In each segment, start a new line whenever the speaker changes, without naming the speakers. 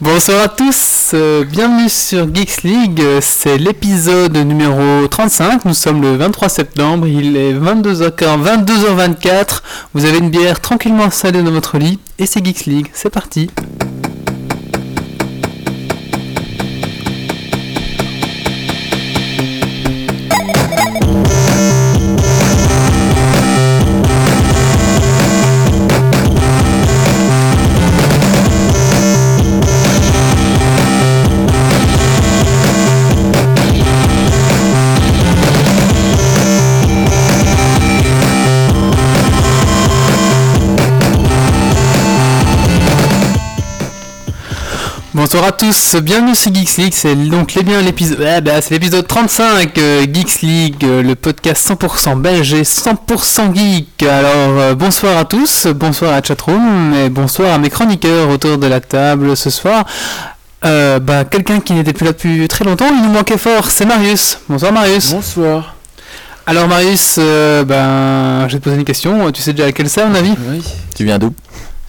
Bonsoir à tous, euh, bienvenue sur Geeks League, euh, c'est l'épisode numéro 35, nous sommes le 23 septembre, il est 22h, 22h24, vous avez une bière tranquillement installée dans votre lit, et c'est Geeks League, c'est parti Bonsoir à tous, bienvenue sur Geeks League, c'est donc les biens l'épisode ah bah, c'est l'épisode 35 euh, Geeks League, euh, le podcast 100% belge et 100% geek. Alors euh, bonsoir à tous, bonsoir à la chatroom et bonsoir à mes chroniqueurs autour de la table ce soir. Euh, bah, quelqu'un qui n'était plus là depuis très longtemps, il nous manquait fort, c'est Marius. Bonsoir Marius.
Bonsoir.
Alors Marius, euh, ben je vais te poser une question, tu sais déjà laquelle c'est à mon avis
Oui,
Tu viens d'où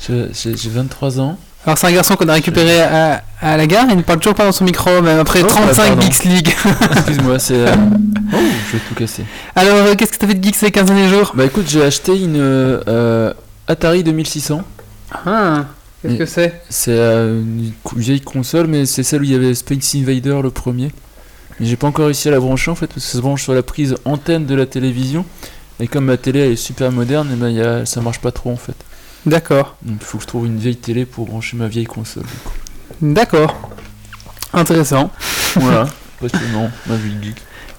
je- j'ai j'ai 23 ans.
Alors c'est un garçon qu'on a récupéré à, à la gare, il ne parle toujours pas dans son micro, même après
Oh,
35
pardon.
Geeks League.
Excuse-moi, c'est. euh, Oh, je vais tout casser.
Alors, euh, qu'est-ce que t'as fait de geek ces 15 derniers jours
Bah écoute, j'ai acheté une euh, Atari 2600.
ah,
qu'est-ce que
c'est
C'est euh, une co- vieille console, mais c'est celle où il y avait Space Invader le premier. Mais j'ai pas encore réussi à la brancher en fait, parce que ça se branche sur la prise antenne de la télévision. Et comme ma télé elle est super moderne, eh ben, il y a- ça marche pas trop en fait.
D'accord,
Donc il faut que je trouve une vieille télé pour brancher ma vieille console.
d'accord. Intéressant.
voilà, passionnant, ma vie de geek.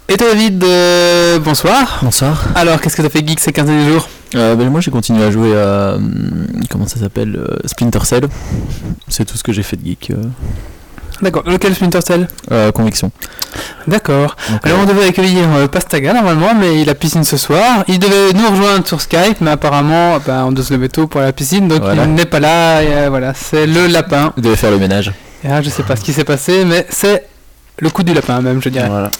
Et toi, David, euh, bonsoir.
Bonsoir.
Alors, qu'est-ce que t'as fait de geek ces 15 derniers jours
Euh, ben, moi j'ai continué à jouer à. hum, Comment ça s'appelle euh, Splinter Cell. C'est tout ce que j'ai fait de geek. euh,
D'accord, lequel Splinter Cell
euh, conviction.
D'accord.
Donc,
Alors,
euh,
on devait accueillir euh, Pastaga normalement, mais il a piscine ce soir. Il devait nous rejoindre sur Skype, mais apparemment, bah, on doit se lever tôt pour la piscine, donc
Voilà.
il n'est pas là. Et, euh, voilà, c'est le lapin.
vous devez faire le ménage.
Et, ah, je sais pas ce qui s'est passé, mais c'est le coup du lapin, même, je dirais.
Voilà.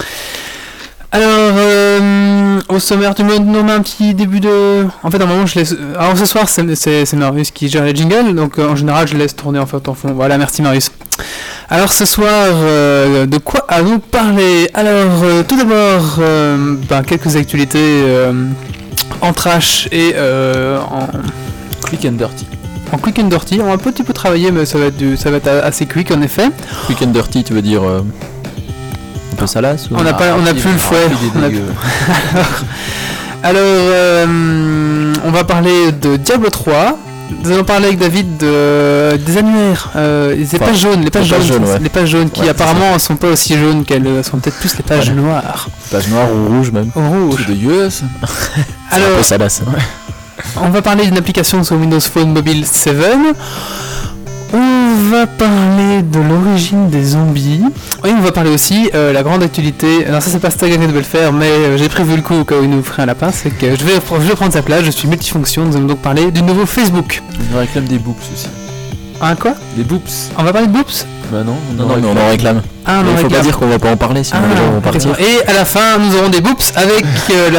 Alors, euh, au sommaire du monde, on a un petit début de. En fait, normalement, je laisse. Alors, ce soir, c'est- c'est c'est Marius qui gère les jingles, donc euh, en général, je laisse tourner en fait en fond. Voilà, merci Marius. Alors, ce soir, euh, de quoi allons parler Alors, euh, tout d'abord, euh, ben, quelques actualités euh, en trash et euh, en,
Click and dirty.
en quick and dirty. On va un petit peu travailler, mais ça va être, du- ça va être assez quick en effet.
Quick and dirty, tu veux dire. euh, un peu salace ou- Ah,
On n'a pas- on n'a plus le fouet.
Rapide et
On a
dégueu.
Alors, euh, on va parler de Diablo 3. Nous allons parler avec David de, des annuaires, euh, les
Enfin,
pages jaunes, les pages
les pages
jaunes,
jaunes, ouais.
les pages jaunes qui
Ouais, c'est
apparemment sont pas aussi jaunes qu'elles euh, sont peut-être plus les pages noires,
Page noire ou rouge même.
ou rouges.
C'est dégueulasse.
C'est un
Alors,
peu salace. hein.
on va parler d'une application sur Windows Phone Mobile 7. On va parler de l'origine des zombies. Et on va parler aussi euh, la grande actualité. Alors ça c'est pas Stagan qui devait le faire, mais euh, j'ai prévu le coup au cas où il nous ferait un lapin. C'est que je vais, je vais prendre sa place. Je suis multifonction. Nous allons donc parler du nouveau Facebook.
On nous réclame des boops aussi.
Hein quoi
Des boops
On va parler de Boops
Bah non, on
Non,
en
non, mais on en réclame.
Ah
Mais
on
il
en
faut pas
réclame.
dire qu'on va pas en parler, sinon les gens vont
Ah,
partir.
d'accord. Et à la fin, nous aurons des boops avec euh,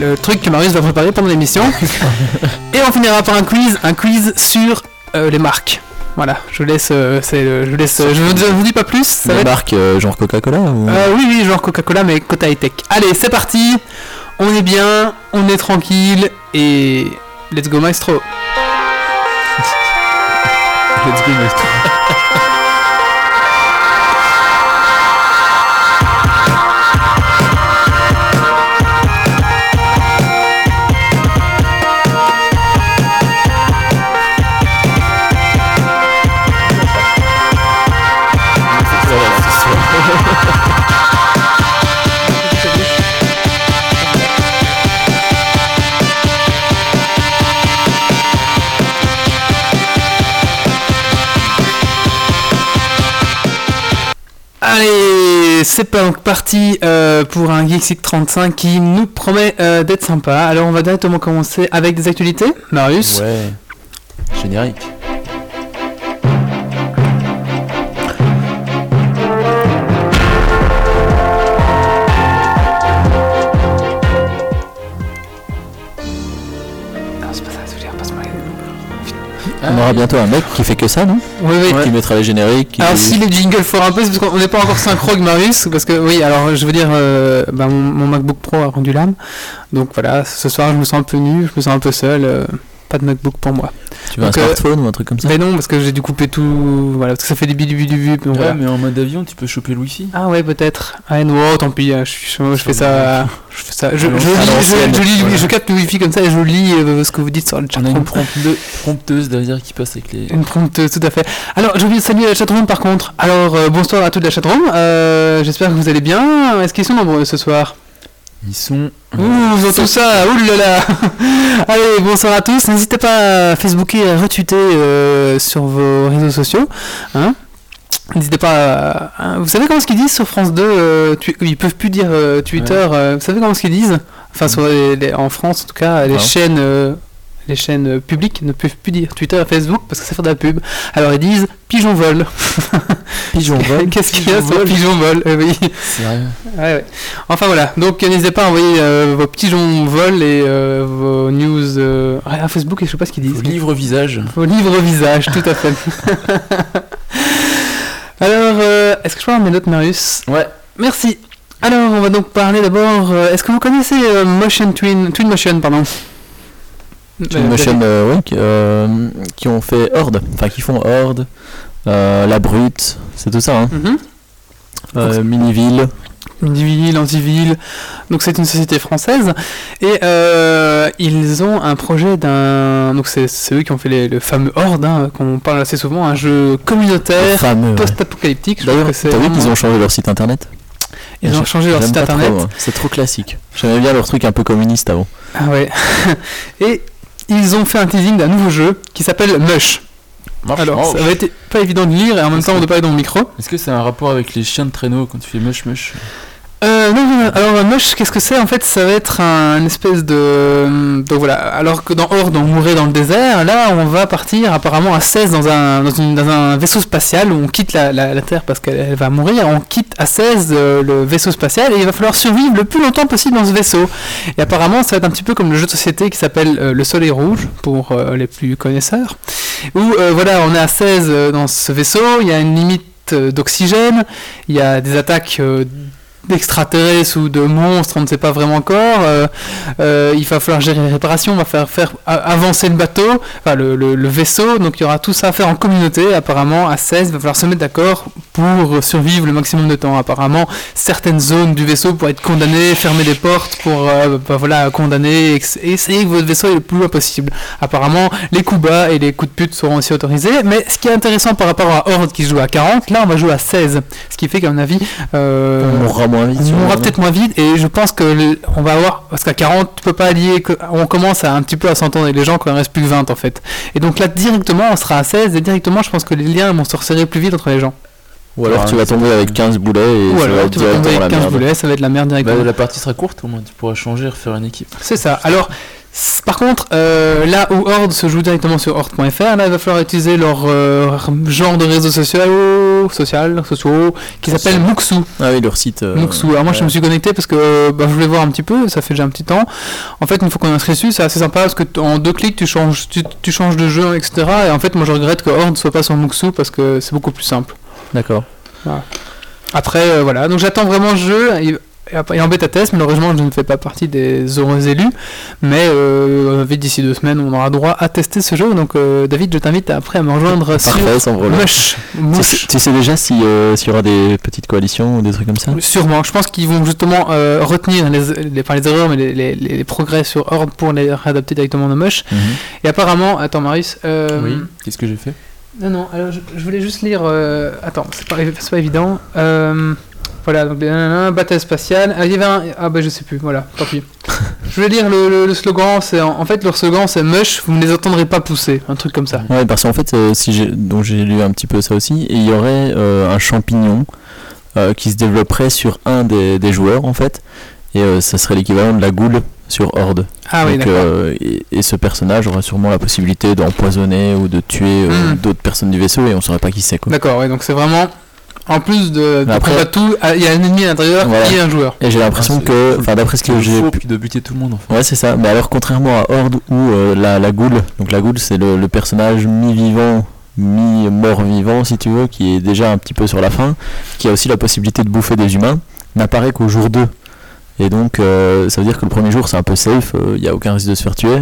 la- le truc que Marius va préparer pendant l'émission. Et on finira par un quiz, un quiz sur euh, les marques. Voilà, je vous laisse, euh, c'est, euh, je vous laisse, euh, je vous, je vous dis pas plus. Ça va
Des
être-
marques euh, genre Coca-Cola ou...
Euh, oui, oui, genre Coca-Cola mais Coca high tech. Allez, c'est parti. On est bien, on est tranquille et let's go maestro.
Let's go, maestro.
Allez, c'est pas donc parti euh, pour un Geeksic 35 qui nous promet euh, d'être sympa. Alors on va directement commencer avec des actualités. Marius,
Ouais. Générique.
Ah, Non, c'est pas ça, c'est pas ça, passe-moi les-
Ah,
On aura bientôt un mec qui fait que ça, non
Oui, oui.
Qui mettra les génériques. Qui...
Alors si les jingles foirent un peu, c'est parce qu'on n'est pas encore synchro avec Marius, parce que oui, alors je veux dire, euh, bah, mon, mon MacBook Pro a rendu l'âme, donc voilà, ce soir je me sens un peu nu, je me sens un peu seul, euh, pas de MacBook pour moi.
Tu veux un
donc, euh,
smartphone ou un truc comme ça
Mais non, parce que j'ai dû couper tout, voilà, parce que ça fait du bidi bidi bidi, donc
Ouais,
voilà.
mais en mode avion, tu peux choper le wifi.
Ah ouais, peut-être. Ah non, oh, tant pis, hein, je, suis chaud, je fais ça, je fais ça, je, je,
Ah, À
lis-
l'ancienne,
je- je lis-
voilà.
je capte le wifi comme ça et je lis euh, ce que vous dites sur le chat.
On a une prompte- prompteuse derrière qui passe avec les.
Une prompteuse, tout à fait. Alors, j'ai oublié de saluer la chatroom euh, par contre. Alors, euh, bonsoir à toute la chatroom. Euh, J'espère que vous allez bien. Est-ce qu'ils sont nombreux ce soir
Ils sont.
Ouh, ils ont tout ça Oulala Allez, bonsoir à tous. N'hésitez pas à Facebooker et à retweeter euh, sur vos réseaux sociaux. hein. N'hésitez pas à- à- Vous savez comment ce qu'ils disent sur France 2 euh, tu- Ils peuvent plus dire euh, Twitter. euh, vous savez comment ce qu'ils disent Enfin, sur les- les- en France, en tout cas, les
Non.
chaînes... euh, les chaînes euh, publiques ne peuvent plus dire Twitter et Facebook parce que ça fait de la pub. Alors ils disent pigeon vol.
Pigeon vol.
Qu'est-ce qu'il y a
Pigeon
sur
vol.
pigeon vol Eh oui.
Sérieux.
Ouais, ouais. Enfin voilà, donc euh, n'hésitez pas à envoyer euh, vos petits jons vol et euh, vos news euh, ouais, à Facebook et je sais pas ce qu'ils
Au
disent.
livre visage.
Vos livres visage, tout à fait. Alors, euh, est-ce que je peux avoir mes notes, Marius
Ouais.
Merci. Alors, on va donc parler d'abord. euh, Est-ce que vous connaissez euh, Motion Twin, Twin Motion, pardon
Twin
Euh,
Motion, euh, ouais, qui, euh, qui ont fait Horde, enfin qui font Horde, euh, La Brute, c'est tout ça, hein.
Mhm.
Euh, Miniville.
Divil, Antivil. Donc c'est une société française. Et euh, ils ont un projet d'un... Donc c'est c'est eux qui ont fait les- le fameux Horde, hein, qu'on parle assez souvent, un jeu communautaire,
fameux, ouais.
post-apocalyptique. je
D'ailleurs,
trouve que c'est
t'as vu qu'ils
vraiment-
ont changé leur site internet
ils ont changé leur
J'aime
site
pas trop,
internet.
hein. C'est trop classique. J'aimais bien leur truc un peu communiste avant.
Ah ouais. Et ils ont fait un teasing d'un nouveau jeu qui s'appelle Mush. Alors ça va être pas évident de lire et en même
Parce
temps
que-
de parler dans le micro.
Est-ce que c'est un rapport avec les chiens de traîneau quand tu fais mush mush
Euh, non, non, non. alors euh, Moche, qu'est-ce que c'est En fait, ça va être un une espèce de... euh, Donc voilà, alors que dans Horde, on mourait dans le désert, là, on va partir apparemment à 16 dans un, dans une- dans un vaisseau spatial où on quitte la, la- la Terre parce qu'elle elle va mourir, on quitte à 16 euh, le vaisseau spatial et il va falloir survivre le plus longtemps possible dans ce vaisseau. Et apparemment, ça va être un petit peu comme le jeu de société qui s'appelle euh, Le Soleil Rouge, pour euh, les plus connaisseurs, où euh, voilà, on est à 16 euh, dans ce vaisseau, il y a une limite euh, d'oxygène, il y a des attaques euh, d'extraterrestres ou de monstres, on ne sait pas vraiment encore. euh, euh, il va falloir gérer les réparations, on va faire, faire a- avancer le bateau, enfin le, le- le vaisseau. Donc il y aura tout ça à faire en communauté. Apparemment, à 16, il va falloir se mettre d'accord pour survivre le maximum de temps. Apparemment, certaines zones du vaisseau pourraient être condamnées, fermer les portes pour euh, bah, voilà, condamner et ex- et essayer que votre vaisseau est le plus loin possible. Apparemment, les coups bas et les coups de pute seront aussi autorisés. Mais ce qui est intéressant par rapport à Horde qui se joue à 40, là on va jouer à 16. Ce qui fait qu'à mon avis... euh,
On mourra moins vite.
on
sûrement,
mourra
non
peut-être moins vite et je pense que le- on va avoir parce qu'à 40 tu peux pas allier que- on commence à un petit peu à s'entendre avec les gens quand il reste plus que 20 en fait et donc là directement on sera à 16 et directement je pense que les liens vont se resserrer plus vite entre les gens
Ou alors
Ouais,
tu vas
c'est-
tomber avec 15 boulets et
ou
ça va
alors
être
tu vas
directement
tomber
la
avec 15
merde.
boulets ça va être la merde
Bah,
directement
La partie sera courte au moins, tu pourras changer et refaire une équipe.
c'est ça alors c- par contre, euh, là où Horde se joue directement sur Horde.fr, là il va falloir utiliser leur euh, genre de réseau social, social, sociaux, qui s'appelle Muxu.
Ah oui, leur site. euh,
Noxou. Alors moi je
ouais.
me suis connecté parce que euh, bah, je voulais voir un petit peu, ça fait déjà un petit temps. En fait, une fois qu'on est inscrit dessus, c'est assez sympa parce que t- en deux clics tu changes, tu, tu changes de jeu, etc. Et en fait, moi je regrette que Horde soit pas sur Muxu parce que c'est beaucoup plus simple.
D'accord.
Après, euh, voilà. Donc j'attends vraiment le jeu. Il et après- il est en bêta test, malheureusement je ne fais pas partie des heureux élus, mais euh, vite d'ici deux semaines on aura droit à tester ce jeu, donc euh, David je t'invite à- après à me rejoindre sur
Parfait, sans problème.
Mush.
Tu
Mush.
sais, tu sais déjà si, euh, s'il y aura des petites coalitions ou des trucs comme ça
Sûrement, je pense qu'ils vont justement euh, retenir, les, les, pas les erreurs, mais les, les- les- les progrès sur Horde pour les réadapter directement dans Mush.
Mhm.
Et apparemment, attends Marius, euh,
Qu'est-ce que j'ai fait
non, non, alors je, je voulais juste lire, euh, attends, c'est pas, c'est pas évident. Euh, voilà, donc nanana, bataille spatiale, ah, il y avait un, ah bah je sais plus, voilà, tant pis. je voulais lire le, le- le slogan, c'est en, en fait leur slogan c'est Mush, vous ne les entendrez pas pousser, un truc comme ça.
Ouais, parce qu'en fait, euh, si j'ai- donc j'ai lu un petit peu ça aussi, et il y aurait euh, un champignon euh, qui se développerait sur un des, des joueurs en fait, et euh, ça serait l'équivalent de la goule sur Horde.
Ah oui,
Donc,
d'accord.
euh, et, et ce personnage aura sûrement la possibilité d'empoisonner ou de tuer euh,
Hmm.
d'autres personnes du vaisseau et on saurait pas qui c'est quoi.
D'accord, ouais, donc c'est vraiment En plus de, de
Après-
prépa tout, il y a un ennemi à l'intérieur
Voilà.
et un joueur.
Et j'ai l'impression
Ah, c'est
que,
fou.
enfin d'après ce que
le
j'ai
faux, puis de buter tout le monde. en fait.
Ouais, c'est ça. Mais alors, contrairement à Horde où euh, la, la goule, donc la goule, c'est le, le personnage mi-vivant, mi-mort-vivant, si tu veux, qui est déjà un petit peu sur la fin, qui a aussi la possibilité de bouffer des humains, n'apparaît qu'au jour 2. Et donc, euh, ça veut dire que le premier jour, c'est un peu safe, il n'y a aucun risque de se faire tuer.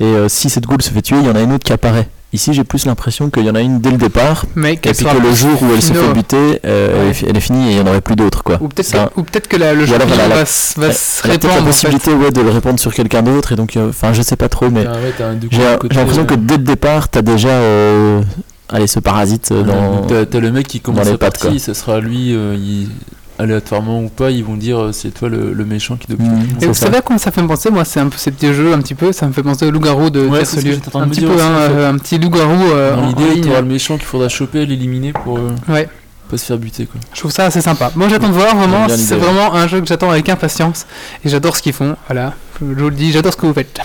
Et euh, si cette goule se fait tuer, il y en a une autre qui apparaît. Ici, j'ai plus l'impression qu'il y en a une dès le départ,
Mais
et
qu'elle
puis
soit-
que le jour où elle se
finale.
fait buter, euh, elle est fi- elle est finie et il n'y en aurait plus d'autres, quoi.
Ou peut-être
Ça-
que, ou peut-être que la- le
Ou
jeu
alors, voilà, la-
va, s- va
la-
se
Il y a peut-être
répandre.
la
en fait.
possibilité ouais, de le répandre sur quelqu'un d'autre, et donc, euh, enfin, je sais pas trop, mais.
Ah ouais, t'as un- du coup,
J'ai
le
j'ai
côté,
l'impression
euh,
que dès le départ, t'as déjà euh, allez, ce parasite euh,
Ouais,
dans.
donc T'as t'as le mec qui commence
les
la
pattes, quoi.
partie, ça sera lui, euh, il- aléatoirement ou pas, ils vont dire euh, c'est toi le, le méchant qui doit buter
Mmh.
tout le monde.
Et vous
ça.
savez à quoi ça fait me penser Moi, c'est un peu ces petits jeux, un petit peu. Ça me fait penser au loup-garou de
Ouais,
Pierre
c'est ce que
Solieu.
j'étais en train
Un
de me
petit
dire
peu,
aussi,
hein,
en fait.
euh, un petit loup-garou. euh,
Dans
en- en
l'idée,
ligne.
t'auras le méchant qu'il faudra choper, l'éliminer pour euh,
Ouais,
pas se faire buter quoi.
je trouve ça assez sympa. Moi, j'attends de voir
J'aime
vraiment.
bien
C'est
l'idée.
vraiment un jeu que j'attends avec impatience. Et j'adore ce qu'ils font. Voilà, je vous le dis, j'adore ce que vous faites.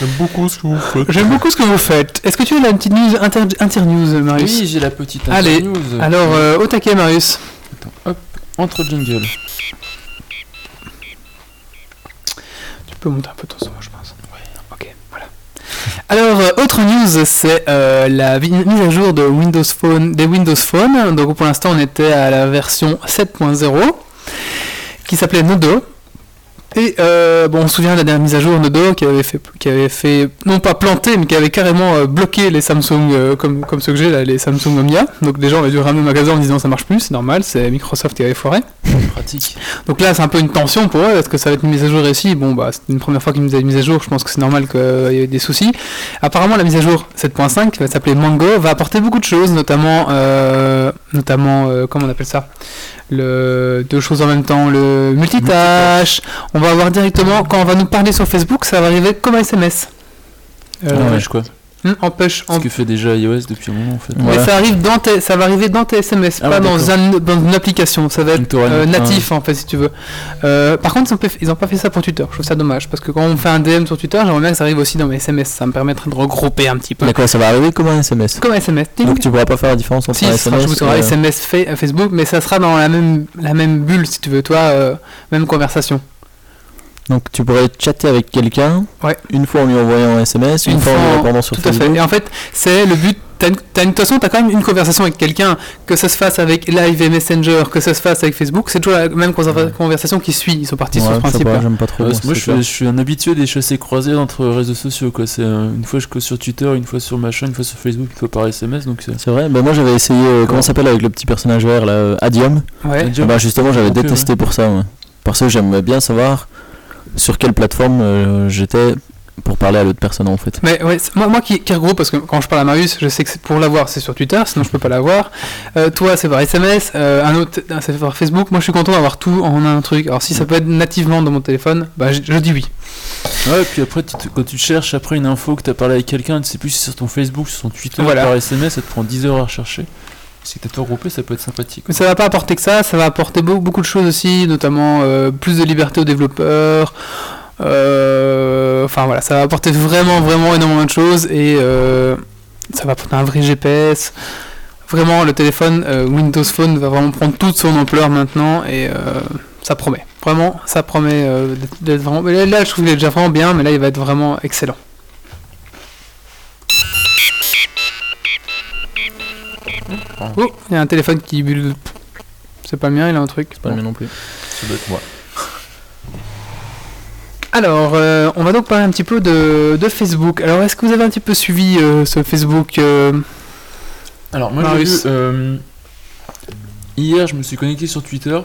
J'aime beaucoup ce que vous faites.
J'aime beaucoup ce que vous faites. Est-ce que tu as la petite news inter- inter-news, Marius
Oui, j'ai la petite
Allez,
news.
Alors, euh, au taquet, Marius.
Entre jungle.
Tu peux monter un peu ton son, je pense. Ok, voilà. Alors, euh, autre news, c'est euh, la vi- mise à jour de Windows Phone, des Windows Phone. Donc, pour l'instant, on était à la version 7.0 qui s'appelait Nodo. Et euh, bon, on se souvient de la dernière mise à jour Nodo qui avait fait, qui avait fait non pas planter, mais qui avait carrément euh, bloqué les Samsung euh, comme, comme ceux que j'ai là, les Samsung Omnia. Donc, les gens avaient dû ramener au magasin en disant ça marche plus, c'est normal, c'est Microsoft qui avait foiré.
Pratique.
Donc là, c'est un peu une tension pour eux. Est-ce que ça va être une mise à jour réussie Bon, bah, c'est une première fois qu'ils nous a une mise à jour. Je pense que c'est normal qu'il y ait des soucis. Apparemment, la mise à jour 7.5, qui va s'appeler Mango, va apporter beaucoup de choses, notamment, euh, notamment, euh, comment on appelle ça le, deux choses en même temps, le multitâche. On va avoir directement, quand on va nous parler sur Facebook, ça va arriver comme un SMS. Euh,
Ah ouais, je crois.
hum, en push, en
Ce que fait déjà iOS depuis un moment en fait.
Ouais. Voilà.
Mais ça, arrive dans tes- ça va arriver dans tes SMS,
Ah
pas
ouais,
dans,
d'accord.
un- dans une application. Ça va être
Donc, t'auras une-
euh, natif en fait, si tu veux. Euh, par contre, ils ont pas fait- ils n'ont pas fait ça pour Twitter. Je trouve ça dommage parce que quand on fait un DM sur Twitter, j'aimerais bien que ça arrive aussi dans mes SMS. Ça me permettrait de regrouper un petit peu.
D'accord, ça va arriver comme un SMS.
Comme un SMS. ding.
Donc tu pourras pas faire la différence entre
Si,
un
ce sera- je
SMS.
vous serai
et, euh,
SMS fa- Facebook, mais ça sera dans la même, la même bulle, si tu veux, toi, euh, même conversation.
Donc tu pourrais chatter avec quelqu'un.
Ouais.
Une fois en lui envoyant un SMS, une,
Une
fois en
fois
lui
en-
répondant sur
Tout à fait.
Facebook.
Et en fait, c'est le but. t'as une- t'as une- De toute façon, tu as quand même une conversation avec quelqu'un, que ça se fasse avec Live et Messenger, que ça se fasse avec Facebook, c'est toujours la même conser- conversation qui suit. Ils sont partis sur
Ouais,
ce
je sais
principe.
pas,
là.
j'aime pas trop.
Ouais,
moi,
Euh, moi je
c'est
suis,
clair.
je suis un habitué des chassés croisés entre réseaux sociaux quoi. C'est euh, une fois je cause sur Twitter, une fois sur machin, une fois sur Facebook, une fois par SMS donc c'est.
C'est vrai, bah, moi j'avais essayé, euh, comment ça s'appelle avec le petit personnage vert là, euh, Adium.
Ouais.
Ah
Adieu.
bah, justement, j'avais
Ok, ouais.
détesté pour ça. ouais. Parce que j'aimais bien savoir sur quelle plateforme euh, j'étais pour parler à l'autre personne en fait.
Mais ouais, c'est- moi, moi qui, qui regroupe, parce que quand je parle à Marius, je sais que c'est pour l'avoir, c'est sur Twitter, sinon je peux pas l'avoir. Euh, toi, c'est par SMS, euh, un autre, euh, c'est par Facebook. Moi, je suis content d'avoir tout en un truc. Alors, si ça peut être nativement dans mon téléphone, bah, je, je dis oui.
Ouais, et puis après, tu te- quand tu cherches après une info que t'as parlé avec quelqu'un, tu sais plus si c'est sur ton Facebook, sur ton Twitter,
Voilà.
par SMS, ça te prend 10 heures à rechercher. Si t'as tout regroupé, ça peut être sympathique.
Mais ça va pas apporter que ça, ça va apporter beau- beaucoup de choses aussi, notamment euh, plus de liberté aux développeurs. euh, Enfin voilà, ça va apporter vraiment, vraiment énormément de choses et euh, ça va apporter un vrai GPS. Vraiment, le téléphone euh, Windows Phone va vraiment prendre toute son ampleur maintenant et euh, ça promet. Vraiment, ça promet euh, d'être- d'être vraiment. mais Là, je trouve qu'il est déjà vraiment bien, mais là, il va être vraiment excellent.
Mmh.
Oh, il y a un téléphone qui bulle. C'est pas le mien, il a un truc.
Pas le mien non plus.
Ça doit être moi.
Alors, euh, on va donc parler un petit peu de, de Facebook. Alors, est-ce que vous avez un petit peu suivi euh, ce Facebook euh,
Alors, moi, j'ai vu.
Marius.
euh, hier, je me suis connecté sur Twitter.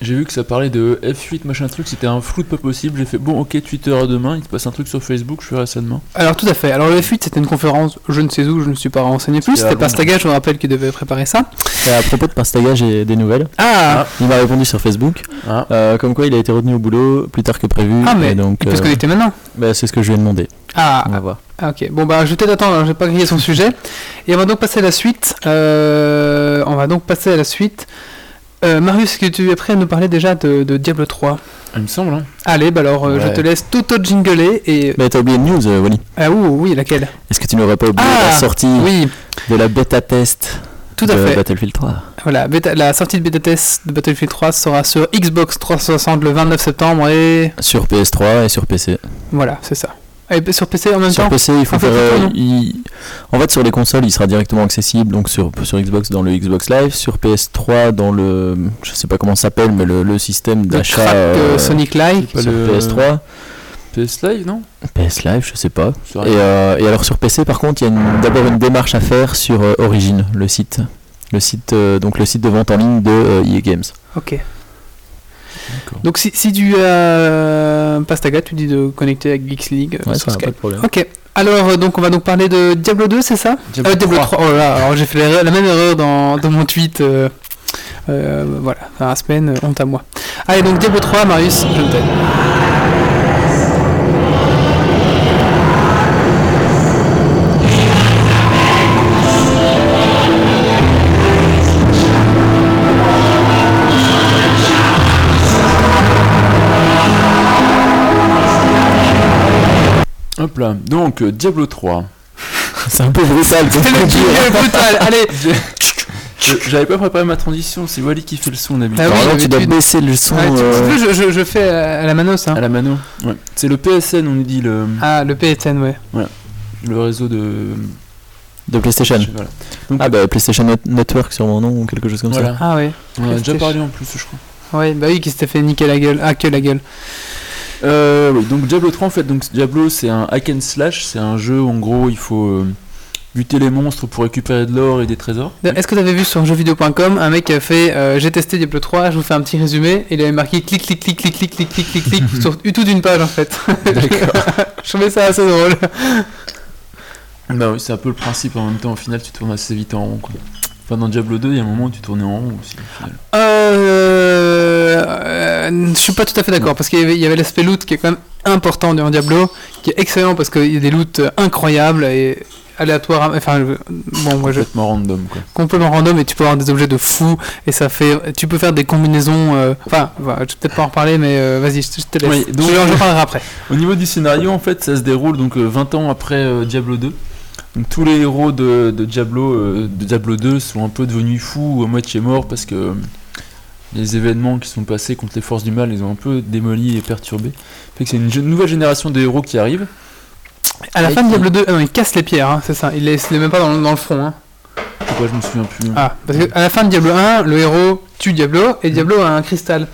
J'ai vu que ça parlait de F8, machin truc, c'était un flou de pas possible. J'ai fait bon, ok, Twitter à demain, il te passe un truc sur Facebook, je ferai ça demain.
Alors, tout à fait. Alors, le F8, c'était une conférence, je ne sais où, je ne suis pas renseigné plus.
C'était à
C'était
Londres.
Pastaga, je vous rappelle, qui devait préparer ça.
Et à propos de Pastaga, j'ai des nouvelles.
Ah,
Il m'a répondu sur Facebook,
Ah,
euh, comme quoi il a été retenu au boulot plus tard que prévu.
Ah, mais
et donc,
il peut se
euh,
connecter maintenant.
bah, c'est ce que je lui ai demandé.
Ah,
On va voir.
ah, ok. Bon, bah, je vais peut-être attendre, hein, je vais pas griller son sujet. Et on va donc passer à la suite. Euh, on va donc passer à la suite. Euh, Marius, est-ce que tu es prêt à nous parler déjà de, de Diablo 3
il me semble, hein.
Allez, bah alors, euh, je
Ouais.
te laisse t'auto-jingler et.
Mais t'as oublié une news, euh, Wally.
Ah, ouh, oui, laquelle
Est-ce que tu n'aurais pas oublié
Ah,
la sortie
Oui,
de la bêta test
Tout Tout à
de
fait.
Battlefield 3.
Voilà, bêta- la sortie de bêta test de Battlefield 3 sera sur Xbox 360 le 29 septembre et
Sur PS3 et sur PC.
voilà, c'est ça. Et sur PC en même
Sur
temps
PC, il faut
En fait,
faire.
il faut
euh,
non.
il- En fait, sur les consoles, il sera directement accessible. Donc sur, sur Xbox dans le Xbox Live, sur PS3 dans le. Je sais pas comment ça s'appelle, mais le, le système
le
d'achat.
crack euh,
euh,
Sonic Like.
Pas
sur
le-
PS3,
PS Live, non
PS Live, je sais pas.
Je sais
Et,
rien.
euh, et alors sur PC, par contre, il y a une- d'abord une démarche à faire sur euh, Origin, le site, le site, euh, donc le site de vente en ligne de euh, EA Games.
Ok.
D'accord.
Donc si, si tu euh, passes ta gâte, tu dis de connecter à Geeks League euh,
Ouais,
sur
ça, pas
Skype.
de problème.
Ok. Alors euh, donc on va donc parler de Diablo 2, c'est ça Euh, Diablo 3. Oh là, alors j'ai fait l'erreur- la même erreur dans, dans mon tweet. euh, euh, voilà, dans la semaine, euh, honte à moi. Allez, donc Diablo 3, Marius, je t'aide.
Hop là. Donc, euh, Diablo 3.
C'est un peu brutal. comme Ah
C'est le
truc.
jingle brutal, allez
Je- J'avais pas préparé ma transition, c'est Wally qui fait le son d'habitude.
Ah oui,
Normalement, tu dois
d'habitude.
baisser le son.
Ouais, tu- tu
euh,
veux, je, je- je fais à la manos. Hein.
À la mano. Ouais. C'est le PSN, on nous dit, le,
Ah, le PSN, ouais.
le réseau de.
De PlayStation.
Voilà.
Ah bah PlayStation Net- Network sur mon nom ou quelque chose comme
Voilà.
Ah, ouais.
On en a déjà
PlayStation.
parlé en plus, je crois.
Ouais, bah oui, qui s'était fait niquer la gueule. Ah, que la gueule.
Euh, oui, donc Diablo 3 en fait, donc Diablo c'est un hack and slash, c'est un jeu où, en gros il faut euh, buter les monstres pour récupérer de l'or et des trésors.
Est-ce que t'avais vu sur jeuxvideo.com un mec qui a fait euh, J'ai testé Diablo 3, je vous fais un petit résumé. Et il avait marqué clic, clic, clic, clic, clic, clic, clic, clic, clic, sur tout d'une page en fait. je trouvais ça assez drôle.
Bah oui, c'est un peu le principe en même temps, au final tu tournes assez vite en rond quoi. Enfin dans Diablo 2, il y a un moment où tu tournais en rond aussi. au final.
Euh, euh, je suis pas tout à fait d'accord parce qu'il y avait, il y avait l'aspect loot qui est quand même important dans Diablo, qui est excellent parce qu'il y a des loots euh, incroyables et aléatoires. Enfin, je- bon, moi je
Complètement random quoi.
complètement random et tu peux avoir des objets de fou et ça fait, tu peux faire des combinaisons. euh, Enfin, voilà, je vais peut-être pas en reparler, mais euh, vas-y, je te, je te laisse.
Oui, donc-
Je- j'en parlerai après.
Au niveau du scénario, en fait, ça se déroule donc euh, 20 ans après euh, Diablo 2. Donc tous les héros de, de Diablo euh, de Diablo 2 sont un peu devenus fous ou à moitié morts parce que euh, les événements qui sont passés contre les forces du mal les ont un peu démolis et perturbés. Fait que c'est une jeune- nouvelle génération de héros qui arrive.
À la
Et
fin de
qui-
Diablo 2, ah non, il casse les pierres, hein, c'est ça. Il les, il les met pas dans, le- dans le front.
Mm.
Hein.
Pourquoi je me souviens plus
Ah, parce que à la fin de Diablo 1, le héros tue Diablo
Mm.
et Diablo a un cristal.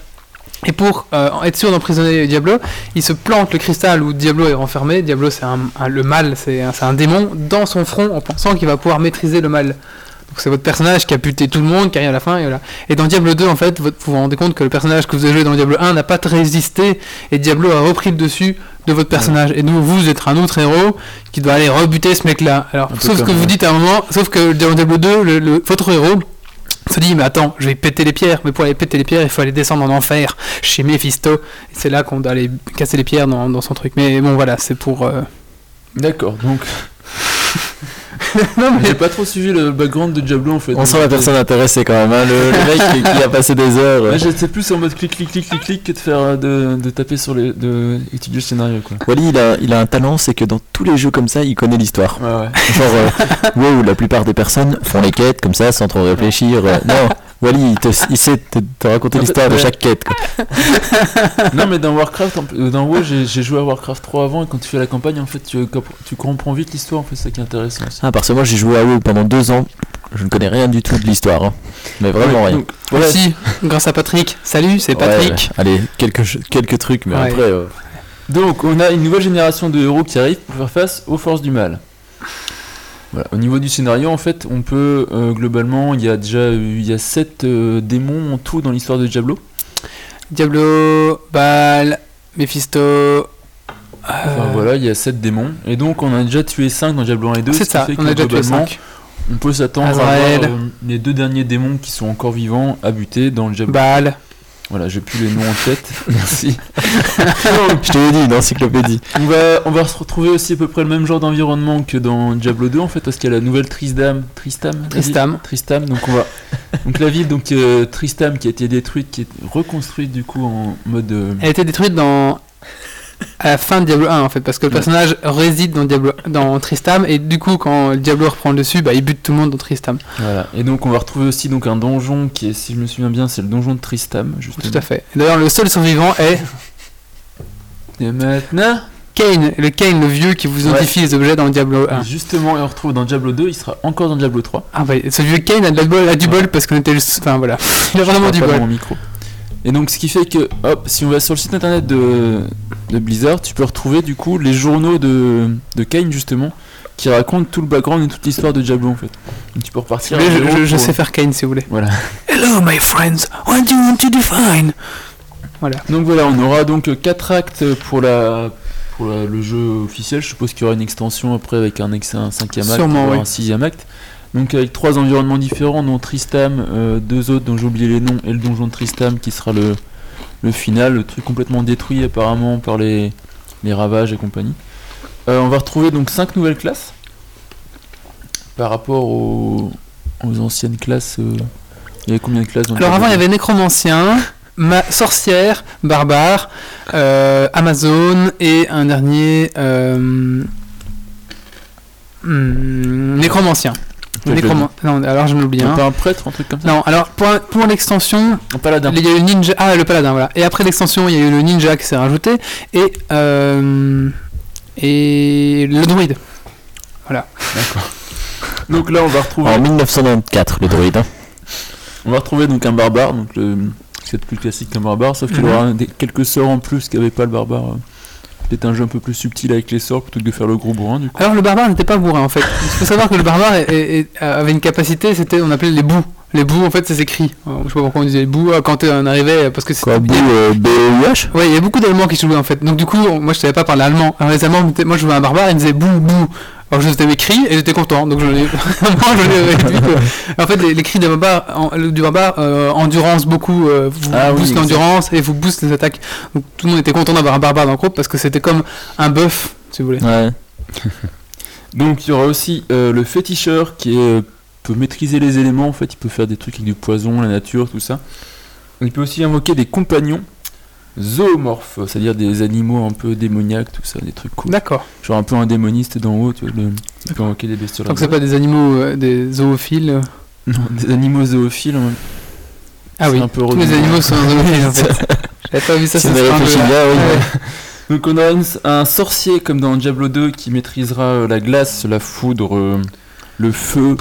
Et pour euh, être sûr d'emprisonner Diablo, il se plante le cristal où Diablo est renfermé. Diablo, c'est un, un- le mal, c'est un, c'est un démon dans son front en pensant qu'il va pouvoir maîtriser le mal. Donc c'est votre personnage qui a buté tout le monde, qui arrive à la fin et voilà. Et dans Diablo 2, en fait, votre- vous vous rendez compte que le personnage que vous avez joué dans Diablo 1 n'a pas résisté et Diablo a repris le dessus de votre personnage. Et nous, vous êtes un autre héros qui doit aller rebuter ce mec-là. Alors,
Un peu
sauf que
comme,
vous
euh,
dites à un moment, sauf que dans Diablo 2, le- le- votre héros se dit mais attends je vais péter les pierres mais pour aller péter les pierres il faut aller descendre en enfer chez Mephisto et c'est là qu'on doit aller casser les pierres dans, dans son truc mais bon voilà c'est pour euh,
D'accord, donc
non mais
j'ai pas trop suivi le background de Diablo en fait. euh,
On sent la personne intéressée quand même, hein, le, le mec qui, qui a passé des heures. euh.
Là j'étais plus en mode clic clic clic clic clic que de faire euh, de, de taper sur les de étudier le scénario quoi.
Wally, il a, il a un talent, c'est que dans tous les jeux comme ça, il connaît l'histoire.
Ouais ouais.
Genre, euh, wow, la plupart des personnes font les quêtes comme ça sans trop réfléchir. euh. non, Wally, il, te- il sait te, te raconter
En fait,
l'histoire de
ouais.
chaque quête. quoi.
Non mais dans Warcraft, en- euh, dans WoW, j'ai j'ai joué à Warcraft 3 avant et quand tu fais la campagne, en fait, tu, comp- tu comprends vite l'histoire, en fait, c'est ça qui est intéressant. aussi.
Ah, parce que moi, j'ai joué à WoW pendant deux ans. Je ne connais rien du tout de l'histoire. hein. Mais vraiment
Ouais,
rien.
donc, voilà,
si grâce à Patrick salut c'est
Ouais,
Patrick
ouais. Allez, quelques, ch- quelques trucs, mais
Ouais.
après. euh,
donc on a une nouvelle génération de héros qui arrivent pour faire face aux forces du mal. Voilà. Au niveau du scénario, en fait, on peut euh, globalement, il y a déjà eu- il y a 7 démons en tout dans l'histoire de Diablo.
Diablo Baal Mephisto euh,
Enfin voilà, il y a 7 démons. Et donc on a déjà tué 5 dans Diablo 1 et 2. ce
Ah, c'est
qui
ça
fait
on
que
a déjà tué
globalement,
5
On peut s'attendre à voir
Azrael.
euh, les deux derniers démons qui sont encore vivants à buter dans le Diablo.
Baal
Voilà, j'ai plus les noms en tête. Merci.
Je te l'ai dit, une encyclopédie.
On va, on va se retrouver aussi à peu près le même genre d'environnement que dans Diablo 2 en fait, parce qu'il y a la nouvelle Trisdam, Tristam, la ville
Tristam
Tristam. Donc on va, donc la ville donc euh, Tristam qui a été détruite, qui est reconstruite du coup en mode euh,
elle a été détruite dans à la fin de Diablo 1 en fait,
Mm.
parce que le
Ouais.
personnage réside dans, Diablo, dans Tristam et du coup quand Diablo reprend le dessus, bah, il bute tout le monde dans Tristam.
Voilà. Et donc on va retrouver aussi donc un donjon qui est, si je me souviens bien, c'est le donjon de Tristam. Justement.
Tout à fait. D'ailleurs le seul survivant est
Et maintenant,
Kane, le Kane, le vieux qui vous
Ouais.
identifie les objets dans Diablo 1.
justement, et on retrouve dans Diablo 2, il sera encore dans Diablo 3.
Ah bah, ce vieux Kane a, de la bol, a du bol parce qu'on était le... s- Enfin voilà, il a vraiment
Parle
du
pas dans
bol.
mon micro. Et donc ce qui fait que hop, si on va sur le site internet de, de Blizzard, tu peux retrouver du coup les journaux de, de Kane justement qui racontent tout le background et toute l'histoire de Diablo en fait. Donc, tu
Si
peux repartir.
vous voulez,
à
je,
zéro
je- je
pour-
sais faire Kane si vous voulez.
Voilà.
Hello my friends, what do you want to define
Donc voilà, on aura donc 4 actes pour la pour la- le jeu officiel. Je suppose qu'il y aura une extension après avec un, ex, un cinquième acte,
Sûrement,
voire
oui.
un sixième acte. Donc avec trois environnements différents, dont Tristam, euh, deux autres dont j'ai oublié les noms, et le donjon de Tristam qui sera le, le final, le truc complètement détruit apparemment par les, les ravages et compagnie. Euh, on va retrouver donc cinq nouvelles classes par rapport aux, aux anciennes classes. euh, il y avait combien de classes dans le
Alors avant il y
tableau
avait nécromancien, ma sorcière, barbare, euh, Amazon et un dernier... Euh... hmm, nécromancien.
Quel
Nécroman- Non, alors je me l'oublie. hein.
Pas un prêtre, un truc comme ça
Non, alors pour, pour l'extension,
Un paladin.
il y a eu Ninja. Ah, le paladin, voilà. Et après l'extension, il y a eu le Ninja qui s'est rajouté. Et. euh, et le druide.
Donc là, on va retrouver,
En 1994, le druide. hein.
on va retrouver donc un barbare. Donc le, c'est plus classique qu'un barbare, sauf qu'il
Mhm.
aura un- des- quelques sorts en plus qu'avait pas le barbare. euh. Peut-être un jeu un peu plus subtil avec les sorts plutôt que de faire le gros bourrin. Du coup.
Alors le barbare n'était pas bourrin en fait. Il faut savoir que le barbare est- est- est- avait une capacité, c'était. On appelait les bouts. Les bouts, en fait, c'est écrit. Je sais pas pourquoi on disait les bouts euh, quand on arrivait, parce que c'était.
Quoi,
il
Bou,
y a-
euh, B-O-U-H
Ouais, il y a beaucoup d'Allemands qui se jouaient en fait. Donc du coup, on- moi je savais pas parler allemand. Alors les Allemands, me disaient- moi je jouais un barbare, ils me disaient bou bou. Alors je savais écrit et j'étais content. Donc je l'ai. Vraiment, je l'ai réduit, quoi. En fait, les, les cris de barbare, en- le- du barbare, euh, endurance beaucoup, euh, vous
Ah oui,
booste
exact.
l'endurance et vous booste les attaques. Donc tout le monde était content d'avoir un barbare dans le groupe parce que c'était comme un buff, si vous voulez.
Ouais.
Donc il y aura aussi euh, le féticheur qui est, euh, peut maîtriser les éléments. En fait, il peut faire des trucs avec du poison, la nature, tout ça. Il peut aussi invoquer des compagnons zoomorphes, c'est-à-dire des animaux un peu démoniaques, tout ça, des trucs cool.
D'accord.
Genre un peu un démoniste d'en haut, tu vois, le- il peut invoquer des bestioles.
Donc c'est pas des animaux, euh, des zoophiles. euh.
Non, des animaux zoophiles. en même
Ah oui.
un peu
Tous les
redondant.
animaux sont zoophiles en fait. J'avais pas vu ça.
Si
ça
on y
se fait un peu-
réfléchit bien, oui.
Ouais.
Donc on a une- un sorcier comme dans Diablo 2 qui maîtrisera euh, la glace, la foudre, euh, le feu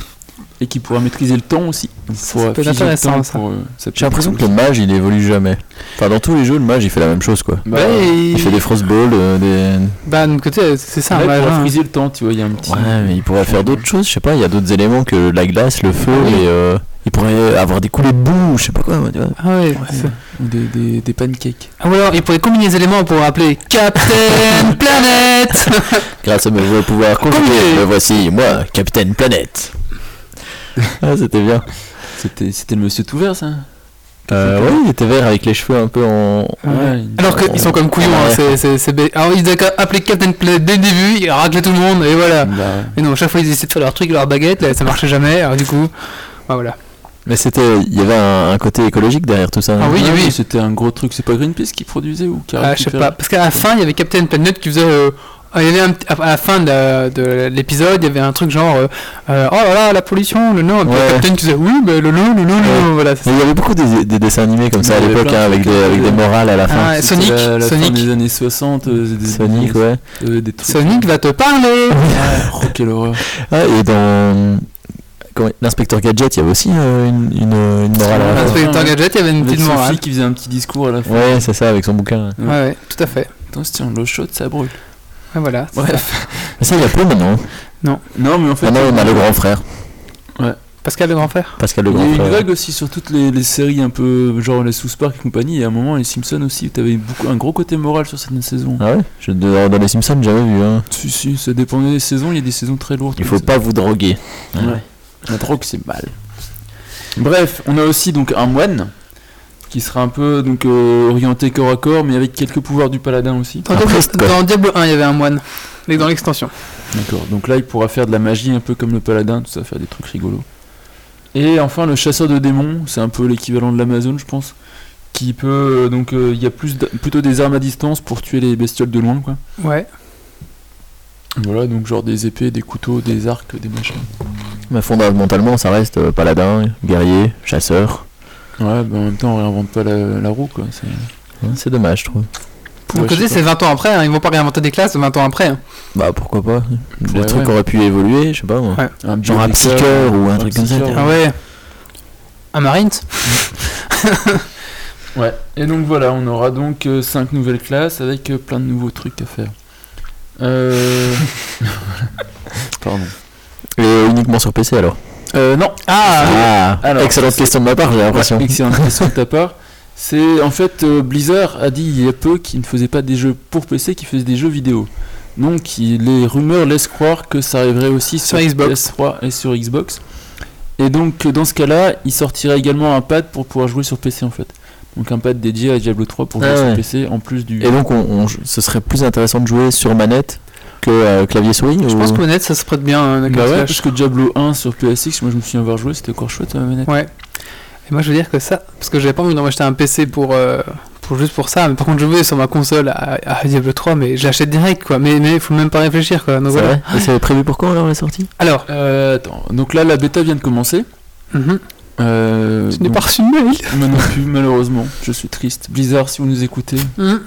et qui pourra maîtriser le temps aussi. Il
Ça,
pourra
ça peut être
figer le
intéressant,
temps
ça.
pour, euh, ça peut
J'ai
être
l'impression
cool.
que le mage il évolue jamais. Enfin, dans tous les jeux, le mage il fait la même chose quoi.
Bah,
Ouais, et-
Il fait des frostballs, euh, des.
Bah d'un côté, c'est ça.
ouais,
un
il pourra
vagin.
friser le temps, tu vois, il y a un petit...
Ouais, mais il pourrait faire d'autres choses, je sais pas, il y a d'autres éléments que la glace, le feu, et euh, il pourrait avoir des coulées de boue, ou je sais pas quoi, tu vois.
Ah ouais, c'est-
Ou des, des, des pancakes.
Ah, Ou alors, il pourrait combiner les éléments pour appeler Captain Planète
Grâce à mes vrais pouvoirs conjugués,
Conjugués.
me voici, moi, capitaine planète. ah, c'était bien.
C'était c'était le monsieur tout vert, ça
Euh, ouais, il était vert avec les cheveux un peu en.
Ah
Ouais, il-
Alors qu'ils sont comme couillons, hein,
Ouais.
c'est- c'est c'est bête. Alors, ils avaient appelé Captain Planète dès le début, ils raclaient tout le monde, et voilà.
Bah,
Mais non, à chaque fois, ils essayaient de faire leur truc, leur baguette, et ça marchait jamais, alors du coup, bah voilà.
Mais c'était. Il y avait un, un côté écologique derrière tout ça.
Ah oui,
ouais,
oui.
mais C'était un gros truc, c'est pas Greenpeace qui produisait ou qui a
Ah, je sais
récupéré
pas. Parce qu'à la fin, il y avait Captain Planet qui faisait. euh, il y avait un petit- à la fin de, la- de l'épisode, il y avait un truc genre euh, euh, Oh là là, la pollution, le nom. Et puis
Ouais.
Captain qui disait Oui, mais le nom, le nom, le nom. Voilà, c'est
Mais
ça.
il y avait beaucoup des, des dessins animés comme ça à
Il y avait
l'époque,
plein de
hein, avec,
trucs,
des, avec
euh,
des morales à la fin.
Ah,
C'était
Sonic,
la, la fin
Sonic.
des années 60, euh, des,
Sonic, ouais.
euh, des trucs.
Sonic va te parler
Oh, quelle horreur.
Ah, et dans. comment- L'inspecteur Gadget, il y avait aussi euh, une, une, une morale à la
Ah,
Parce
fin.
que Captain Gadget, il y avait une
Avec
petite
Sophie
morale.
qui faisait un petit discours à la fin.
Ouais, c'est ça, avec son bouquin.
Ouais, ouais, tout à fait.
Attention, l'eau chaude, ça brûle.
Ouais, voilà. c'est ça.
Bref.
Mais ça, il y a plus maintenant.
Non, mais en fait,
Maintenant, on a le grand frère.
Pascal le grand frère
Pascal le
il y a
grand
eu une
frère.
vague aussi sur toutes les, les séries un peu genre les South Park et compagnie. Et à un moment, les Simpsons aussi, t'avais beaucoup un gros côté moral sur certaines saisons.
Ah ouais Je, dans dans les Simpsons, j'avais vu. Hein.
Si, si, ça dépendait des saisons. Il y a des saisons très lourdes.
Il
comme
faut
ça.
pas vous droguer.
Ouais. La drogue, c'est mal. Bref, on a aussi donc un moine qui sera un peu donc euh, orienté corps à corps, mais avec quelques pouvoirs du paladin aussi.
Dans,
Un
Diablo,
priest, quoi.
dans Diablo 1, il y avait un moine. Mais Dans l'extension.
D'accord, donc là il pourra faire de la magie un peu comme le paladin, tout ça, faire des trucs rigolos. Et enfin le chasseur de démons, c'est un peu l'équivalent de l'Amazon je pense, qui peut euh, donc euh, il y a plus d'a- plutôt des armes à distance pour tuer les bestioles de loin quoi.
Ouais.
Voilà donc genre des épées, des couteaux, des arcs, des machins.
Mais fondamentalement, ça reste euh, paladin, guerrier, chasseur.
Ouais, bah, en même temps on réinvente pas la, la roue quoi. c'est-
Ouais, Hein, C'est dommage, je trouve.
D'un
Ouais, je
côté,
sais
c'est 20 ans après, hein, ils vont pas réinventer des classes 20 ans après. hein.
Bah pourquoi pas Le
Ouais,
truc
ouais.
aurait pu évoluer, je sais pas moi.
Ouais.
Un
Genre un
biohacker,
psycheur ou un truc comme ça.
psycheur,
Ah ouais. Un Marines
Ouais, et donc voilà, on aura donc 5 nouvelles classes avec euh, plein de nouveaux trucs à faire. Euh... Pardon.
Et uniquement sur PC alors.
Euh, non,
Ah
Ah,
Alors,
excellente question de ma part, j'ai l'impression.
Ouais, excellente question de ta part. C'est en fait euh, Blizzard a dit il y a peu qu'il ne faisait pas des jeux pour PC, qu'il faisait des jeux vidéo. Donc il- les rumeurs laissent croire que ça arriverait aussi sur,
Sur Xbox.
PS3 et sur Xbox. Et donc euh, dans ce cas-là, il sortirait également un pad pour pouvoir jouer sur PC en fait. Donc un pad dédié à Diablo 3 pour jouer
Ah
sur
ouais.
PC en plus du. Bah
Et donc, on, on- ce serait plus intéressant de jouer sur manette que euh, clavier souris
Je
ou-
pense que honnête, ça se prête bien. hein, avec le
Bah ouais,
slash.
parce que Diablo 1 sur PSX, moi je me souviens avoir joué, c'était encore chouette à la manette.
Ouais. Et moi, je veux dire que ça, parce que j'avais pas envie d'en acheter un PC pour, euh, pour juste pour ça, mais par contre, je veux sur ma console à, à Diablo 3, mais je l'achète direct, quoi. Mais mais faut même pas réfléchir, quoi. Donc
C'est
voilà.
vrai Et c'est prévu pour quand alors la sortie
Alors,
Euh, attends, donc là la bêta vient de commencer.
mhm,
Euh,
tu n'es
donc-
pas reçu de mail
Moi non plus, malheureusement, je suis triste. Blizzard, si vous nous écoutez,
Mhm.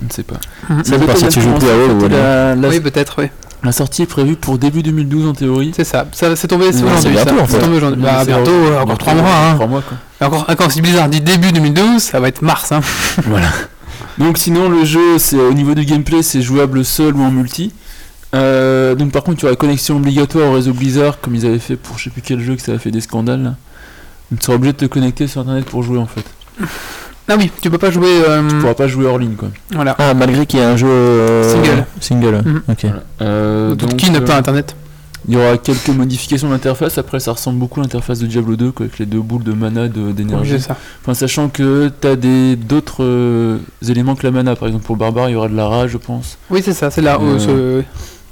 on ne sait pas.
Ça dépend si tu joues plus à WoW ou à Diablo.
la, la-
Oui, peut-être, oui.
la sortie est prévue pour début 2012 en théorie.
C'est ça. ça c'est tombé c'est
Ouais,
aujourd'hui.
c'est bientôt,
ça.
en fait.
C'est tombé aujourd'hui. Bah,
C'est
bientôt, euh, encore
Donc,
3
euh,
mois. Hein.
trois mois, quoi.
Et Encore, encore si Blizzard dit début 2012, ça va être mars. Hein.
Donc sinon, le jeu, c'est au niveau du gameplay, c'est jouable seul ou en multi. Euh, donc par contre, tu auras connexion obligatoire au réseau Blizzard, comme ils avaient fait pour je sais plus quel jeu, que ça a fait des scandales. là. Donc tu seras obligé de te connecter sur Internet pour jouer en fait.
Ah oui, tu peux pas jouer. euh,
Tu pourras pas jouer hors ligne quoi.
Voilà.
Ah, malgré qu'il y ait un jeu. euh,
Single.
Single,
Mhm.
ok.
Voilà. Euh,
Donc,
donc,
qui n'a
euh,
pas internet
Il y aura quelques modifications d'interface. Après, ça ressemble beaucoup à l'interface de Diablo 2, quoi, avec les deux boules de mana de-
Oui,
d'énergie.
c'est ça.
enfin, sachant que t'as des d'autres euh, éléments que la mana. Par exemple, pour le barbare, il y aura de la rage, je pense.
Oui, c'est ça. C'est là où
Euh,
ce-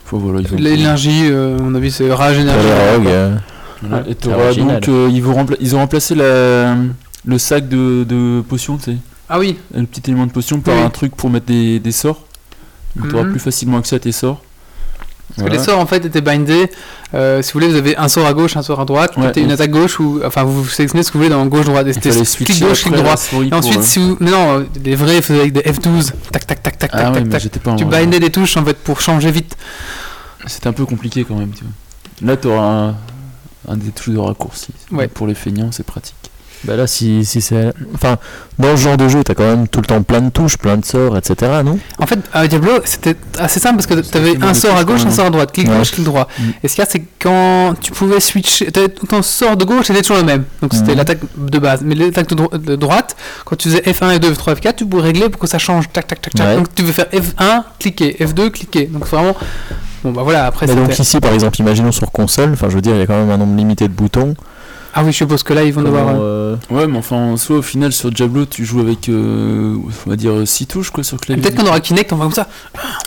Enfin, voilà, ils ont-
l'énergie, euh, à mon avis, c'est rage
Pour
énergie.
les rogues, euh,
Voilà. Et t'auras
original.
donc euh, ils, vont rempla- ils ont remplacé la- le sac de, de potions, tu sais,
Ah oui,
le petit élément de potion par
Oui.
un truc pour mettre des, des sorts. Donc t'auras
Mhm.
plus facilement accès à tes sorts.
Parce que
Voilà.
les sorts en fait étaient bindés. Euh, si vous voulez, vous avez un sort à gauche, un sort à droite.
Ouais,
Mettez une
et-
attaque gauche ou enfin vous sélectionnez ce que vous voulez dans gauche droite. Et
Il
c'était
fallait
clic
switcher
gauche, clic
après la
droit.
souris
Et
pour,
ensuite,
euh,
si vous mais non, euh, les vrais faisaient avec des F12. Tac tac tac tac
Ah
tac
ouais,
tac.
mais
tac.
j'étais pas en-
Tu bindais les touches en fait pour changer vite.
C'était un peu compliqué quand même, tu vois. Là, tu auras un, un des touches de raccourci.
Ouais.
Pour les feignants, c'est pratique.
Bah là, si, si c'est. Enfin, dans ce genre de jeu, t'as quand même tout le temps plein de touches, plein de sorts, etc. Non
En fait, à Diablo, c'était assez simple parce que
fait
t'avais
mal
un
de
sort à
touches,
gauche,
quand
un
même.
sort à droite, clic
Ouais.
gauche, clic droit.
Mm.
Et ce qu'il y a, c'est que quand tu pouvais switcher, t'avais- ton sort de gauche était toujours le même. Donc c'était
Mm.
Mhm.
l'attaque de base. Mais l'attaque de, dro- de droite, quand tu faisais F1 et 2, F3, F4, tu pouvais régler pour que ça change. Tac, tac, tac, tac.
Ouais.
Donc tu veux faire F1, cliquer. F2, cliquer. Donc vraiment. Bon bah voilà, après
Mais donc
c'était-
ici, par exemple, imaginons sur console, enfin je veux dire, il y a quand même un nombre limité de boutons.
Ah oui, je suppose que là ils vont devoir.
Comment,
euh,
euh,
Ouais, mais enfin, en soi, au final, sur Diablo, tu joues avec, euh, on va dire, 6 touches, quoi, sur clavier.
Peut-être qu'on aura Kinect, on va comme ça.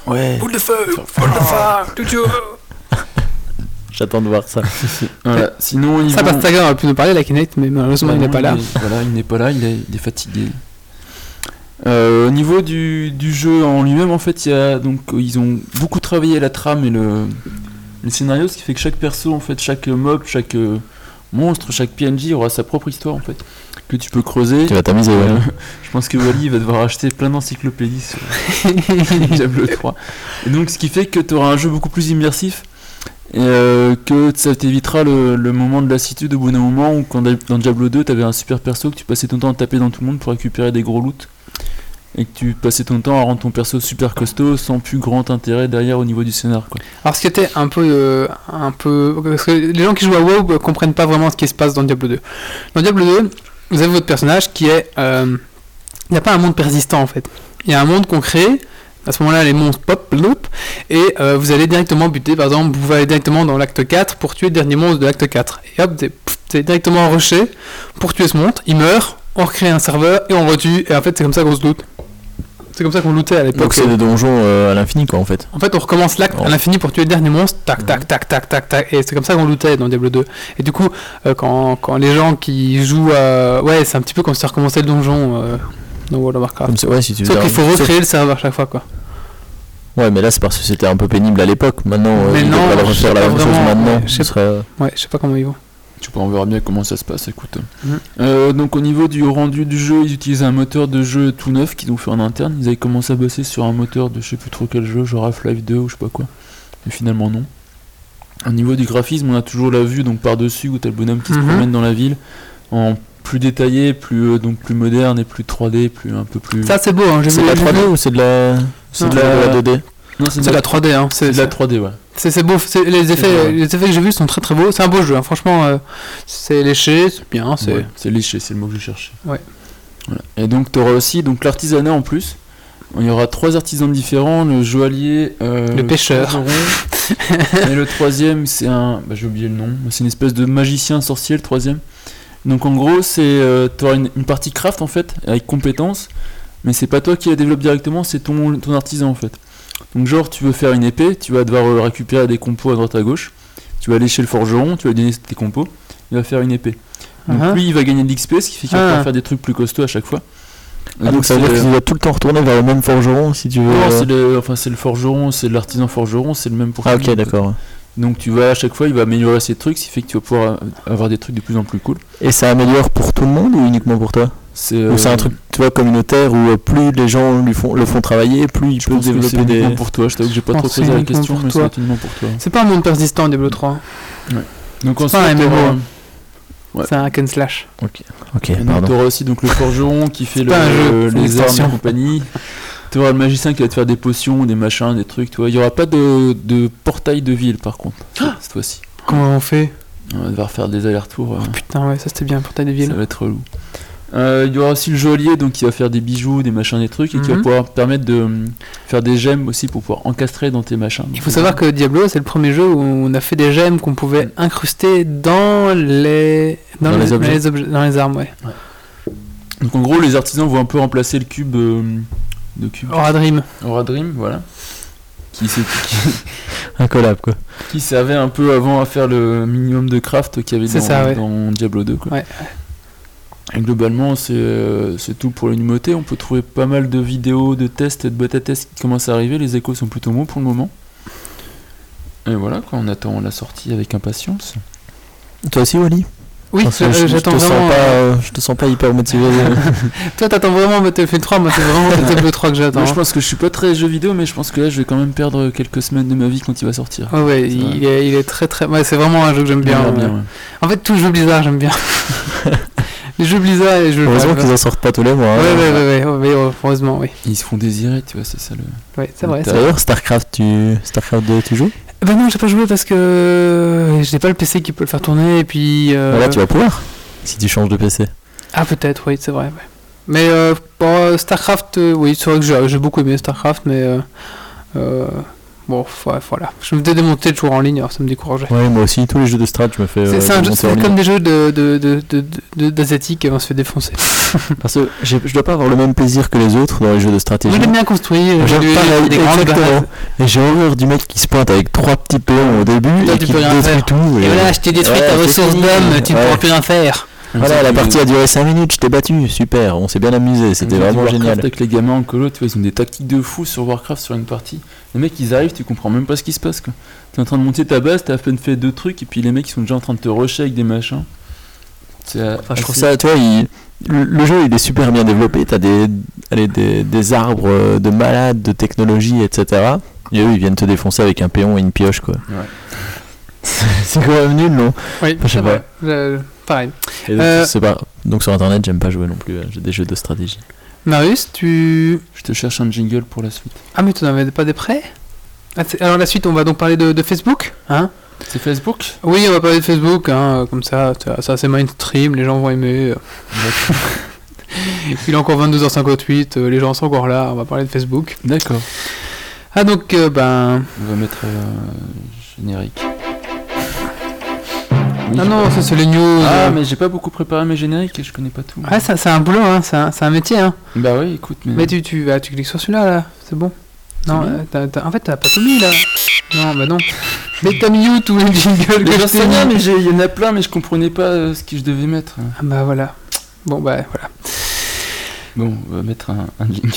Ouais.
Boule de feu Boule de feu tout, tout.
J'attends de voir ça.
Voilà. Sinon, ils
Ça,
vont-
Pastaga aurait pu nous parler, la Kinect, mais malheureusement il n'est
Bah, Non,
pas là.
voilà, il n'est pas là, il est, il est fatigué. Euh, au niveau du, du jeu en lui-même, en fait, il y a, donc, ils ont beaucoup travaillé la trame et le, le scénario, ce qui fait que chaque perso, en fait, chaque mob, chaque euh, monstre, chaque PNJ aura sa propre histoire, en fait, que tu peux creuser.
tu vas t'amuser, ouais.
Euh, je pense que Wally va devoir acheter plein d'encyclopédies sur Diablo 3. Et donc, ce qui fait que tu auras un jeu beaucoup plus immersif et euh, que ça t'évitera le, le moment de lassitude au bout d'un moment où, quand dans Diablo 2, tu avais un super perso que tu passais ton temps à taper dans tout le monde pour récupérer des gros loots et que tu passais ton temps à rendre ton perso super costaud sans plus grand intérêt derrière au niveau du scénar. Quoi.
Alors ce qui était un peu, euh, un peu, parce que les gens qui jouent à WoW euh, comprennent pas vraiment ce qui se passe dans Diablo 2. Dans Diablo 2, vous avez votre personnage qui est, euh, il n'y a pas un monde persistant en fait. Il y a un monde qu'on crée. À ce moment-là, les monstres pop, bloop, et euh, vous allez directement buter. Par exemple, vous allez directement dans l'acte 4 pour tuer le dernier monstre de l'acte 4. Et hop, c'est- pff, c'est directement rusher pour tuer ce monstre. Il meurt, on recrée un serveur et on retue. Et en fait, c'est comme ça qu'on se loot. C'est comme ça qu'on lootait à l'époque.
Donc c'est des donjons euh, à l'infini quoi en fait.
En fait, on recommence l'acte à
Oh.
l'infini pour tuer le dernier monstre. Tac, tac, tac, tac, tac, tac. Et c'est comme ça qu'on lootait dans Diablo 2. Et du coup, euh, quand, quand les gens qui jouent. à- Ouais, c'est un petit peu comme si on recommençait le donjon euh, dans World of Warcraft.
Comme ça- ouais, si tu veux
Sauf
dire-
Ah. qu'il faut
sauf-
recréer le serveur chaque fois, quoi.
Ouais, mais là c'est parce que c'était un peu pénible à l'époque. Maintenant, euh,
Mais
ils
non,
devraient
je sais
refaire la
pas
même chose
vraiment,
maintenant.
je
Ce
sais
serait-
Ouais, je sais pas comment ils vont.
Tu pourras, on verra bien comment ça se passe, écoute.
Mhm.
Euh, donc au niveau du rendu du jeu, ils utilisent un moteur de jeu tout neuf qu'ils ont fait en interne. Ils avaient commencé à bosser sur un moteur de je sais plus trop quel jeu, genre Half-Life 2 ou je sais pas quoi. Mais finalement non. Au niveau du graphisme, on a toujours la vue donc par-dessus où t'as le bonhomme qui se
Mhm.
promène dans la ville en plus détaillé, plus euh, donc plus moderne et plus 3D, plus un peu plus
Ça, c'est beau, hein. J'ai
C'est
vu
de la
j'ai
3D
vu-
ou c'est de la c'est de
Non,
la Ah,
euh,
2D
Non, c'est de
C'est de
la-
la 3D, hein.
c'est
C'est
de la 3D ouais.
c'est- c'est beau. c'est- Les
vrai.
effets, les effets que j'ai vus sont très très beaux. C'est un beau jeu, hein. Franchement, euh, c'est léché, c'est bien. C'est.
Ouais, hein, C'est léché, c'est le mot que je cherchais.
Ouais.
Voilà. Et donc tu auras aussi donc l'artisanat en plus. Il y aura trois artisans différents, le joaillier, euh,
Le pêcheur.
forgeron. et le troisième, c'est un, bah, j'ai oublié le nom, mais c'est une espèce de magicien sorcier le troisième. Donc en gros, c'est tu auras une, une partie craft en fait avec compétences, mais c'est pas toi qui la développe directement, c'est ton ton artisan en fait. Donc genre tu veux faire une épée, tu vas devoir euh, récupérer des compos à droite à gauche. Tu vas aller chez le forgeron, tu vas lui donner tes compos, il va faire une épée. Donc
Uh-huh.
lui il va gagner de l'XP, ce qui fait qu'il va
Ah.
pouvoir faire des trucs plus costauds à chaque fois. Et
Ah, donc ça veut
c'est-
dire qu'ils doivent tout le temps retourner vers le même forgeron si tu veux.
Non,
euh,
c'est le, enfin, c'est le forgeron, c'est l'artisan forgeron, c'est le même pour
Ah
tout
ok
le monde.
d'accord.
Donc tu vas à chaque fois, il va améliorer ses trucs, ce qui fait que tu vas pouvoir euh, avoir des trucs de plus en plus cool.
Et ça améliore pour tout le monde ou uniquement pour toi
C'est
Ou c'est
euh,
un truc tu vois communautaire où euh, plus les gens lui font, le font travailler, plus il
Je
peut
pense que c'est
développer
uniquement
des.
pour toi. Je t'avoue que j'ai pas
Je
trop
pense que
posé la
c'est
question,
uniquement pour
mais
toi.
c'est uniquement pour toi.
C'est pas un monde persistant, Diablo 3. hein.
Donc
C'est pas
ensuite,
un MMO,
t'auras-
hein.
Ouais.
C'est un hack and slash.
Ok
Et donc
pardon.
t'auras aussi donc le forgeron qui fait le,
pas un jeu, c'est une
les armes
extension.
et compagnie. T'auras le magicien qui va te faire des potions, des machins, des trucs. Tu vois, il y aura pas de, de portail de ville par contre cette- cette fois-ci.
Comment on fait
On va devoir faire des allers-retours. euh,
Putain, ouais, ça c'était bien pour ta
ça
ville.
va être relou. Euh, Il y aura aussi le joaillier donc qui va faire des bijoux, des machins, des trucs et qui va
Mhm.
pouvoir te permettre de hum, faire des gemmes aussi pour pouvoir encastrer dans tes machins.
Il faut savoir que Diablo, c'est le premier jeu où on a fait des gemmes qu'on pouvait incruster dans les
Dans les objets.
objets- dans les armes, ouais.
Donc en gros les artisans vont un peu remplacer le cube euh, de cube
Aura Dream.
Aura Dream voilà qui c'est qui,
Un collab quoi.
qui servait un peu avant à faire le minimum de craft qu'il y avait
C'est
dans,
ça, ouais.
dans Diablo 2. Quoi.
Ouais.
Et globalement, c'est euh, c'est tout pour les nouveautés. On peut trouver pas mal de vidéos, de tests et de bêta tests qui commencent à arriver. Les échos sont plutôt bons pour le moment. Et voilà, quoi, on attend la sortie avec impatience.
Toi aussi Wally
Oui,
Parce que je-
euh,
je
j'attends
te sens
vraiment.
pas, euh, je te sens pas hyper motivé.
Toi, t'attends vraiment Battlefield 3, moi c'est vraiment Battlefield 3 que j'attends. hein.
Moi, je pense que je suis pas très jeu vidéo, mais je pense que là, je vais quand même perdre quelques semaines de ma vie quand il va sortir.
Ouais, ouais, il est, il est très très. Ouais, c'est vraiment un jeu que j'aime bien.
On verra
ouais.
ouais.
En fait, tout le jeu Blizzard, j'aime bien. les jeux Blizzard et les jeux.
Heureusement qu'ils en sortent pas tous les mois.
Ouais,
hein.
ouais, ouais, ouais, ouais, ouais, ouais, heureusement, oui.
Ils se font désirer, tu vois, c'est ça le.
Ouais, c'est vrai.
T'as-
c'est-
D'ailleurs Starcraft tu Starcraft 2 tu joues
Bah non, j'ai pas joué parce que je n'ai pas le PC qui peut le faire tourner et puis. euh,
Bah Là tu vas pouvoir si tu changes de PC.
Ah, peut-être, oui, c'est vrai. ouais. Mais euh, bon, euh, StarCraft, euh, oui, c'est vrai que j'ai j'ai beaucoup aimé StarCraft, mais. euh, euh, bon, ouais, voilà. Je me faisais démonter toujours en ligne, alors ça me décourageait.
Ouais moi aussi tous les jeux de strat je me fais.
C'est
euh,
c'est un jeu-
démonter en
c'est
ligne.
comme des jeux de- de- de- de- de- d'asiatiques, de, on se fait défoncer.
Parce que j'ai- je dois pas avoir le même plaisir que les autres dans les jeux de
Moi,
stratégie.
je l'ai bien construit, euh,
J'aime
j'ai eu
pas la-
des grandes
exactement.
barres.
Et j'ai horreur du mec qui se pointe avec trois petits péons au début
Toi,
et
tu
qui
peux rien
détruit
faire.
tout.
Et voilà, je t'ai détruit
Ouais,
ta
c'est
ressource
fini.
d'homme, tu ne
Ouais.
pourras plus rien faire.
Voilà, la partie
Comme
a duré 5 minutes, je t'ai battu, super, on s'est bien amusé, c'était
Comme
vraiment
Warcraft
génial.
Avec les gamins en colo, tu vois, ils ont des tactiques de fou sur Warcraft sur une partie. Les mecs, ils arrivent, tu comprends même pas ce qui se passe. quoi. T'es en train de monter ta base, t'as à peine fait deux trucs, et puis les mecs, ils sont déjà en train de te rusher avec des machins. C'est, euh,
Enfin, je trouve
assez-
ça, tu vois, il- le, le jeu il est super bien développé, t'as des, allez, des, des arbres euh, de malades, de technologie, etc. Et eux ils viennent te défoncer avec un péon et une pioche quoi.
Ouais.
C'est quand même nul, non
Oui,
Je sais
c'est
pas.
vrai. Je- Pareil.
Et donc,
Euh.
c'est pas- donc sur internet j'aime pas jouer non plus, euh, j'ai des jeux de stratégie.
Marius, tu.
Je te cherche un jingle pour la suite.
Ah, mais tu n'en avais pas des prêts Ah, c'est- Alors, la suite, on va donc parler de, de Facebook, hein
C'est Facebook
Oui, on va parler de Facebook, hein, euh, comme ça, ça, ça, c'est mainstream, les gens vont aimer. euh. Il est encore 22h58, euh, les gens sont encore là, on va parler de Facebook.
D'accord.
Ah, donc, euh, ben.
On va mettre euh, générique.
Non, ah non, ça c'est les news.
Ah,
euh.
mais j'ai pas beaucoup préparé mes génériques et je connais pas tout.
Ouais, ça, c'est un boulot, hein, c'est un, c'est un métier. Hein.
Bah oui, écoute, mais.
Mais tu, tu, ah, tu cliques sur celui-là, là, c'est bon. Non,
bien.
euh, t'as- t'as- en fait, t'as pas tout mis là. Non, bah non. Mais t'as mis où tout le jingle
Mais
que je
j'en sais
t'ai
rien,
mis
mais j'ai- il y en a plein, mais je comprenais pas euh, ce que je devais mettre.
Ah, Bah voilà. Bon, bah voilà.
Bon, on va mettre un, un jingle.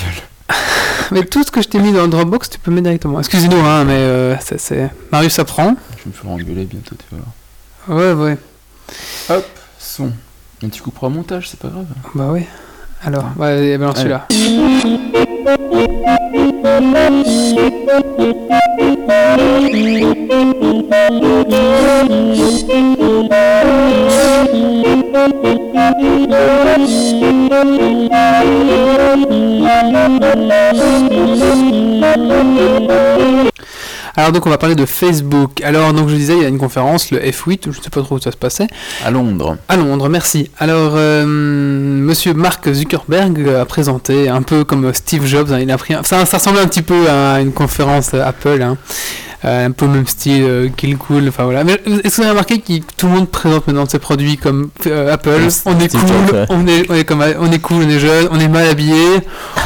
Mais tout ce que je t'ai mis dans le Dropbox, tu peux mettre directement. Excusez-nous, hein, mais euh, ça, c'est. Marius apprend.
Je vais me ferai engueuler bientôt, tu vas voir.
Ouais, ouais.
Son. Mais tu couperas au montage, c'est pas grave.
Bah oui. Alors, ouais, balance
Allez.
celui-là. Alors donc on va parler de Facebook. Alors donc je disais il y a une conférence, le F8, je ne sais pas trop où ça se passait.
À Londres.
À Londres, merci. Alors, euh, monsieur Mark Zuckerberg a présenté, un peu comme Steve Jobs, hein, il a pris un- ça, ça ressemblait un petit peu à une conférence euh, Apple, hein, euh, un peu le même style, euh, Kill Cool, enfin voilà. Mais euh, est-ce que vous avez remarqué que tout le monde présente maintenant ses produits comme euh, Apple On est
Steve
cool,
Jobs, ouais.
on, est, on, est comme, on est cool, on est jeune, on est mal habillé,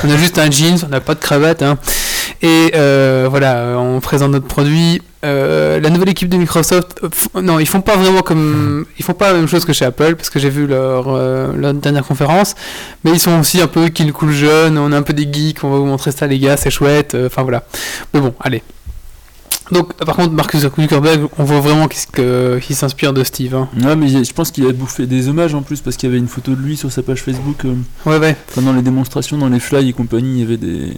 on a juste un jeans, on n'a pas de cravate, hein. Et euh, voilà, euh, on présente notre produit. Euh, la nouvelle équipe de Microsoft, euh, f- non, ils font pas vraiment
Hmm.
comme, ils font pas la même chose que chez Apple parce que j'ai vu leur, euh, leur dernière conférence, mais ils sont aussi un peu kill cool jeune, on est un peu des geeks, on va vous montrer ça les gars, c'est chouette, euh, enfin voilà. Mais bon, allez. Donc par contre, Marcus Zuckerberg, on voit vraiment qu'est-ce que- qu'il s'inspire de Steve. hein.
Ouais, Ah, mais j'ai- je pense qu'il a bouffé des hommages en plus parce qu'il y avait une photo de lui sur sa page Facebook euh,
Ouais ouais,
pendant les démonstrations dans les fly et compagnie. Il y avait des.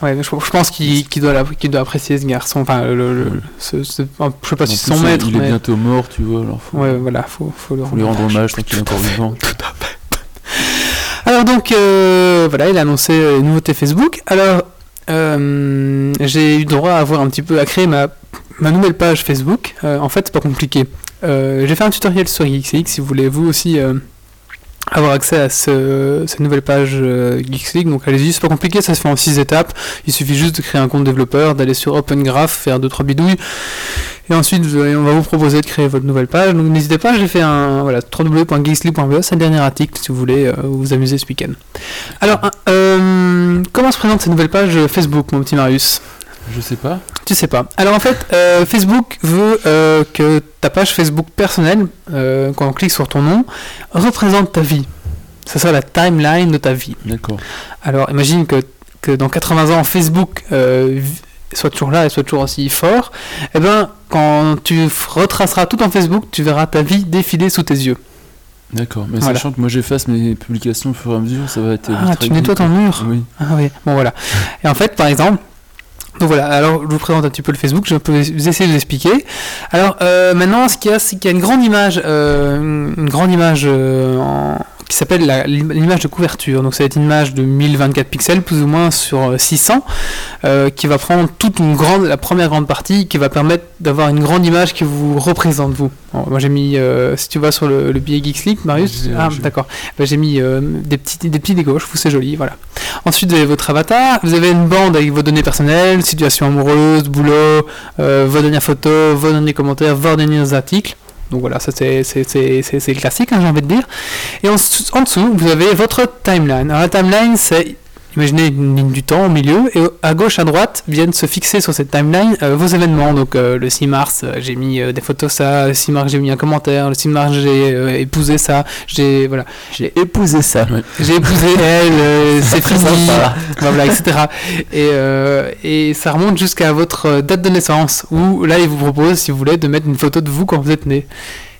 ouais. mais Je, je pense qu'il qu'il doit, la- qu'il doit apprécier ce garçon, enfin le, le- ce- ce- je sais pas
En
si
plus,
c'est son
il-
maître,
Il est
mais
bientôt mort, tu vois. Alors faut,
ouais voilà, faut faut le
faut lui rendre hommage tant qu'il est encore vivant.
Alors donc euh, voilà, il a annoncé euh, une nouveauté Facebook. Alors euh, j'ai eu droit à voir un petit peu à créer ma, ma nouvelle page Facebook. Euh, en fait, c'est pas compliqué. Euh, j'ai fait un tutoriel sur Geeksleague si vous voulez vous aussi euh, avoir accès à ce, cette nouvelle page euh, Geeksleague. Donc allez-y, c'est pas compliqué, ça se fait en 6 étapes. Il suffit juste de créer un compte développeur, d'aller sur OpenGraph, faire 2-3 bidouilles. Et ensuite, vous allez- on va vous proposer de créer votre nouvelle page. Donc n'hésitez pas, j'ai fait un voilà, www.geeksleague.be, c'est le dernier article si vous voulez euh, vous amuser ce week-end. Alors, un- euh, comment se présente cette nouvelle page Facebook, mon petit Marius
Je sais pas.
Tu sais pas. Alors en fait, euh, Facebook veut euh, que ta page Facebook personnelle, euh, quand on clique sur ton nom, représente ta vie. C'est ça la timeline de ta vie.
D'accord.
Alors imagine que, que dans 80 ans, Facebook euh, vi- soit toujours là et soit toujours aussi fort. Eh bien, quand tu f- retraceras tout en Facebook, tu verras ta vie défiler sous tes yeux.
D'accord. Mais
Voilà.
sachant que moi j'efface mes publications au fur et à mesure, ça va être.
Ah,
vite
tu
réglé,
nettoies
quoi.
ton mur
Oui.
Ah oui, bon voilà. Et en fait, par exemple, donc voilà, alors je vous présente un petit peu le Facebook, je peux vous essayer de vous expliquer. Alors euh, maintenant, ce qu'il y a, c'est qu'il y a une grande image, euh, une- une grande image euh, en- qui s'appelle la- l'im- l'image de couverture. Donc ça va être une image de 1024 pixels, plus ou moins sur euh, 600, euh, qui va prendre toute une grande, la première grande partie, qui va permettre d'avoir une grande image qui vous représente vous. Bon, moi j'ai mis, euh, si tu vas sur le, le billet Geeks League, Marius,
J'ai-
ah
j'ai-
d'accord, Bah, j'ai mis euh, des petits, des petits dégauches, vous c'est joli, voilà. Ensuite, vous avez votre avatar, vous avez une bande avec vos données personnelles, situation amoureuse, boulot, euh, vos dernières photos, vos derniers commentaires, vos derniers articles. Donc voilà, ça c'est c'est- c'est- c'est- c'est le classique, hein, j'ai envie de dire. Et en, dessous- en dessous, vous avez votre timeline. Alors la timeline, c'est, imaginez une ligne du temps au milieu, et à gauche, à droite, viennent se fixer sur cette timeline euh, vos événements. Donc euh, le 6 mars, euh, j'ai mis euh, des photos ça, le 6 mars, j'ai mis un commentaire, le 6 mars, j'ai euh, épousé ça, j'ai... Voilà.
J'ai épousé ça.
J'ai épousé elle, euh, c'est
Très
fini,
sympa.
blablabla, etc. Et, euh, et ça remonte jusqu'à votre euh, date de naissance, où là, il vous propose, si vous voulez, de mettre une photo de vous quand vous êtes né.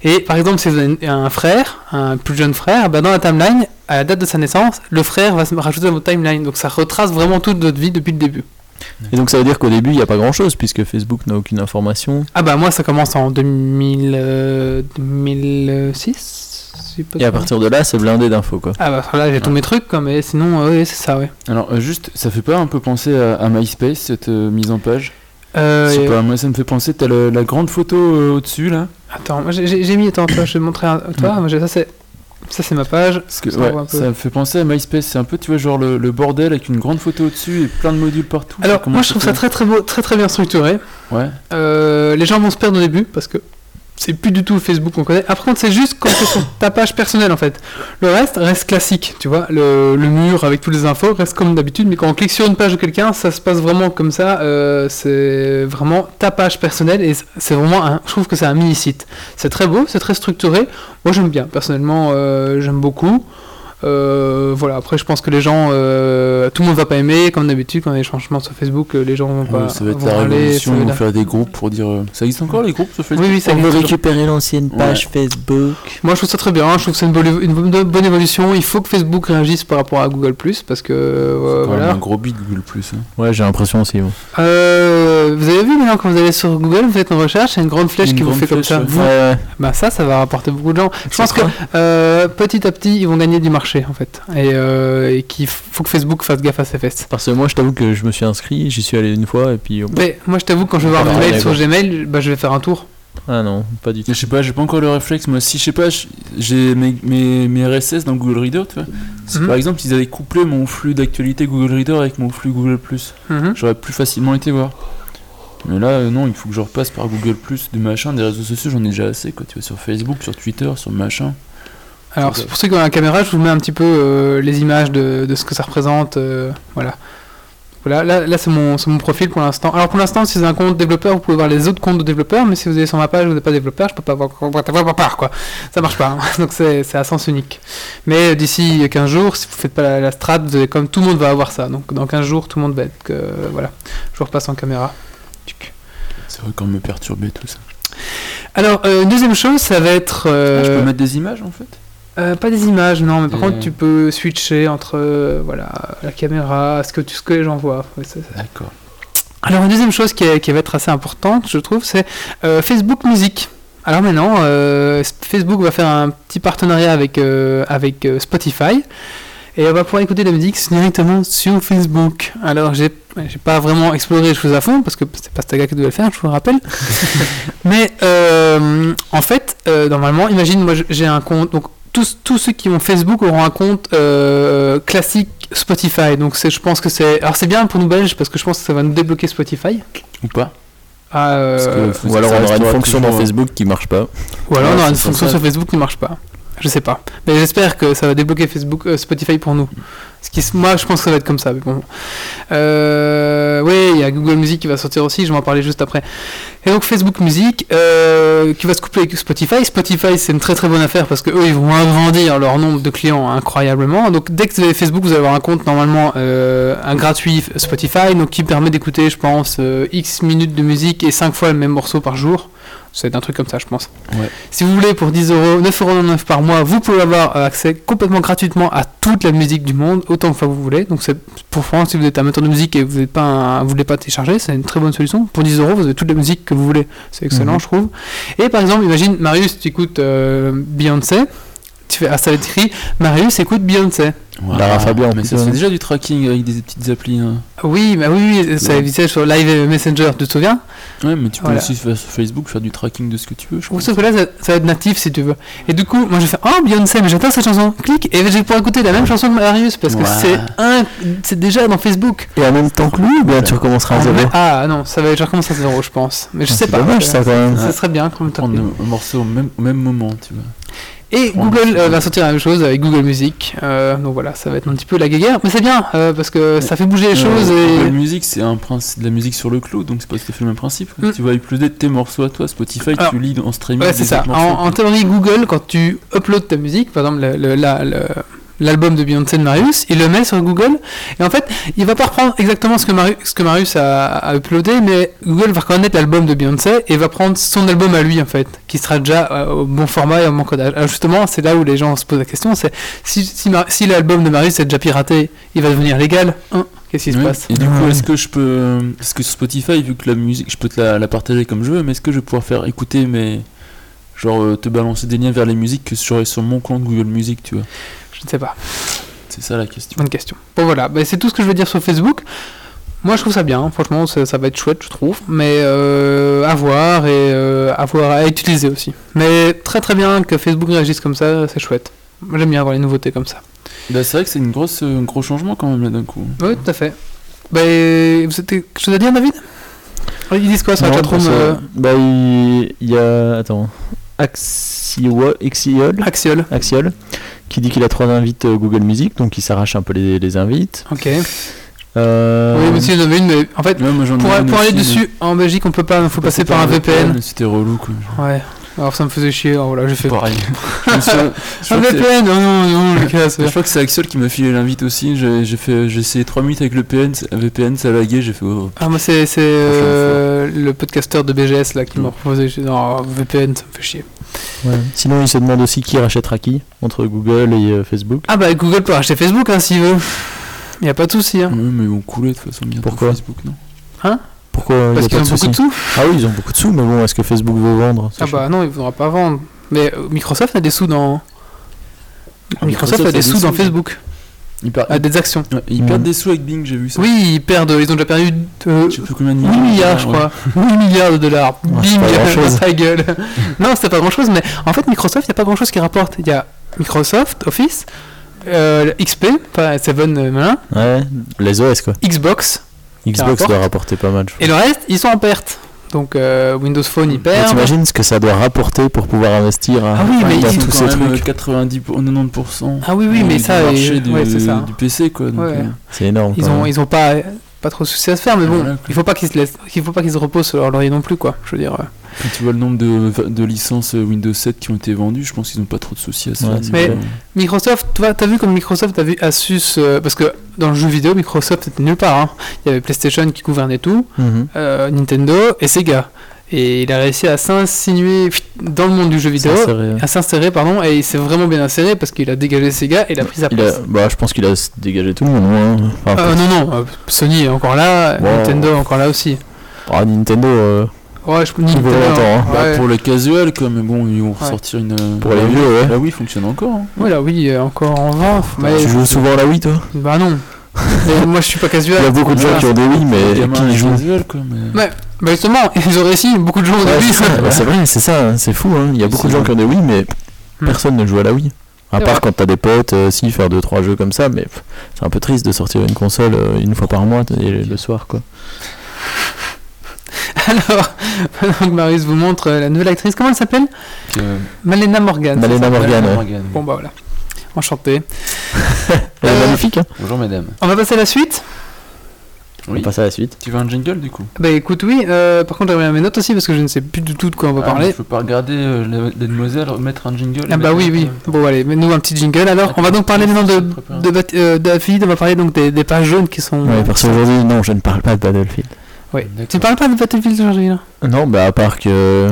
Et par exemple, si vous avez un frère, un plus jeune frère, ben dans la timeline, à la date de sa naissance, le frère va se rajouter dans votre timeline. Donc ça retrace vraiment toute votre vie depuis le début.
Et donc ça veut dire qu'au début, il n'y a pas grand-chose, puisque Facebook n'a aucune information.
Ah bah moi, ça commence en 2000, euh, 2006 je sais pas
Et à
trop.
partir de là, c'est blindé d'infos, quoi.
Ah bah là, j'ai tous mes trucs, quoi, mais sinon, euh, oui, c'est ça, ouais.
Alors euh, juste, ça fait pas un peu penser à, à MySpace cette euh, mise en page
Euh,
Je sais
et-
pas, moi ça me fait penser, t'as le- la grande photo euh, au-dessus là.
Attends, moi j'ai- j'ai j'ai mis, attends, toi, je vais te montrer un- toi, moi, j'ai- ça c'est ça c'est ma page.
Parce que,
Ça
ouais,
voit un peu.
ça me fait penser à MySpace, c'est un peu, tu vois, genre le, le bordel avec une grande photo au-dessus et plein de modules partout.
Alors
Comment
moi je trouve ça
fait
très très beau, très très bien structuré.
Ouais,
Euh, les gens vont se perdre au début parce que c'est plus du tout le Facebook qu'on connaît. Ah, par contre, c'est juste quand c'est sur ta page personnelle en fait. Le reste reste classique, tu vois. Le, le mur avec toutes les infos reste comme d'habitude, mais quand on clique sur une page de quelqu'un, ça se passe vraiment comme ça. euh, c'est vraiment ta page personnelle et c'est vraiment un. Je trouve que c'est un mini site. C'est très beau, c'est très structuré. Moi, j'aime bien. Personnellement, euh, j'aime beaucoup. Euh, voilà, après, je pense que les gens, euh, tout le monde va pas aimer, comme d'habitude, quand il y a des changements sur Facebook, euh, les gens vont pas.
Ah ça va être
vont
la
râler,
révolution,
ça va
ils
être
vont
la-
faire des groupes pour dire. euh, Ça existe encore les groupes sur
Oui,
Facebook
oui, ça
On veut
existe toujours.
récupérer l'ancienne page Facebook.
Moi, je trouve ça très bien. hein. Je trouve que c'est une, bonne évo- une bonne- bonne évolution. Il faut que Facebook réagisse par rapport à Google parce que euh,
C'est quand même
voilà.
un gros big Google Plus. hein.
Ouais, j'ai l'impression aussi. bon.
Euh, vous avez vu maintenant quand vous allez sur Google, vous faites une recherche, il y a une grande flèche
Une
qui vous
grande
fait comme
flèche,
ça.
ouais.
Vous-
Ouais,
Bah ça, ça va rapporter beaucoup de gens. Je pense que euh, petit à petit, ils vont gagner du marché en fait, et, euh, et qu'il faut que Facebook fasse gaffe à ses fesses.
Parce que moi, je t'avoue que je me suis inscrit, j'y suis allé une fois et puis. oh,
Mais moi, je t'avoue, quand je vais voir
Ah,
mes
ouais,
mails sur Gmail, bah, je vais faire un tour.
Ah non, pas du tout.
Je sais pas, j'ai pas encore le réflexe. Moi, si je sais pas, j- j'ai mes, mes, mes RSS dans Google Reader, tu vois. Si
Mhm.
par exemple, ils avaient couplé mon flux d'actualité Google Reader avec mon flux Google Plus,
Mhm.
j'aurais plus facilement été voir. Mais là, euh, non, il faut que je repasse par Google Plus, de machin, des réseaux sociaux, j'en ai déjà assez, quoi. Tu vois, sur Facebook, sur Twitter, sur machin.
Alors,
Ok.
c'est pour ceux qui ont la caméra, je vous mets un petit peu euh, les images de, de ce que ça représente. euh, voilà. Voilà, là, là c'est mon, c'est mon profil pour l'instant. Alors, pour l'instant, si vous avez un compte développeur, vous pouvez voir les autres comptes de développeurs, mais si vous allez sur ma page, vous n'êtes pas développeur, je peux pas voir pas part, quoi. Ça marche pas, hein. donc c'est c'est à sens unique. Mais euh, d'ici 15 jours, si vous faites pas la, la strat, vous allez- comme tout le monde va avoir ça, donc dans 15 jours, tout le monde va être. que voilà, je vous repasse en caméra. Tuc.
C'est vrai qu'on me perturbait tout ça.
Alors, euh, une deuxième chose, ça va être.
Ah, je
euh,
peux mettre des images en fait
Euh, pas des images, non, mais par
Et-
contre, tu peux switcher entre euh, voilà, la caméra, ce que, tu, ce que les gens voient. Ouais, ça, ça.
D'accord.
Alors, une deuxième chose qui, est- qui va être assez importante, je trouve, c'est euh, Facebook Music. Alors maintenant, euh, s- Facebook va faire un petit partenariat avec, euh, avec euh, Spotify. Et on va pouvoir écouter de la musique directement sur Facebook. Alors, j'ai j'ai pas vraiment exploré les choses à fond, parce que c'est pas Staga qui devait le faire, je vous le rappelle. Mais euh, en fait, euh, normalement, imagine, moi j'ai un compte. Donc, tous, tous ceux qui ont Facebook auront un compte euh, classique Spotify. Donc, c'est- je pense que c'est. Alors, c'est bien pour nous belges parce que je pense que ça va nous débloquer Spotify.
Ou pas
Ah, euh,
Parce que-
Ou alors,
Ça
on aura une
restera
fonction dans
toujours, euh,
Facebook qui marche pas.
Ou alors, on
Ouais,
aura une
c'est
fonction
ça.
sur Facebook qui ne marche pas. Je sais pas. Mais j'espère que ça va débloquer Facebook, euh, Spotify pour nous. Ce qui, moi, je pense que ça va être comme ça. Mais bon. Euh, oui, il y a Google Music qui va sortir aussi. Je vais en parler juste après. Et donc, Facebook Music euh, qui va se coupler avec Spotify. Spotify, c'est une très très bonne affaire parce que eux, ils vont agrandir leur nombre de clients incroyablement. Donc, dès que vous avez Facebook, vous allez avoir un compte normalement euh, un gratuit Spotify, donc qui permet d'écouter, je pense, euh, X minutes de musique et 5 fois le même morceau par jour. C'est un truc comme ça, je pense. Si vous voulez, pour 10 euros, 9,99€ par mois, vous pouvez avoir euh, accès complètement gratuitement à toute la musique du monde, autant de fois que vous voulez. Donc, c'est pour France, si vous êtes amateur de musique et vous n'êtes pas un- vous voulez pas télécharger, c'est une très bonne solution. Pour 10 euros, vous avez toute la musique que vous voulez. C'est excellent, je trouve. Et par exemple, imagine, Marius, tu écoutes euh, Beyoncé. Tu fais, ah, ça va être écrit, Marius écoute Beyoncé.
Lara Fabian,
Mais ça
plutôt,
c'est
hein.
déjà du tracking avec des petites applis. hein.
Oui, bah oui, oui, ça
Ouais.
existait sur Live Messenger, tu te souviens
Ouais, mais tu peux
Voilà.
aussi faire sur Facebook faire du tracking de ce que tu veux, je pense.
Sauf que là, ça, ça va être natif si tu veux. Et du coup, moi je fais Oh Beyoncé, mais j'adore cette chanson. Clique et je vais pouvoir écouter la même chanson que Marius parce que
Ouais.
c'est un, c'est déjà dans Facebook.
Et en même temps que lui, ben, tu recommenceras à zéro.
Ah non, ça va être genre comme ça zéro, je pense. Mais je sais
Ah, C'est
pas.
dommage
euh,
ça quand même.
Ça serait bien comme
Prendre un morceau au même, au même moment, tu vois.
Et
prendre-
Google euh, va sortir la même chose avec Google Music. Euh, donc voilà, ça va être un petit peu la guéguerre. Mais c'est bien euh, parce que ça fait bouger les choses.
La
Et...
musique, c'est un principe, de la musique sur le cloud, donc c'est pas tout à fait le même principe.
Mm.
Tu vas uploader tes morceaux à toi, Spotify,
Alors,
tu lis en streaming.
Ouais, c'est
des
ça.
autres
En,
morceaux.
en théorie, Google, quand tu uploads ta musique, par exemple le- le- la- le- l'album de Beyoncé de Marius, il le met sur Google. Et en fait, il va pas reprendre exactement ce que Marius, ce que Marius a, a uploadé, mais Google va reconnaître l'album de Beyoncé et va prendre son album à lui, en fait, qui sera déjà euh, au bon format et au bon codage. Alors justement, c'est là où les gens se posent la question, c'est si, si, Mar- si l'album de Marius est déjà piraté, il va devenir légal Hein Qu'est-ce qui se
Oui.
passe
Et du coup,
Ouais.
est-ce que je peux. Est-ce que sur Spotify, vu que la musique, je peux te la, la partager comme je veux, mais est-ce que je vais pouvoir faire écouter mes. Genre, euh, te balancer des liens vers les musiques que j'aurais sur mon compte Google Music, tu vois.
Je ne sais pas.
C'est ça la question.
Bonne question. Bon voilà, Bah, c'est tout ce que je veux dire sur Facebook. Moi je trouve ça bien, franchement ça, ça va être chouette je trouve, mais euh, à voir et euh, à voir à utiliser aussi. Mais très très bien que Facebook réagisse comme ça, c'est chouette. Moi, J'aime bien avoir les nouveautés comme ça.
Bah, c'est vrai que c'est une grosse, euh, un gros changement quand même là d'un coup.
Oui tout à fait. Bah, vous avez quelque chose à dire David Ils disent quoi sur la
Non,
chatroom
parce que-
euh,
Bah, il il y a. Attends. Axiol, Axiol,
Axiol
Axiol, qui dit qu'il a trois invites euh, Google Music, donc il s'arrache un peu les, les invites.
Ok.
Euh,
Oui, mais si j'en avais une, mais en fait,
Ouais, moi, j'en ai
pour,
une
pour aller
aussi, mais
dessus, en Belgique, on peut pas, il faut passer par un VPN.
C'était relou quoi.
Ouais. Alors ça me faisait chier, alors voilà, j'ai fait.
Pareil. Je me souviens- je
Un
crois que c'est-
VPN Non, non, non, Lucas.
je crois que c'est Axel qui m'a filé l'invite aussi. J'ai j'ai fait, j'ai essayé 3 minutes avec le PN, c'est- VPN, ça laguait. J'ai fait. oh.
Ah, moi, c'est c'est, euh, le podcasteur de BGS là qui m'a proposé. J'ai dit, non, VPN, ça me fait chier.
ouais. Sinon, il se demande aussi qui rachètera qui entre Google et euh, Facebook.
Ah, bah Google peut racheter Facebook hein, s'il veut. Y a pas de souci. Hein.
Ouais, mais ils vont couler de toute façon bientôt
Pourquoi
Facebook, non
Pourquoi euh,
Parce
y a
qu'ils
pas
ont
de
beaucoup de
souci
sous.
Ah oui, ils ont beaucoup de sous, mais bon, est-ce que Facebook veut vendre
Ah, bah non, il faudra pas vendre. Mais euh, Microsoft a des sous dans.
Ah,
Microsoft a des sous dans
ouais.
Facebook,
Ils, par-
a des actions.
ouais, ils
Mm.
perdent des sous avec Bing, j'ai vu ça.
Mhm. Oui, ils perdent, ils ont déjà perdu euh,
Je sais plus combien de
8 milliards, je
Ouais.
crois. 8 milliards de dollars.
Ouais, Ah, c'est
Bing,
pas
dans
grand-chose.
sa gueule. non, c'est pas grand chose, mais en fait, Microsoft, il n'y a pas grand chose qui rapporte. Il y a Microsoft, Office, euh, XP, pas Seven, euh, malin,
Ouais, les OS quoi.
Xbox,
Xbox
rapporte.
doit rapporter pas mal. je
et le reste, ils sont en perte. Donc, euh, Windows Phone, ils
Mais
perdent.
T'imagines ce que ça doit rapporter pour pouvoir investir à,
Ah oui, mais
à
ils
Ils
ont
ont
tous ces
quand même
trucs
90 pour- 90%.
Ah oui, oui,
du-
mais
du
ça,
marché
euh,
du,
ouais, c'est ça.
du PC quoi. donc,
Ouais.
euh,
C'est énorme.
Ils
quand
ont,
même.
ils ont pas, pas trop de soucis à se faire, mais bon,
Voilà, quoi.
il faut pas qu'ils se laissent, il faut pas qu'ils se reposent sur leur laurier non plus, quoi. Je veux dire. euh.
Quand tu vois le nombre de, de licences euh, Windows 7 qui ont été vendues, je pense qu'ils n'ont pas trop de soucis à ça. euh,
Ouais, c'est
Mais- Microsoft, tu vois, t'as vu comme Microsoft, t'as vu Asus, euh, parce que dans le jeu vidéo, Microsoft c'était nulle part. hein. Il y avait PlayStation qui gouvernait tout,
Mhm.
euh, Nintendo et Sega. Et il a réussi à s'insinuer pfft, dans le monde du jeu vidéo,
Ça, euh, c'est vrai.
à s'insérer, pardon, et il s'est vraiment bien inséré parce qu'il a dégagé Sega et il a pris sa
Il
place.
a- bah, je pense qu'il a s- dégagé tout le monde. hein. Enfin,
Euh, non, non, euh, Sony est encore là,
Wow.
Nintendo est encore là aussi.
ah, Nintendo, euh,
Ouais, je peux
vaut
Nintendo,
longtemps, hein.
Bah,
ouais.
pour les casual quoi, mais bon, ils vont ressortir une. euh,
pour
la
les
Wii.
vieux, ouais.
La Wii fonctionne encore. hein.
Voilà, oui, euh, encore en vente. mais-
tu joues souvent à la Wii, toi
bah non. Mais moi, je suis pas casual.
Il y a beaucoup de gens
Voilà.
qui ont des Wii, mais
Les gamins,
qui y
les
jouent
casual, quoi. Mais...
Ouais. Bah justement, ils ont réussi, beaucoup de gens ont
Ouais,
dit.
c'est ça. Bah, c'est vrai, c'est ça, hein, c'est fou. hein. Il y a
C'est
beaucoup de gens qui ont des Wii, mais
Hmm.
personne ne joue à la Wii. À
C'est
part
vrai.
quand t'as des potes, euh, si, faire deux trois jeux comme ça, mais pff, c'est un peu triste de sortir une console euh, une fois par mois t- et le soir, quoi.
Alors, pendant que Marius vous montre euh, la nouvelle actrice, comment elle s'appelle
Donc, euh,
Malena Morgan. c'est
Malena
ça
Morgan, ouais.
Morgane.
Bon bah voilà. Enchanté.
Elle est
Euh,
magnifique, hein.
Bonjour madame.
On va passer à la suite
Oui.
On passe à la suite.
Tu veux un jingle du coup
Bah écoute, oui. euh, par contre, j'ai regardé mes notes aussi parce que je ne sais plus du tout de quoi on va
Ah, mais
parler.
Je peux pas regarder euh, la, la demoiselle mettre un jingle.
Ah bah
mettre-
oui,
euh,
oui. Bon allez, mets-nous un petit jingle. Alors, on va donc parler maintenant de, de, Bat- euh, d'Aphid, on va parler donc des, des pages jaunes qui sont...
Ouais, parce qu'aujourd'hui, non, je ne parle pas de Battlefield.
Ouais.
D'accord.
Tu ne parles pas de Battlefield aujourd'hui là
Non, bah à part que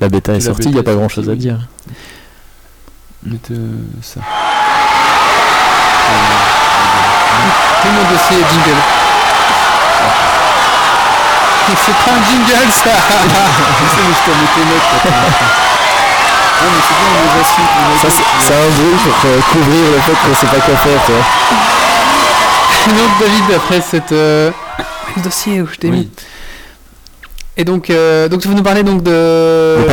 la bêta est
Que la
sortie, il n'y
bêta
a
est
pas grand
sortie,
chose à
oui.
dire.
Mettez ça.
Tout mon dossier est jingle. C'est pas un jingle ça
Je sais, mais je t'en mettais notes, quoi. Ah, mais c'est bien, on les assume, on les
Ah, Ça,
assume.
c'est c'est un bruit pour euh, couvrir le fait qu'on sait pas quoi faire, tu vois.
Donc David, après cette... euh, Le dossier où je t'ai mis.
Oui.
Et donc, euh, donc tu veux nous parler donc de
Des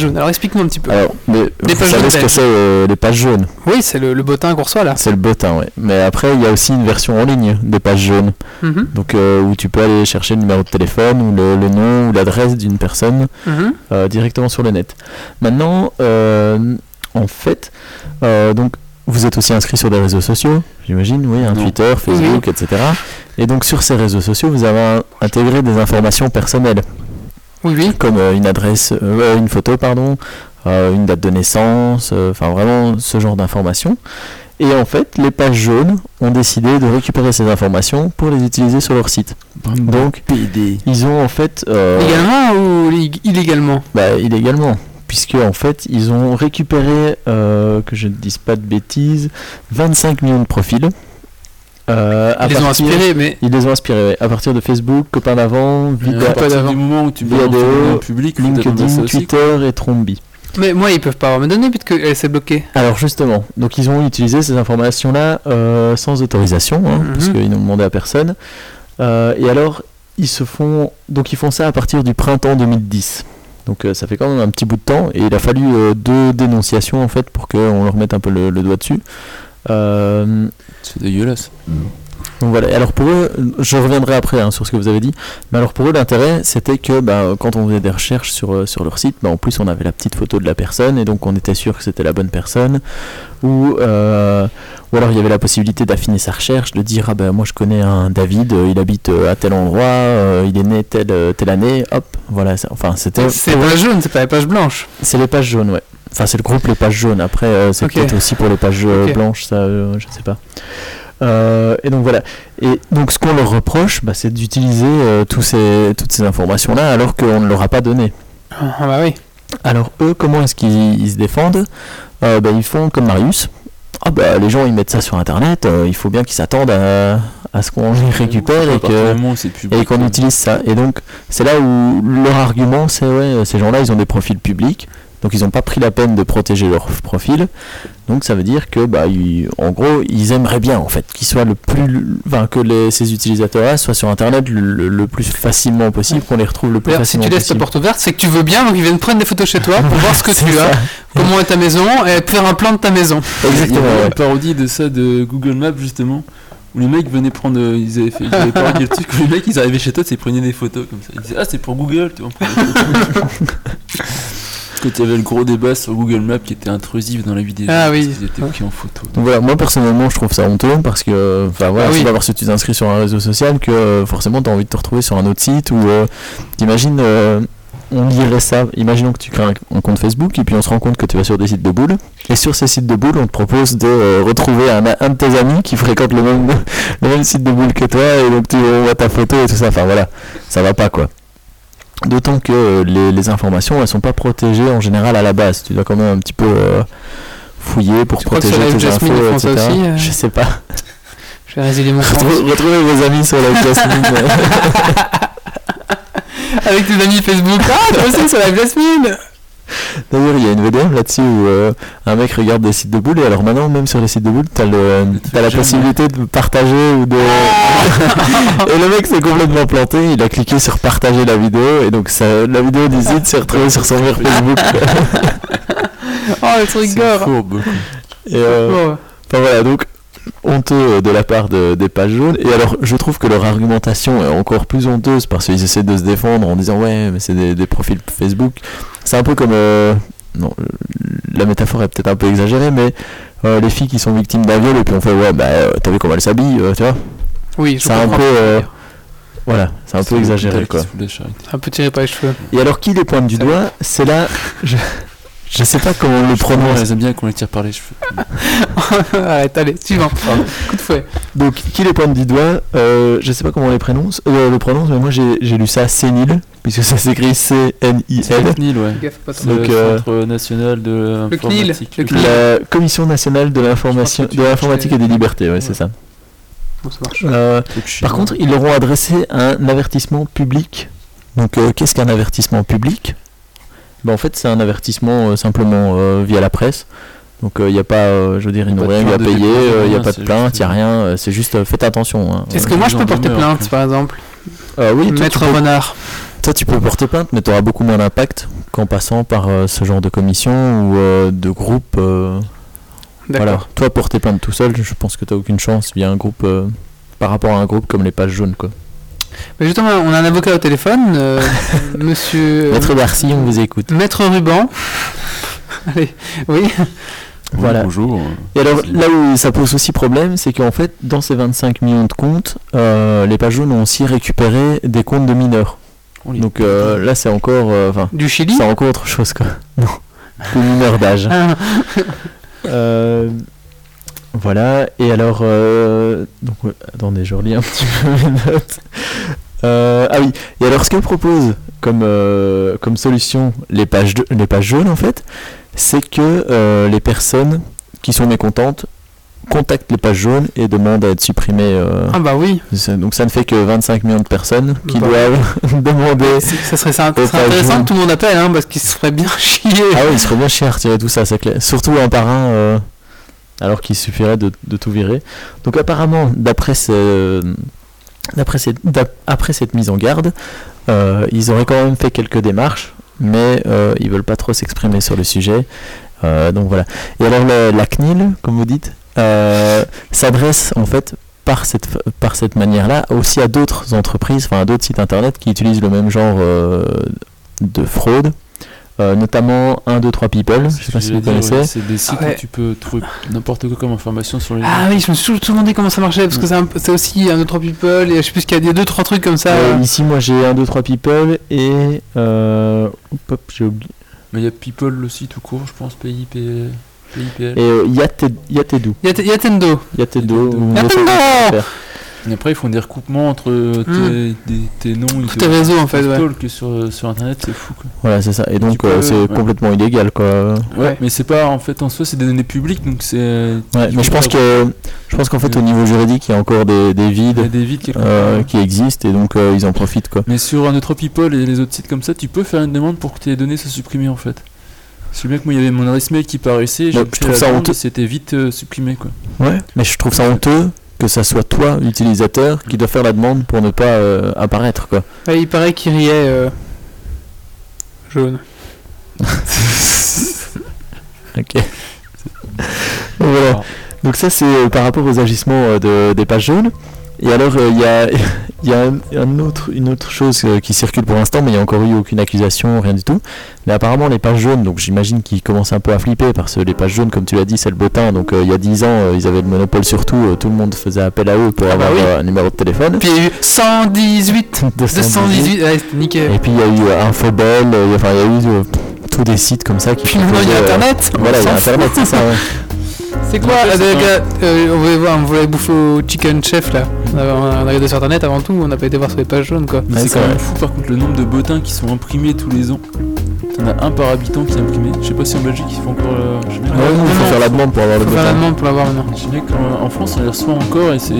des
jaunes.
Alors explique-nous un petit peu.
Alors, mais
Des
vous
pages
savez
jaunes,
ce que
belges.
c'est euh, les pages jaunes
Oui, c'est le, le bottin qu'on reçoit là.
C'est le bottin, ouais. Mais après, il y a aussi une version en ligne des pages jaunes.
Mhm,
Donc, euh, où tu peux aller chercher le numéro de téléphone ou le, le nom ou l'adresse d'une personne
mhm.
euh, directement sur le net. Maintenant, euh, en fait, euh, donc vous êtes aussi inscrit sur des réseaux sociaux, j'imagine, oui, un
Non.
Twitter, Facebook, etc. Et donc sur ces réseaux sociaux, vous avez un- intégré des informations personnelles,
Oui, oui.
comme euh, une adresse, euh, euh, une photo, pardon, euh, une date de naissance, euh, enfin vraiment ce genre d'informations. Et en fait, les pages jaunes ont décidé de récupérer ces informations pour les utiliser sur leur site. Donc,
PD.
ils ont en fait euh,
Légalement ou lég- illégalement
bah, illégalement, puisque en fait ils ont récupéré, euh, que je ne dise pas de bêtises, 25 millions de profils. Euh, à
Ils les ont
partir-
inspirés, mais
Ils les ont inspirés, ouais, à partir de Facebook, Copain d'avant,
Mais
Vida,
à partir
d'avant.
du moment où tu
Vidéo,
balances en public, faut t'attendre à ça
LinkedIn,
aussi,
Twitter et Trombi.
mais moi ils peuvent pas me donner puisque eh, elle s'est bloquée.
Alors justement, donc ils ont utilisé ces informations-là euh, sans autorisation, hein,
Mhm.
parce qu'ils n'ont demandé à personne. Euh, et alors, ils se font, donc ils font ça à partir du printemps 2010. Donc euh, ça fait quand même un petit bout de temps, et il a fallu euh, deux dénonciations en fait pour qu'on leur mette un peu le, le doigt dessus. Euh,
C'est dégueulasse.
Donc voilà. Et alors pour eux, je reviendrai après hein, sur ce que vous avez dit. Mais alors pour eux, l'intérêt, c'était que bah, quand on faisait des recherches sur, euh, sur leur site, bah, en plus on avait la petite photo de la personne et donc on était sûr que c'était la bonne personne. Ou, euh, ou alors il y avait la possibilité d'affiner sa recherche, de dire ah ben moi je connais un David, euh, il habite euh, à tel endroit, euh, il est né telle euh, telle année, hop. Voilà. c'est- Enfin c'était.
C'est pas jaune, c'est pas la page blanche.
C'est les pages jaunes, ouais. Enfin, c'est le groupe les pages jaunes. Après, euh, c'est
Ok.
peut-être aussi pour les pages euh,
Ok.
blanches, ça, euh, je sais pas. Euh, et donc voilà. Et donc, ce qu'on leur reproche, bah, c'est d'utiliser euh, tous ces, toutes ces informations-là alors qu'on ne leur a pas donné.
Ah ah bah oui.
Alors, eux, comment est-ce qu'ils ils se défendent Euh, bah, Ils font comme Marius. Ah bah, les gens, ils mettent ça sur Internet. euh, il faut bien qu'ils s'attendent à, à ce qu'on les récupère
À
et
partir
que
du moment où c'est public,
et qu'on
euh,
utilise ça. Et donc, c'est là où leur argument, c'est ouais, euh, ces gens-là, ils ont des profils publics, donc ils n'ont pas pris la peine de protéger leur profil. Donc, ça veut dire que, bah, ils- en gros, ils aimeraient bien, en fait, qu'ils soient le plus, enfin, que les, ces utilisateurs-là soient sur Internet le, le- le plus facilement possible, qu'on les retrouve le plus
D'ailleurs, si
facilement
tu laisses ta
possible.
porte ouverte, c'est que tu veux bien, donc ils viennent prendre des photos chez toi pour voir ce que
C'est
tu
ça.
as, comment est ta maison, et faire un plan de ta maison.
Il y
euh,
Exactement.
avait
ouais.
une parodie de ça de Google Maps justement où les mecs venaient prendre euh, ils avaient fait ils avaient parodié le truc où les mecs ils arrivaient chez toi ils prenaient des photos comme ça ils disaient ah c'est pour Google tu vois on prend des photos. Parce que tu avais le gros débat sur Google Maps qui était intrusif dans la vidéo
Ah oui.
ils étaient pris en photo
Donc voilà, moi personnellement je trouve ça honteux parce que enfin voilà,
Ah oui.
c'est pas parce que tu t'inscris sur un réseau social que euh, forcément t'as envie de te retrouver sur un autre site ou euh, t'imagines euh, on lirait ça, imaginons que tu crées un, un compte Facebook et puis on se rend compte que tu vas sur des sites de boules et sur ces sites de boules on te propose de euh, retrouver un, un de tes amis qui fréquente le même, le même site de boules que toi et donc tu vois ta photo et tout ça, enfin voilà, ça va pas quoi. D'autant que euh, les, les informations elles sont pas protégées en général à la base, tu dois quand même un petit peu euh, fouiller pour
Tu crois que
protéger
sur Live
tes
Jasmine, ils
infos,
font ça
etc.
aussi, euh
Je sais pas.
Je vais résilier mon compte.
Retrou- Retrouvez vos amis sur la Jasmine.
Avec tes amis Facebook. Ah, toi aussi, c'est la Jasmine
D'ailleurs, il y a une vidéo là-dessus où euh, un mec regarde des sites de boules et alors maintenant, même sur les sites de boules, t'as le, t'as la
j'aime.
possibilité de partager ou de.
Ah.
et le mec s'est complètement planté. Il a cliqué sur partager la vidéo et donc ça, la vidéo du site s'est retrouvée sur son mur Facebook.
Oh, le truc gore
fourbe
Et, euh,
Oh.
Enfin voilà, donc honteux euh, de la part de- des pages jaunes. Et alors, je trouve que leur argumentation est encore plus honteuse parce qu'ils essaient de se défendre en disant ouais, mais c'est des, des profils Facebook. C'est un peu comme euh, non, la métaphore est peut-être un peu exagérée, mais euh, les filles qui sont victimes d'un viol et puis on fait ouais, bah euh, t'as vu comment elles s'habillent, euh, tu vois
Oui, je
C'est un
comprends.
peu, euh, Voilà, c'est un peu exagéré quoi.
Un peu tiré par les cheveux.
Et alors, qui les pointe du
Ça
doigt C'est là, je, je sais pas comment on le
Pronom,
prononce.
elles aiment bien qu'on les tire par les cheveux.
Arrête, allez, suivant. Coup de fouet.
Donc, qui les pointe du doigt euh, Je sais pas comment on les prononce, euh, le prononce, mais moi j'ai j'ai lu ça sénile, puisque ça s'écrit
C'est
C-N-I-L.
le CNIL, ouais.
Gaffe, pas trop.
C'est le
Donc, euh,
Centre National de
le CNIL,
l'informatique.
le CNIL.
La Commission nationale de l'information,
Je pense que tu-
de l'informatique et des libertés, ouais, c'est ça.
Bon, ça marche.
Euh,
Truc chiant.
par contre, ils leur ont adressé un avertissement public. Donc, euh, qu'est-ce qu'un avertissement public ben, En fait, c'est un avertissement euh, simplement euh, via la presse. Donc, il n'y a pas, euh, je veux dire, ils
Y a
n'ont
pas de
rien eu à
plainte de
payer, euh,
dépense,
il n'y a
rien,
pas de
c'est
plainte,
juste-
il n'y a rien, euh, c'est juste euh, faites attention. hein.
Est-ce
ouais,
que moi
les
je peux
gens
porter
demeurent,
plainte
quoi.
par exemple
Euh, oui, toi, tu
Maître
peux-
Renard.
Toi, tu peux porter plainte, mais tu auras beaucoup moins d'impact qu'en passant par euh, ce genre de commission ou euh, de groupe. euh, voilà.
D'accord.
Toi, porter plainte tout seul, je pense que tu aucune chance via un groupe euh, par rapport à un groupe comme les pages jaunes. Quoi.
Mais justement, on a un avocat au téléphone, euh, monsieur. euh,
Maître Darcy, on vous écoute.
Maître Ruban. Allez, oui.
Oui,
voilà.
Bonjour.
Et alors, là où ça pose aussi problème, c'est qu'en fait, dans ces 25 millions de comptes, euh, les pages jaunes ont aussi récupéré des comptes de mineurs.
On les-
Donc euh, là, c'est encore. euh, Enfin,
Du Chili.
c'est encore autre chose, quoi. Non. Des mineurs d'âge.
Ah,
Euh, voilà, et alors. euh, donc, ouais, attendez, je relis un petit peu mes notes. Euh, ah oui, et alors ce que proposent comme, euh, comme solution les pages, de- les pages jaunes, en fait, c'est que euh, les personnes qui sont mécontentes contactent les pages jaunes et demandent à être supprimées. euh,
ah bah oui.
c'est- Donc ça ne fait que 25 millions de personnes qui
Bah.
doivent demander.
C'est- Ça serait, ça
Faut
serait
pas
intéressant
jouer.
que tout le monde appelle, hein, parce qu'il se ferait bien chier.
Ah oui, il serait bien cher à retirer tout ça, c'est clair. Surtout un par un, euh, alors qu'il suffirait de, de tout virer. Donc apparemment, d'après ce- d'après cette, d'ap- après cette mise en garde, euh, ils auraient quand même fait quelques démarches, mais euh, ils veulent pas trop s'exprimer sur le sujet. Euh, donc voilà. Et alors la, la CNIL, comme vous dites, euh, s'adresse en fait par cette, fa- par cette manière-là aussi à d'autres entreprises, enfin à d'autres sites internet qui utilisent le même genre euh, de fraude, euh, notamment 1, 2, 3 People, je sais pas si vous connaissez.
C'est des sites
Ah ouais.
où tu peux trouver n'importe quoi comme information sur les.
Ah oui, je me suis toujours demandé comment ça marchait, parce que c'est un- c'est aussi un autre people, et je sais plus qu'il y a des deux, trois trucs comme ça.
Euh, ici, moi j'ai 1, 2, 3 People et. euh, hop, hop, j'ai oublié.
Mais il y a People aussi tout court, je pense, PIP, PIPL.
Et euh, Yate- Yatedoo.
Il y a T- il y a Tendo.
Yatedoo. vous
Yatendo
savez comment faire.
Et après, ils font des recoupements entre euh, tes, des- tes noms. Ils
Tous tes réseaux, en fait, Hmm. ouais.
que sur, euh, sur internet, c'est fou. Quoi.
Voilà, c'est ça. Et donc,
peux-
euh, c'est
ouais.
complètement illégal, quoi.
Ouais.
Mais c'est pas en fait en soi, c'est des données publiques, donc c'est. euh,
Ouais,
tu
mais je
peux
pense
avoir-
que je pense qu'en fait au niveau juridique il y a encore des, des
Il y a
vides
des vides quelque
euh,
part.
qui existent et donc euh, ils en profitent quoi.
Mais sur un autre People et les autres sites comme ça, tu peux faire une demande pour que tes données soient supprimées en fait. Je sais bien que moi il y avait mon adresse mail qui paraissait, j'ai
je
fait
trouve
la
ça
demande
honteux.
et C'était vite euh, supprimé quoi.
Ouais. Mais je trouve ça honteux que ça soit toi l'utilisateur qui doit faire la demande pour ne pas euh, apparaître quoi.
Ouais, il paraît qu'il riait euh, jaune.
Ok. voilà. Donc ça c'est euh, par rapport aux agissements euh, de, des pages jaunes. Et alors euh, il y a, il y a un- un autre, une autre chose euh, qui circule pour l'instant, mais il n'y a encore eu aucune accusation, rien du tout. Mais apparemment les pages jaunes, donc j'imagine qu'ils commencent un peu à flipper parce que les pages jaunes, comme tu l'as dit, c'est le bottin. Donc euh, il y a 10 ans, euh, ils avaient le monopole sur tout, euh, tout le monde faisait appel à eux pour
Ah bah
avoir
oui.
euh, un numéro de téléphone.
Puis il y a eu 118 218, ouais, c'était nickel.
Et puis il y a eu euh, Infobel, euh, il y a- enfin il y a eu euh, tous des sites comme ça qui.
Puis maintenant il y a
proposaient, euh,
internet
Voilà, il y
On
a
s'en
Internet, hein.
fout.
c'est ça. ouais.
C'est quoi euh,
Ouais, c'est
donc, euh, On voulait voir, on voulait bouffer au Chicken Chef là. On a, on a regardé sur internet avant tout, on n'a pas été voir sur les pages jaunes quoi.
Mais
Ouais,
c'est
c'est
quand même
vrai.
fou par contre le nombre de bottins qui sont imprimés tous les ans. T'en as un par habitant qui est imprimé. Je sais pas si en Belgique ils font encore. euh, je sais bien.
Ouais,
non,
il faut
non,
faire la demande pour avoir le
Faut faire la
bottin.
demande pour l'avoir maintenant.
Je sais bien qu'en en France on les reçoit encore et c'est.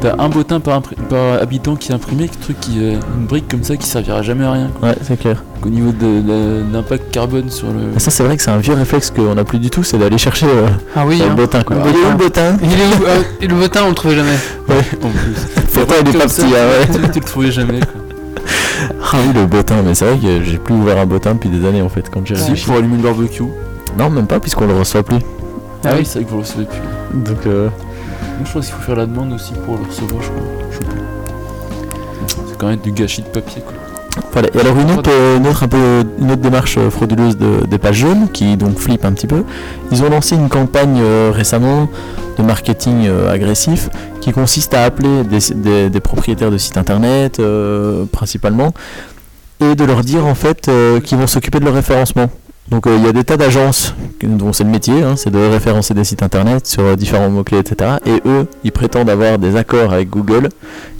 T'as un bottin par, impri- par habitant qui est imprimé, un truc qui est une brique comme ça qui servira jamais à rien.
Ouais, c'est clair.
Donc, au niveau de, la- l'impact carbone sur le.
Mais ça, c'est vrai que c'est un vieux réflexe qu'on n'a plus du tout, c'est d'aller chercher euh,
Ah oui,
le
hein.
botin. Quoi.
Le
Il est où
bottin.
le botin
Il est où Euh, et Le botin on le trouvait jamais.
En plus.
Pourtant, il est pas
Comme ça,
petit. ah ouais.
tu- Tu le trouvais jamais. quoi.
Ah oui, le botin, mais c'est vrai que j'ai plus ouvert un botin depuis des années en fait, quand j'ai
Si,
réfléchi.
pour allumer le barbecue.
Non, même pas, puisqu'on le reçoit plus.
Ah oui.
c'est vrai que vous le recevez plus. Moi,
Donc, euh,
je pense qu'il faut faire la demande aussi pour le recevoir, je crois. Je sais pas. C'est quand même du gâchis de papier, quoi.
Ah, voilà. Et alors, une autre, euh, une autre, un peu, une autre démarche euh, frauduleuse de- des pages jaunes, qui donc flippe un petit peu, ils ont lancé une campagne euh, récemment de marketing euh, agressif qui consiste à appeler des, des- des propriétaires de sites internet euh, principalement et de leur dire en fait euh, qu'ils vont s'occuper de leur référencement. Donc euh, il y a des tas d'agences que- dont c'est le métier, hein, c'est de référencer des sites internet sur euh, différents mots-clés, etc. Et eux, ils prétendent avoir des accords avec Google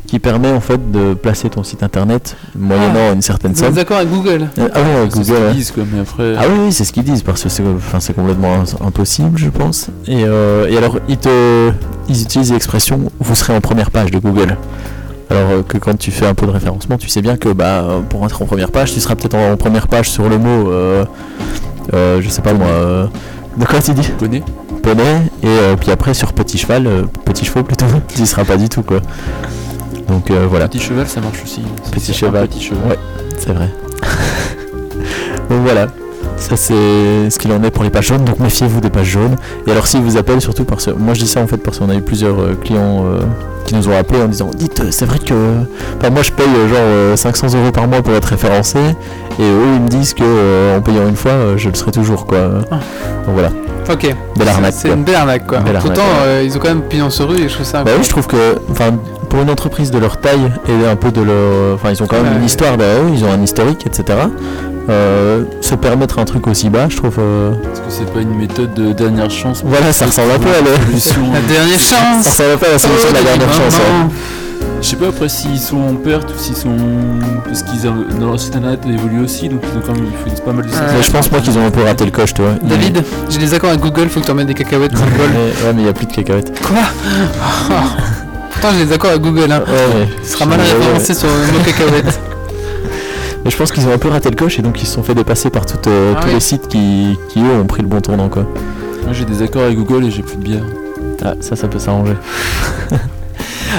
qui permet en fait de placer ton site internet moyennant une certaine
Vous êtes
somme.
d'accord avec Google
Euh, Ah oui, avec
C'est ce
Google.
qu'ils
ouais.
disent, quoi, mais après.
Ah oui, oui, c'est ce qu'ils disent parce que c'est enfin, c'est complètement im- impossible, je pense. Et, euh, et alors, ils, te, ils utilisent l'expression vous serez en première page de Google. Alors euh, que quand tu fais un peu de référencement, tu sais bien que bah, euh, pour être en première page, tu seras peut-être en, en première page sur le mot, euh, euh, je sais pas moi, euh, de quoi tu dis
Poney.
Poney, et euh, puis après sur petit cheval, euh, petit chevaux plutôt, tu y seras pas du tout quoi. Donc euh, voilà.
Petit cheval, ça marche aussi. C'est-
Petit
c'est un
cheval.
Petit cheval.
Ouais. C'est vrai. Donc voilà. Ça c'est ce qu'il en est pour les pages jaunes, donc méfiez-vous des pages jaunes. Et alors s'ils vous appellent surtout parce que moi je dis ça en fait parce qu'on a eu plusieurs euh, clients euh, qui nous ont appelés en disant dites euh, c'est vrai que enfin, moi je paye euh, genre euh, 500 euros par mois pour être référencé et eux ils me disent que euh, en payant une fois euh, je le serai toujours quoi.
Ah.
Donc voilà,
Ok.
de l'arnaque.
C'est
quoi.
une belle arnaque quoi.
Belle
Pourtant
arnaque, ouais.
euh, ils ont quand même pignon sur rue et je trouve ça.
Bah oui, je trouve que, enfin, pour une entreprise de leur taille et un peu de leur, enfin, ils ont quand même
Ouais.
une histoire derrière eux, ils ont un historique, etc. Euh, se permettre un truc aussi bas, je trouve. euh,
Parce que c'est pas une méthode de dernière chance.
Voilà, ça ressemble un peu à la,
Solution,
La
euh,
dernière
ça
chance
ressemble un peu à la solution de la dernière chance. ouais.
Je sais pas après s'ils sont en perte ou s'ils sont. Parce qu'ils ont... dans leur site internet a évolué aussi, donc ils ont quand même. Ils font pas mal de
Ouais.
hein. Mais je pense moi qu'ils ont un peu raté le coche, tu vois. Ils-
David, euh, j'ai des accords avec Google, faut que tu mettes des cacahuètes dans le
Ouais,
bol.
ouais, mais il y a plus de cacahuètes.
Quoi Ah. Pourtant j'ai des accords avec Google hein.
Ouais, ouais.
Ce sera mal
Ouais, ouais.
référencé sur euh, le mot cacahuète.
Mais je pense qu'ils ont un peu raté le coche et donc ils se sont fait dépasser par toutes, euh,
Ah
tous
oui.
les sites qui, qui eux ont pris le bon tournant quoi.
Moi j'ai des accords avec Google et j'ai plus de bière.
Ah, ça, ça peut s'arranger.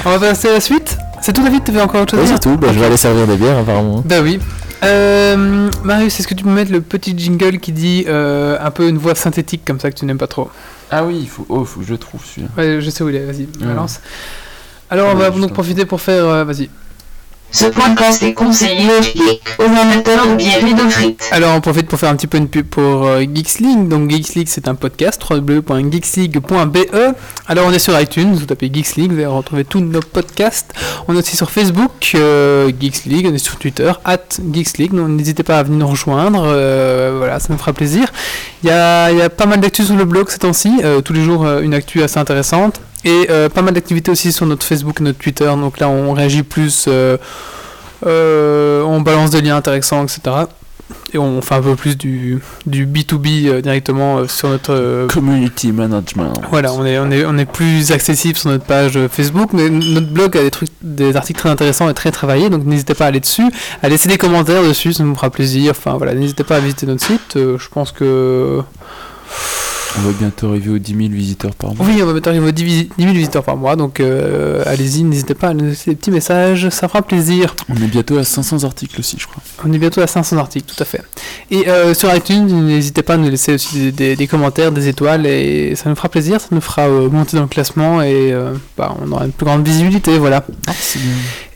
On va passer à la suite. C'est tout David, tu veux encore autre chose à
Ouais,
dire
c'est tout. Bah, je vais aller servir des bières apparemment. hein.
Bah oui. Euh, Marius, est-ce que tu peux mettre le petit jingle qui dit euh, un peu une voix synthétique comme ça que tu n'aimes pas trop
Ah oui, il faut. Oh, faut que je le trouve celui-là.
Ouais, je sais où il est, vas-y,
Ouais.
balance. Alors on
Ouais,
va
juste
donc
un-
profiter pour faire. euh, Vas-y.
Ce podcast est conseillé aux geeks, aux amateurs de bière et de frites.
Alors on profite pour faire un petit peu une pub pour euh, Geeks League. Donc Geeks League c'est un podcast www.geeksleague.be. Alors on est sur iTunes, vous tapez Geeks League, vous allez retrouver tous nos podcasts. On est aussi sur Facebook, euh, Geeks League, on est sur Twitter, at Geeks League. Donc n'hésitez pas à venir nous rejoindre, euh, voilà, ça nous fera plaisir. Il y a, il y a pas mal d'actu sur le blog ces temps-ci, euh, tous les jours euh, une actu assez intéressante. Et euh, pas mal d'activités aussi sur notre Facebook et notre Twitter, donc là on réagit plus, euh, euh, on balance des liens intéressants, etc et on fait un peu plus du, du B2B euh, directement euh, sur notre euh,
Community management.
voilà on est, on est on est plus accessible sur notre page euh, Facebook mais notre blog a des trucs des articles très intéressants et très travaillés donc n'hésitez pas à aller dessus à laisser des commentaires dessus ça nous fera plaisir enfin voilà n'hésitez pas à visiter notre site euh, je pense que
On va bientôt arriver aux 10 000 visiteurs par mois.
oui on va bientôt arriver aux 10 visi- 10 000 visiteurs par mois donc euh, allez-y n'hésitez pas à nous laisser des petits messages ça fera plaisir
On est bientôt à 500 articles aussi, je crois.
On est bientôt à 500 articles, tout à fait. Et euh, sur iTunes, n'hésitez pas à nous laisser aussi des, des- des commentaires, des étoiles, et ça nous fera plaisir, ça nous fera euh, monter dans le classement, et euh, bah, on aura une plus grande visibilité, voilà.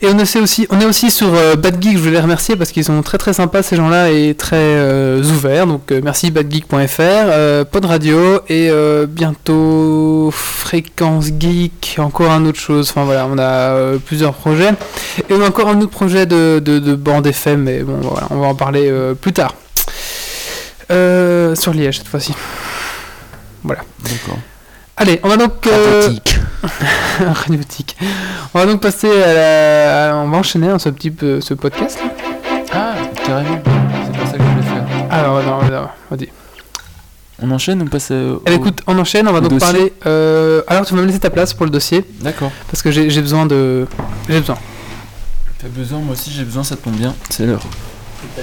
Et on, est aussi, on est aussi sur euh, Bad Geek, je voulais les remercier parce qu'ils sont très très sympas ces gens-là et très euh, ouverts. Donc euh, merci badgeek.fr, euh, Pod Radio et euh, bientôt Fréquence Geek, encore un autre chose. Enfin voilà, on a euh, plusieurs projets. Et on a encore un autre projet de, de, de bande FM, mais bon voilà, on va en parler euh, plus tard. Euh, sur Liège cette fois-ci.
D'accord.
Allez, on va donc... euh, radiotique. On va donc passer à la... à- On va enchaîner hein, ce petit peu, ce podcast. là.
Ah, carrément. C'est pas ça que je voulais faire.
Alors, non, non, vas-y.
On enchaîne, on passe à.
Eh bien, écoute, on enchaîne, on va
Le
donc
dossier.
parler... euh, Alors, tu vas me laisser ta place pour le dossier,
D'accord.
parce que j'ai j'ai besoin de... J'ai besoin.
T'as besoin, moi aussi j'ai besoin, ça tombe bien. C'est l'heure.
T'as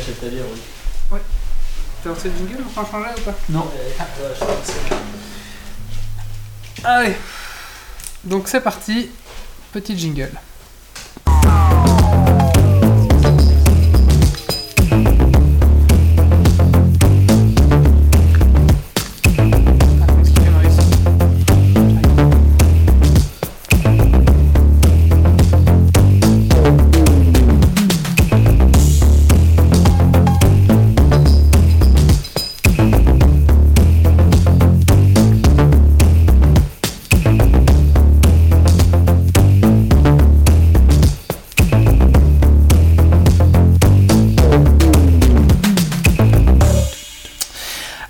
lancé le jingle, on peut changer ou pas Non. Allez, donc c'est parti, petit jingle. Ah,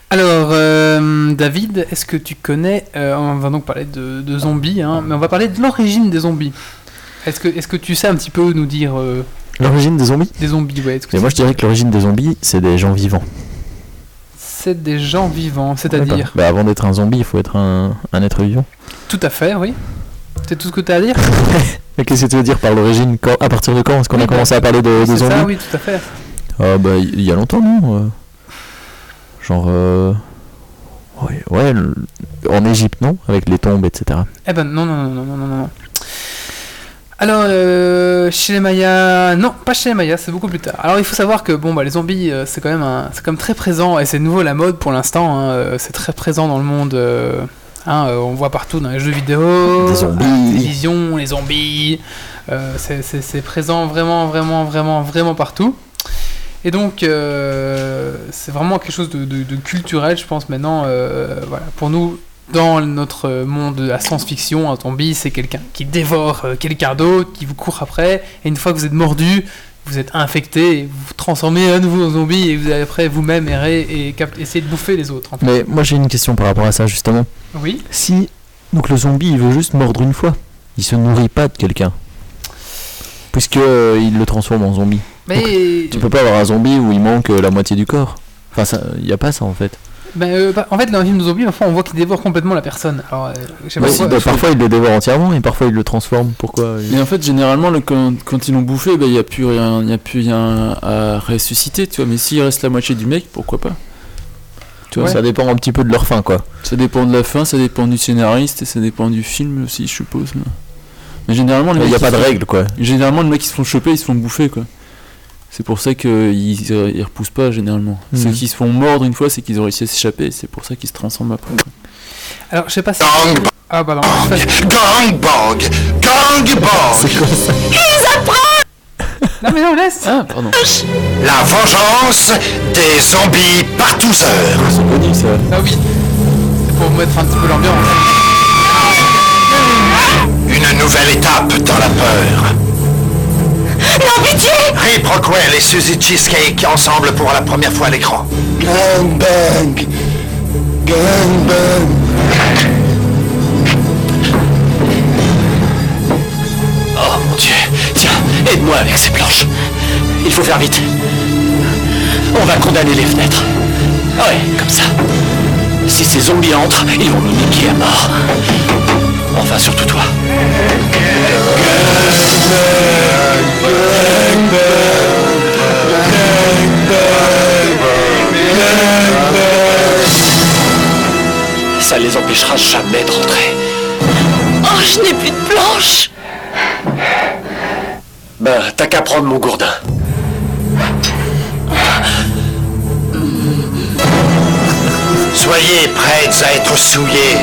Alors, euh, David, est-ce que tu connais euh, On va donc parler de, de zombies, hein, mais on va parler de l'origine des zombies. Est-ce que, est-ce que tu sais un petit peu nous dire euh,
L'origine des zombies
des zombies ouais, est-ce que
Et moi je dirais que l'origine des zombies, c'est des gens vivants.
C'est des gens vivants, c'est-à-dire.
Bah, avant d'être un zombie, il faut être un, un être vivant.
Tout à fait, oui. C'est tout ce que tu as à dire
Mais qu'est-ce que tu veux dire par l'origine quand- À partir de quand Est-ce qu'on
Oui,
a
bah,
commencé à parler de, de
C'est
zombies
ça, oui, tout à fait.
Ah bah il y a longtemps non euh, Genre euh, ouais, ouais, le- en Égypte non avec les tombes etc.
Eh ben non, non, non, non, non, non, non, non. Alors, euh, chez les Mayas, non, pas chez les Mayas, c'est beaucoup plus tard. Alors, il faut savoir que bon, bah, les zombies, euh, c'est quand même, un- c'est quand même très présent et c'est nouveau la mode pour l'instant. hein, euh, c'est très présent dans le monde. euh, hein, euh, on voit partout dans les jeux vidéo,
Des zombies.
à la télévision, les zombies. euh, c'est- c'est c'est présent vraiment, vraiment, vraiment, vraiment partout. Et donc, euh, c'est vraiment quelque chose de, de- de culturel, je pense, maintenant. euh, voilà, pour nous, dans notre monde à science-fiction, un zombie, c'est quelqu'un qui dévore euh, quelqu'un d'autre, qui vous court après, et une fois que vous êtes mordu, vous êtes infecté, et vous vous transformez à nouveau en zombie, et vous allez après vous-même errer et cap- essayer de bouffer les autres. en fait.
Mais moi j'ai une question par rapport à ça justement.
Oui
Si donc le zombie il veut juste mordre une fois, il se nourrit pas de quelqu'un. Puisque euh, il le transforme en zombie.
Mais.
Tu peux pas avoir un zombie où il manque euh, la moitié du corps. Enfin ça il y a pas ça en fait.
Ben, euh, bah, en fait, dans un film de zombie, parfois on voit qu'il dévore complètement la personne. Alors, euh, je sais pas
Mais
pourquoi-
bah, parfois il le dévore entièrement et parfois il le transforme. Pourquoi euh,
Mais en fait, généralement, le- quand, quand ils l'ont bouffé, bah, il n'y a plus rien, il y a plus rien à ressusciter, tu vois. Mais s'il reste la moitié du mec, pourquoi pas Tu vois, ça,
Ça dépend un petit peu de leur fin quoi.
ça dépend de la fin, ça dépend du scénariste et ça dépend du film aussi, je suppose. Mais, mais généralement, les
Il
mecs,
y a
ils
pas de
font-
règle quoi.
Généralement, les mecs qui se font choper, ils se font bouffer, quoi. C'est pour ça qu'ils ils repoussent pas, généralement.
Mhm.
Ceux qui se font mordre une fois, c'est qu'ils ont réussi à s'échapper, c'est pour ça qu'ils se transforment après. quoi.
Alors, je sais pas si. Ah bah non, c'est facile.
Gang bang, gang bang.
C'est quoi ça
Non mais non, laisse
Hein
Ah, pardon.
La vengeance des zombies partouzeurs.
C'est connu ça.
Ah oui C'est pour mettre un petit peu l'ambiance.
Une nouvelle étape dans la peur. Non, pitié Rip Rockwell et Suzy Cheesecake ensemble pour la première fois à l'écran. Gang bang Gang bang Oh mon dieu Tiens, aide-moi avec ces planches. Il faut faire vite. On va condamner les fenêtres. Ah Ouais, comme ça. Si ces zombies entrent, ils vont nous niquer à mort. Enfin, surtout toi. Ça les empêchera jamais de rentrer.
Oh, je n'ai plus de planche
Ben, t'as qu'à prendre mon gourdin. Soyez prêtes à être souillés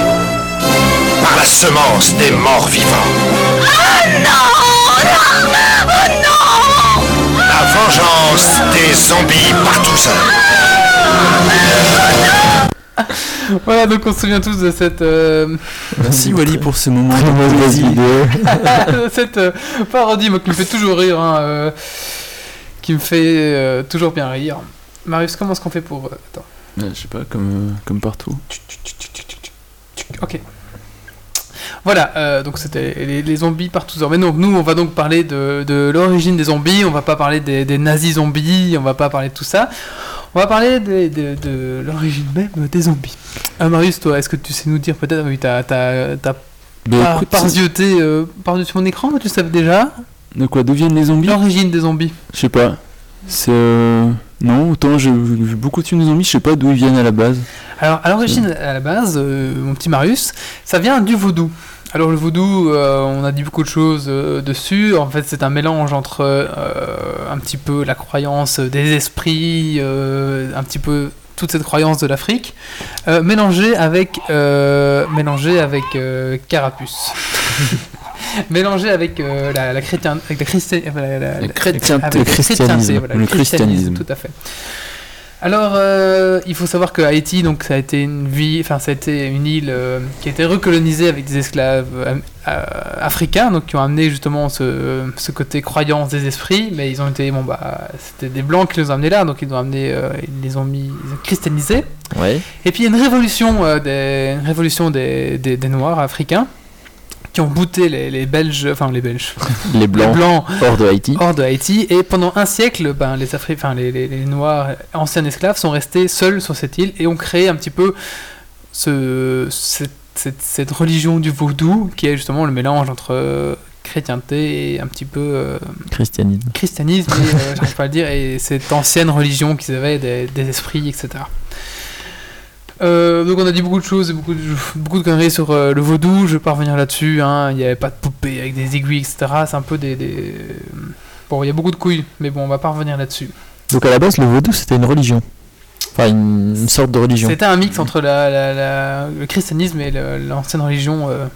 par la semence des morts vivants.
oh
Oh non La vengeance des zombies partout
Voilà, donc on se souvient tous de cette, euh,
Merci Wally pour ce moment.
Très mauvaise vidéo.
de cette euh, parodie, moi, qui me fait toujours rire, hein, euh, qui me fait euh, toujours bien rire. Marius, comment est-ce qu'on fait pour... euh, Attends,
Ouais, Je sais pas, comme, euh, comme partout.
ok. Voilà, euh, donc c'était les, les zombies partout. Mais non, nous, on va donc parler de, de l'origine des zombies, on va pas parler des, des nazis zombies, on va pas parler de tout ça. On va parler des- de, de l'origine même des zombies. Ah, Marius, toi, est-ce que tu sais nous dire peut-être... ah Oui, t'as... t'as- t'as
Mais
par,
Bah, écoute,
parzioté, euh, par-dessus mon écran, tu savais déjà
de quoi D'où viennent les zombies
L'origine des zombies.
Je sais pas. C'est. euh, Non, autant j'ai vu beaucoup de films de zombies, je sais pas d'où ils viennent à la base.
Alors, à l'origine, à la base, euh, mon petit Marius, ça vient du vaudou. Alors, le vaudou, euh, on a dit beaucoup de choses euh, dessus. En fait, c'est un mélange entre euh, un petit peu la croyance des esprits, euh, un petit peu toute cette croyance de l'Afrique, euh, mélangée avec, euh, mélangée avec euh, Carapuce. mélangée avec, euh, la, la, chrétien- avec la christi- euh, la- la- la-
chrétienté.
avec le
christianisme.
voilà,
Le christianisme.
Tout à fait. Alors, euh, il faut savoir que Haïti, donc, ça a été une vie, enfin, ça a été une île euh, qui a été recolonisée avec des esclaves euh, euh, africains, donc qui ont amené justement ce, ce côté croyance des esprits, mais ils ont été, bon bah, c'était des blancs qui les ont amenés là, donc ils ont amené, euh, ils les ont mis, ils ont christianisés.
Ouais.
Et puis il y a une révolution, euh, des, une révolution des, des, des noirs africains qui ont bouté les, les Belges, enfin les Belges,
Les
les
blancs
blancs
hors de Haïti.
hors de Haïti. Et pendant un siècle, ben, les, Afri- enfin, les, les- les Noirs, anciens esclaves, sont restés seuls sur cette île et ont créé un petit peu ce, cette, cette- cette religion du vaudou qui est justement le mélange entre euh, chrétienté et un petit peu euh,
Christianisme.
christianisme, et, euh, j'arrive pas à le dire, et cette ancienne religion qu'ils avaient des, des esprits, etc. Euh, donc on a dit beaucoup de choses, et beaucoup de, beaucoup de conneries sur euh, le vaudou, je vais pas revenir là-dessus, hein, il n'y avait pas de poupée avec des aiguilles, etc. C'est un peu des... des- Bon, il y a beaucoup de couilles, mais bon, on va pas revenir là-dessus.
Donc à la base, le vaudou c'était une religion. Enfin, une, une sorte de religion.
C'était un mix entre la, la- la- le christianisme et le- l'ancienne religion... euh,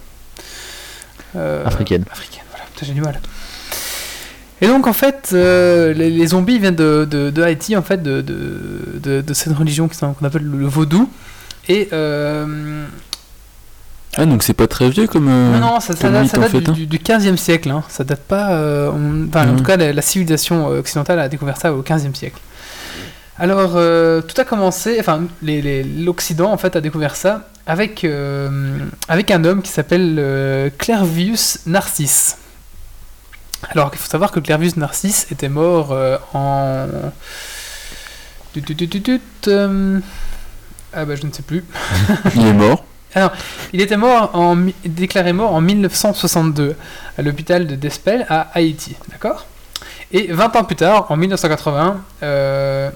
euh,
Africaine.
africaine, voilà, Putain, j'ai du mal. Et donc en fait, euh, les, les zombies viennent de, de- de Haïti, en fait, de, de, de- de cette religion qui s'en- qu'on appelle le, le vaudou. Et euh,
Ah, donc c'est pas très vieux comme. euh,
non, non, ça, ça
comment
date,
ils
ça
t'en
date
fêtent, hein
du, du 15e siècle. hein. Ça date pas. euh, on- enfin, en
Mhm.
tout cas, la, la civilisation euh, occidentale a découvert ça au 15e siècle. Alors, euh, tout a commencé. Enfin, les- les- l'Occident en fait a découvert ça avec euh, avec un homme qui s'appelle euh, Clervius Narcisse. Alors, il faut savoir que Clervius Narcisse était mort euh, en. Tut, tut, tut, tut, tut, euh, Ah bah je ne sais plus.
Il est mort.
Il était mort en, mi- déclaré mort en 1962 à l'hôpital de Despel à Haïti, d'accord Et 20 ans plus tard, en 1980, euh,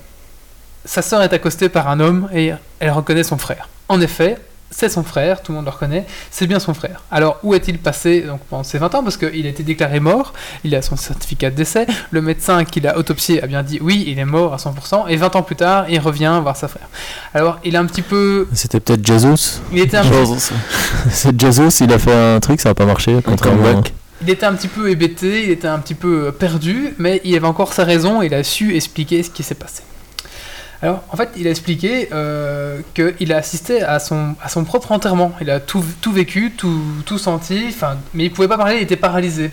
sa sœur est accostée par un homme et elle reconnaît son frère. En effet, c'est son frère, tout le monde le reconnaît, c'est bien son frère. Alors où est-il passé donc, pendant ces 20 ans Parce qu'il a été déclaré mort, il a son certificat de décès, le médecin qui l'a autopsié a bien dit oui, il est mort à 100%, et 20 ans plus tard, il revient voir sa frère. Alors il a un petit peu...
C'était peut-être Jesus.
Il était un peu
C'est Jesus, il a fait un truc, ça n'a pas marché. Contrairement.
comeback.
Il était un petit peu hébété, il était un petit peu euh, perdu, mais il avait encore sa raison et il a su expliquer ce qui s'est passé. Alors, en fait, il a expliqué euh, qu'il a assisté à son, à son propre enterrement. Il a tout, tout vécu, tout, tout senti, enfin, mais il pouvait pas parler, il était paralysé.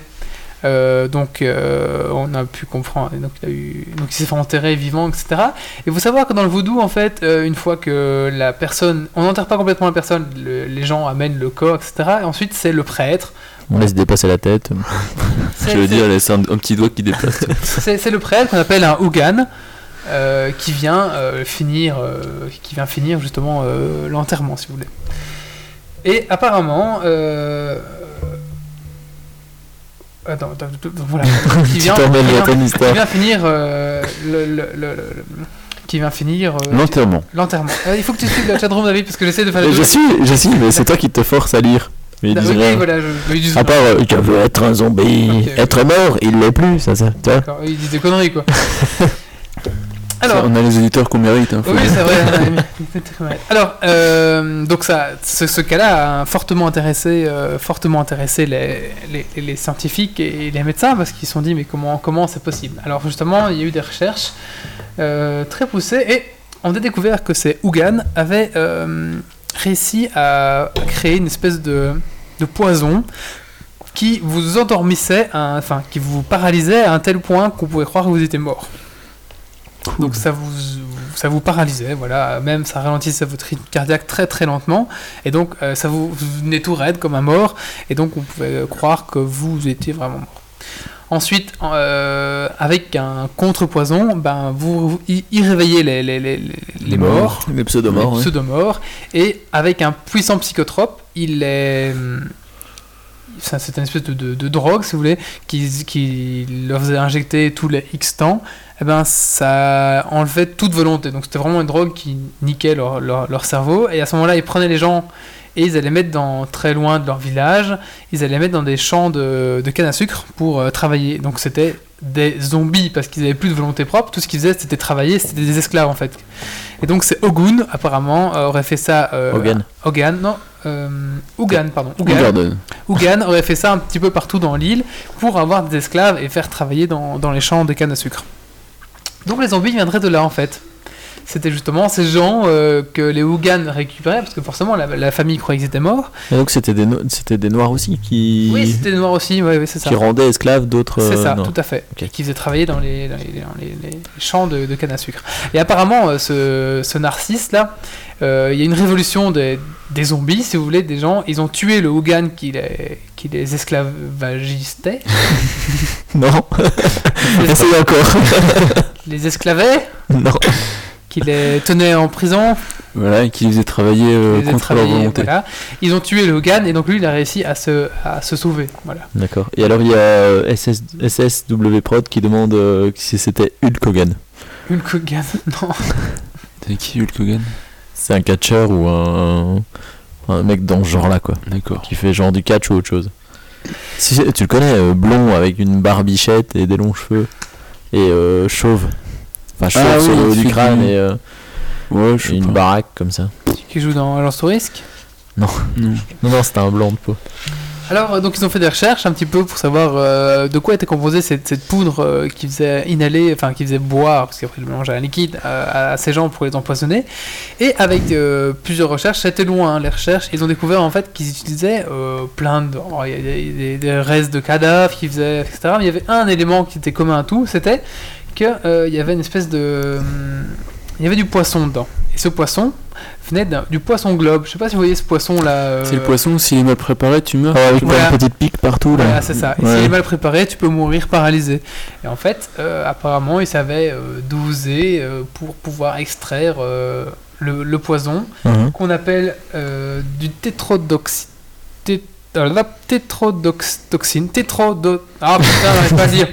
Euh, donc, euh, on a pu comprendre. et Donc, il, a eu- donc, il s'est fait enterrer vivant, etc. Et vous savoir que dans le vaudou, en fait, euh, une fois que la personne. On n'enterre pas complètement la personne, le- les gens amènent le corps, etc. Et ensuite, c'est le prêtre.
On laisse dépasser la tête.
C'est-
Je veux dire, c'est un, un petit doigt qui déplace.
C'est c'est le prêtre qu'on appelle un Hougan euh, qui vient euh, finir, euh, qui vient finir justement euh, l'enterrement, si vous voulez. Et apparemment, euh... attends, attends, attends, voilà, qui
Tu
vient,
t'emmènes
qui
dans
vient-
ton
qui
histoire.
vient finir euh, le, le- le- le- le- qui vient finir euh,
L'enterrement.
l'enterrement. Euh, il faut que tu suives la chatroom David parce que j'essaie de faire. les
Je
deux.
suis, je suis, mais c'est toi qui te force à lire. Mais ils
Ah,
disent
oui,
rien.
voilà, je, ils disent-
À part, euh, je veux être un zombie.
Ok, ok.
être mort, il l'est plus, ça, ça. Tu vois
D'accord, ils disent des conneries quoi. Alors,
On a les auditeurs qu'on mérite. hein, faut-
Oui, c'est vrai. Alors, euh, donc ça, ce, ce cas-là a fortement intéressé, euh, fortement intéressé les, les- les scientifiques et les médecins parce qu'ils se sont dit mais comment comment c'est possible Alors justement, il y a eu des recherches euh, très poussées et on a découvert que ces Hougan avaient euh, réussi à créer une espèce de, de poison qui vous endormissait, à un- enfin qui vous paralysait à un tel point qu'on pouvait croire que vous étiez mort. Donc ça vous, ça vous paralysait, voilà. Même ça ralentissait votre rythme cardiaque très très lentement. Et donc euh, ça vous, vous venez tout raide comme un mort. Et donc on pouvait euh, croire que vous étiez vraiment mort. Ensuite, en- euh, avec un contrepoison, ben, vous, vous- y, y réveillez les, les, les, les- les
Morts.
morts
Les pseudomorts.
pseudomorts Et avec un puissant psychotrope, il est. hum, ça, C'est une espèce de, de- de drogue, si vous voulez, qui, qui leur faisait injecter tous les X temps. Et ben, ça enlevait toute volonté. Donc, c'était vraiment une drogue qui niquait leur, leur- leur cerveau. Et à ce moment-là, ils prenaient les gens et ils allaient les mettre dans, très loin de leur village. Ils allaient les mettre dans des champs de, de canne à sucre pour euh, travailler. Donc, c'était des zombies parce qu'ils n'avaient plus de volonté propre. Tout ce qu'ils faisaient, c'était travailler. C'était des esclaves, en fait. Et donc c'est Ogun, apparemment, euh, aurait fait ça. Euh,
Hogan.
Hogan, non. euh, Hogan, pardon.
Ou
Hogan,
Garden.
Hogan aurait fait ça un petit peu partout dans l'île pour avoir des esclaves et faire travailler dans, dans les champs de canne à sucre. Donc les zombies viendraient de là en fait. C'était justement ces gens euh, que les Hogan récupéraient, parce que forcément la, la famille croyait qu'ils étaient morts.
Et donc, c'était des, no- c'était des noirs aussi qui,
Oui, c'était des noirs aussi, ouais, ouais, c'est ça.
qui rendaient esclaves d'autres.
C'est
euh,
ça,
non.
tout à fait.
Ok.
Qui faisait travailler dans les, dans les- dans les- les champs de, de canne à sucre. Et apparemment, euh, ce, ce narcisse-là, euh, il y a une révolution des, des zombies, si vous voulez, des gens. Ils ont tué le Hogan qui les, qui les esclavagistait.
Non, essaye encore.
les esclavait,
non.
qui les tenait en prison.
Voilà, et qui les faisait travailler euh,
les
contre leur
travaillait,
volonté.
voilà. Ils ont tué le Hogan et donc lui, il a réussi à se, à se sauver. Voilà.
D'accord. Et alors, il y a euh, SS, SSW Prod qui demande euh, si c'était Hulk Hogan.
Hulk Hogan, non.
T'as qui Hulk Hogan
C'est un catcheur ou un, un mec dans ce genre-là, quoi.
D'accord.
Qui fait genre du catch ou autre chose. Si, c'est- tu le connais, euh, blond avec une barbichette et des longs cheveux. Et euh, chauve. Enfin, chauve
Ah
sur
oui,
le haut
il
du
fait
crâne
du-
et, euh,
Ouais,
et
je sais
une
pas.
baraque comme ça.
Qui joue dans Agence au risque.
Non.
Non, non, c'était un blond de peau.
Alors, euh, donc, ils ont fait des recherches un petit peu pour savoir euh, de quoi était composée cette, cette poudre euh, qui faisait inhaler, enfin, qui faisait boire, parce qu'après, ils le mélangeaient à un liquide, euh, à, à ces gens pour les empoisonner. Et avec euh, plusieurs recherches, c'était loin, hein, les recherches, ils ont découvert en fait qu'ils utilisaient euh, plein de. oh, Il y a des, des- des restes de cadavres qu'ils faisaient, etc. Mais il y avait un élément qui était commun à tout, c'était qu'il y avait une espèce de. hum, Il y avait du poisson dedans. Et ce poisson venait d'un- du poisson globe. Je sais pas si vous voyez ce poisson là.
C'est le
euh,
poisson, s'il est mal préparé, tu meurs.
Ah, avec
Voilà.
plein de petites piques partout, là.
voilà, c'est ça. Et
Ouais.
s'il est mal préparé, tu peux mourir paralysé. Et en fait, euh, apparemment, ils savaient euh, doser euh, pour pouvoir extraire euh, le, le poison
Mhm.
qu'on appelle euh, du tétrodoxy... tét- euh, la tétrodoxtoxine. Tétrodo... Ah putain, j'arrive pas à dire.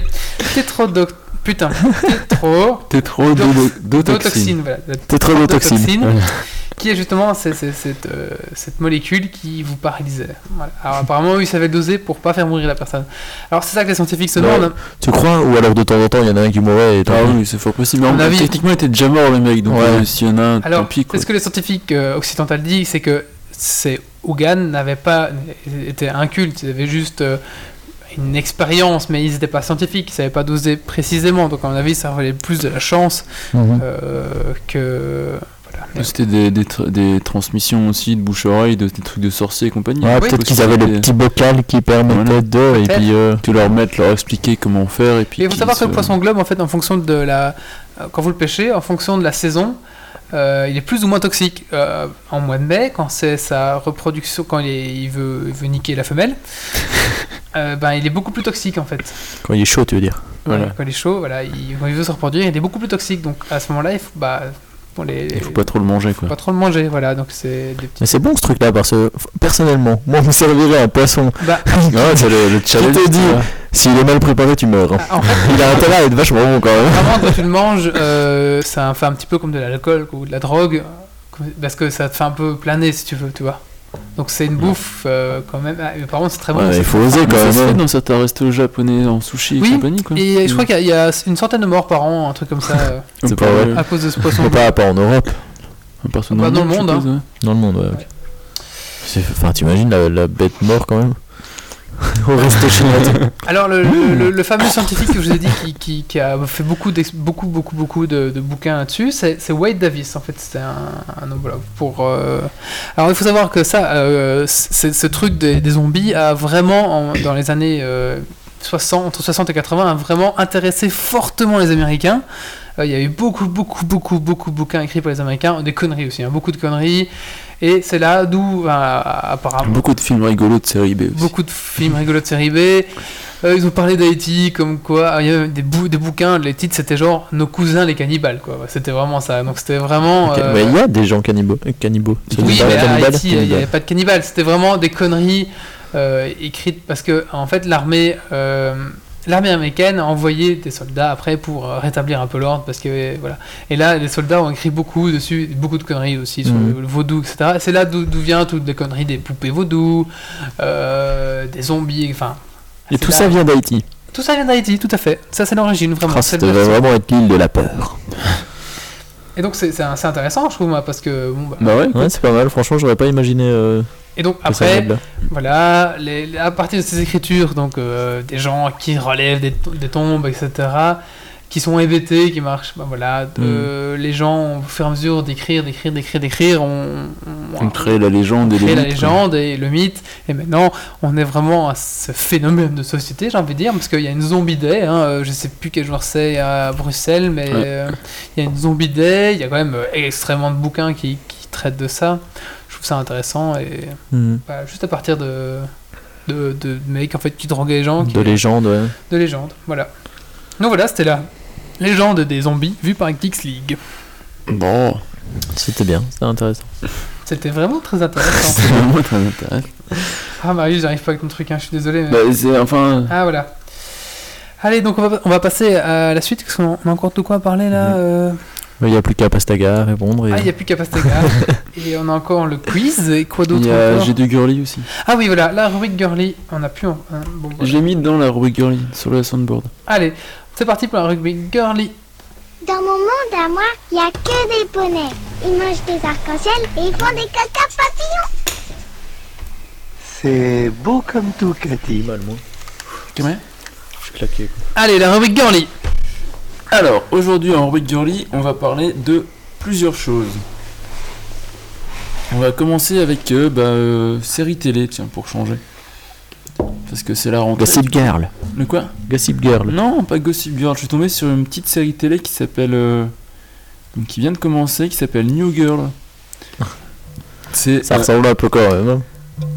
Tétrodox... Putain. Tétro...
Tétrodotoxine.
Dotoxine, voilà.
Tétrodotoxine.
Dotoxine. qui est justement c'est- c'est- cette, euh, cette molécule qui vous paralysait. Voilà. Alors apparemment, eux, ils savaient le doser pour pas faire mourir la personne. Alors c'est ça que les scientifiques se
Ouais.
Bah,
demandent.
Tu crois Ou alors de temps en temps, il y en a un qui mourait et tant
Ah
pis.
oui, c'est fort possible. Mais
À
en
mon avis-
techniquement, il était déjà mort, le mec. Donc,
Ouais.
euh, s'il y en a un, tant
Alors,
pis, quoi.
ce que les scientifiques euh, occidentaux disent, c'est que ces Ougan n'avaient pas été incultes, ils avaient juste euh, une expérience, mais ils n'étaient pas scientifiques, ils ne savaient pas doser précisément. Donc, à mon avis, ça valait plus de la chance
Mhm.
euh, que. Voilà. Mais-
C'était des, des, tra- des transmissions aussi de bouche-oreille, de, des trucs de sorciers et compagnie.
Ouais,
Oui,
peut-être qu'ils
possible,
avaient
mais-
le petit bocal qui permettait
Voilà.
de. Et
Peut-être.
puis. euh,
Tu leur mettre, leur expliquer comment faire et puis.
Et il faut
qu'ils
savoir que le
se-
poisson globe, en fait, en fonction de la. euh, Quand vous le pêchez, en fonction de la saison, euh, il est plus ou moins toxique. Euh, en mois de mai, quand c'est sa reproduction, quand il, est- il veut, il veut niquer la femelle, euh, ben, il est beaucoup plus toxique en fait.
Quand il est chaud, tu veux dire.
Voilà.
Ouais, Quand il est chaud, voilà, il, quand il veut se reproduire, il est beaucoup plus toxique. Donc à ce moment-là, il faut, bah, pour les,
Il faut pas trop le manger, quoi.
pas trop le manger. Voilà, donc c'est des petits.
Mais c'est bon ce truc-là, parce que f- personnellement, moi, je me servirais un poisson.
Bah,
Ouais, c'est le, le challenge. Je te dis, s'il est mal préparé, tu meurs.
ah, en fait,
Il a intérêt à être vachement bon quand même.
vraiment, quand tu le manges, euh, ça fait un petit peu comme de l'alcool ou de la drogue, comme- parce que ça te fait un peu planer si tu veux, tu vois. Donc c'est une bouffe euh, quand même. Ah, mais par contre, c'est très bon.
Ouais,
c'est-
il faut oser quand
Mais ça se fait
même. hein.
dans certains restos japonais en sushi
Oui,
et compagnie, quoi.
Et je crois qu'il y a- il y, a une centaine de morts par an, un truc comme ça, euh,
C'est pas vrai.
à cause de ce
Mais
poisson.
Pas, pas en Europe,
Un personnage
Bah, dans le
je
monde,
suppose, ouais.
dans le monde, ouais. ok. C'est- Enfin, t'imagines la, la bête mort quand même Au resto chinois.
Alors le, le- le- le fameux scientifique que je vous ai dit qui, qui- qui a fait beaucoup, d'ex- beaucoup, beaucoup, beaucoup de, de bouquins là-dessus, c'est c'est Wade Davis. En fait, c'était un, un homologue pour. euh, Alors il faut savoir que ça, euh, c'est- ce truc des, des zombies a vraiment en- dans les années euh, 60, entre 60 et 80, a vraiment intéressé fortement les Américains. Euh, Il y a eu beaucoup, beaucoup, beaucoup, beaucoup de bouquins écrits par les Américains, des conneries aussi, hein, beaucoup de conneries. Et c'est là d'où, ben, apparemment,
Beaucoup de films rigolos de série B aussi.
Beaucoup de films rigolos de série B. Euh, ils ont parlé d'Haïti, comme quoi. ah, Il y avait des, bou- des bouquins, les titres c'était genre Nos cousins les cannibales, quoi. C'était vraiment ça. Donc c'était vraiment.
Ok,
euh,
Mais il y a des gens cannibaux. Euh, cannibaux.
oui,
Cannibales,
mais à
cannibales,
Haïti, il n'y avait
cannibales.
pas de cannibales. C'était vraiment des conneries euh, écrites parce que, en fait, l'armée. euh, L'armée américaine a envoyé des soldats après pour euh, rétablir un peu l'ordre parce que euh, voilà. Et là, les soldats ont écrit beaucoup dessus, beaucoup de conneries aussi sur
Mhm.
le, le vaudou, etc. C'est là d'où d'où vient toutes les conneries des poupées vaudou, euh, des zombies, enfin.
Et
c'est
tout
là-
ça vient d'Haïti.
Tout ça vient d'Haïti, tout à fait. Ça, c'est l'origine, vraiment.
Ah, Ça
C'est le
devait
berceau.
vraiment être l'île de la peur.
Et donc, c'est c'est un- c'est intéressant, je trouve, moi, parce que. Bon, bah.
Bah ouais, ouais c'est pas mal. Franchement, j'aurais pas imaginé euh,
Et donc,
que ça
après,
vienne de là.
voilà, les- les- à partir de ces écritures, donc euh, des gens qui relèvent des, to- des tombes, etc., qui sont hébétés, qui marchent, bah, voilà, de- les gens, au fur et à mesure d'écrire, d'écrire, d'écrire, d'écrire, on, on-
On crée la légende et
créer
les
la
mythes,
légende et le mythe. Et maintenant, on est vraiment à ce phénomène de société, j'ai envie de dire, parce qu'il y a une zombie day. Hein, euh, je sais plus quel jour c'est à Bruxelles, mais
Ouais.
euh, il y a une zombie day. Il y a quand même euh, extrêmement de bouquins qui, qui traitent de ça. Je trouve ça intéressant et
Mhm.
bah, juste à partir de de, de mecs en fait qui droguaient les gens, qui-
De légende, ouais.
de légendes. Voilà. Donc voilà, c'était la légende des zombies vue par Geeks League.
quoi. Bon,
C'était bien, c'était intéressant.
C'était vraiment très intéressant.
c'est vraiment très intéressant.
ah Marius, j'arrive pas avec ton truc, hein, je suis désolé. mais-
Bah, c'est- enfin,
Ah voilà. Allez, donc on va, on va passer à la suite, parce qu'on on a encore de quoi parler
Mhm.
là. euh.
Il n'y a plus qu'à Pastaga à répondre. Et...
Ah, il n'y a plus qu'à Pastaga. et on a encore le quiz, et quoi
il
d'autre
y a
encore
J'ai du girly aussi.
Ah oui, voilà, la rubrique girly, on a plus... en- hein, bon, voilà.
J'ai mis dedans la rubrique girly sur le soundboard.
Allez, c'est parti pour la rubrique girly.
Dans mon monde à moi, il n'y a que des poneys. Ils mangent des arcs-en-ciel et ils font des caca papillons.
C'est beau comme tout, Cathy.
Allez, la rubrique girly.
Alors, aujourd'hui en rubrique girly, on va parler de plusieurs choses. On va commencer avec euh, bah, euh, série télé, tiens, pour changer. Parce que c'est la rentrée.
Gossip Girl.
Le quoi
Gossip Girl.
Non, pas Gossip Girl. Je suis tombé sur une petite série télé qui s'appelle. euh, donc qui vient de commencer, qui s'appelle New Girl. C'est
Ah.
euh,
Ça ressemble un peu quand même. hein.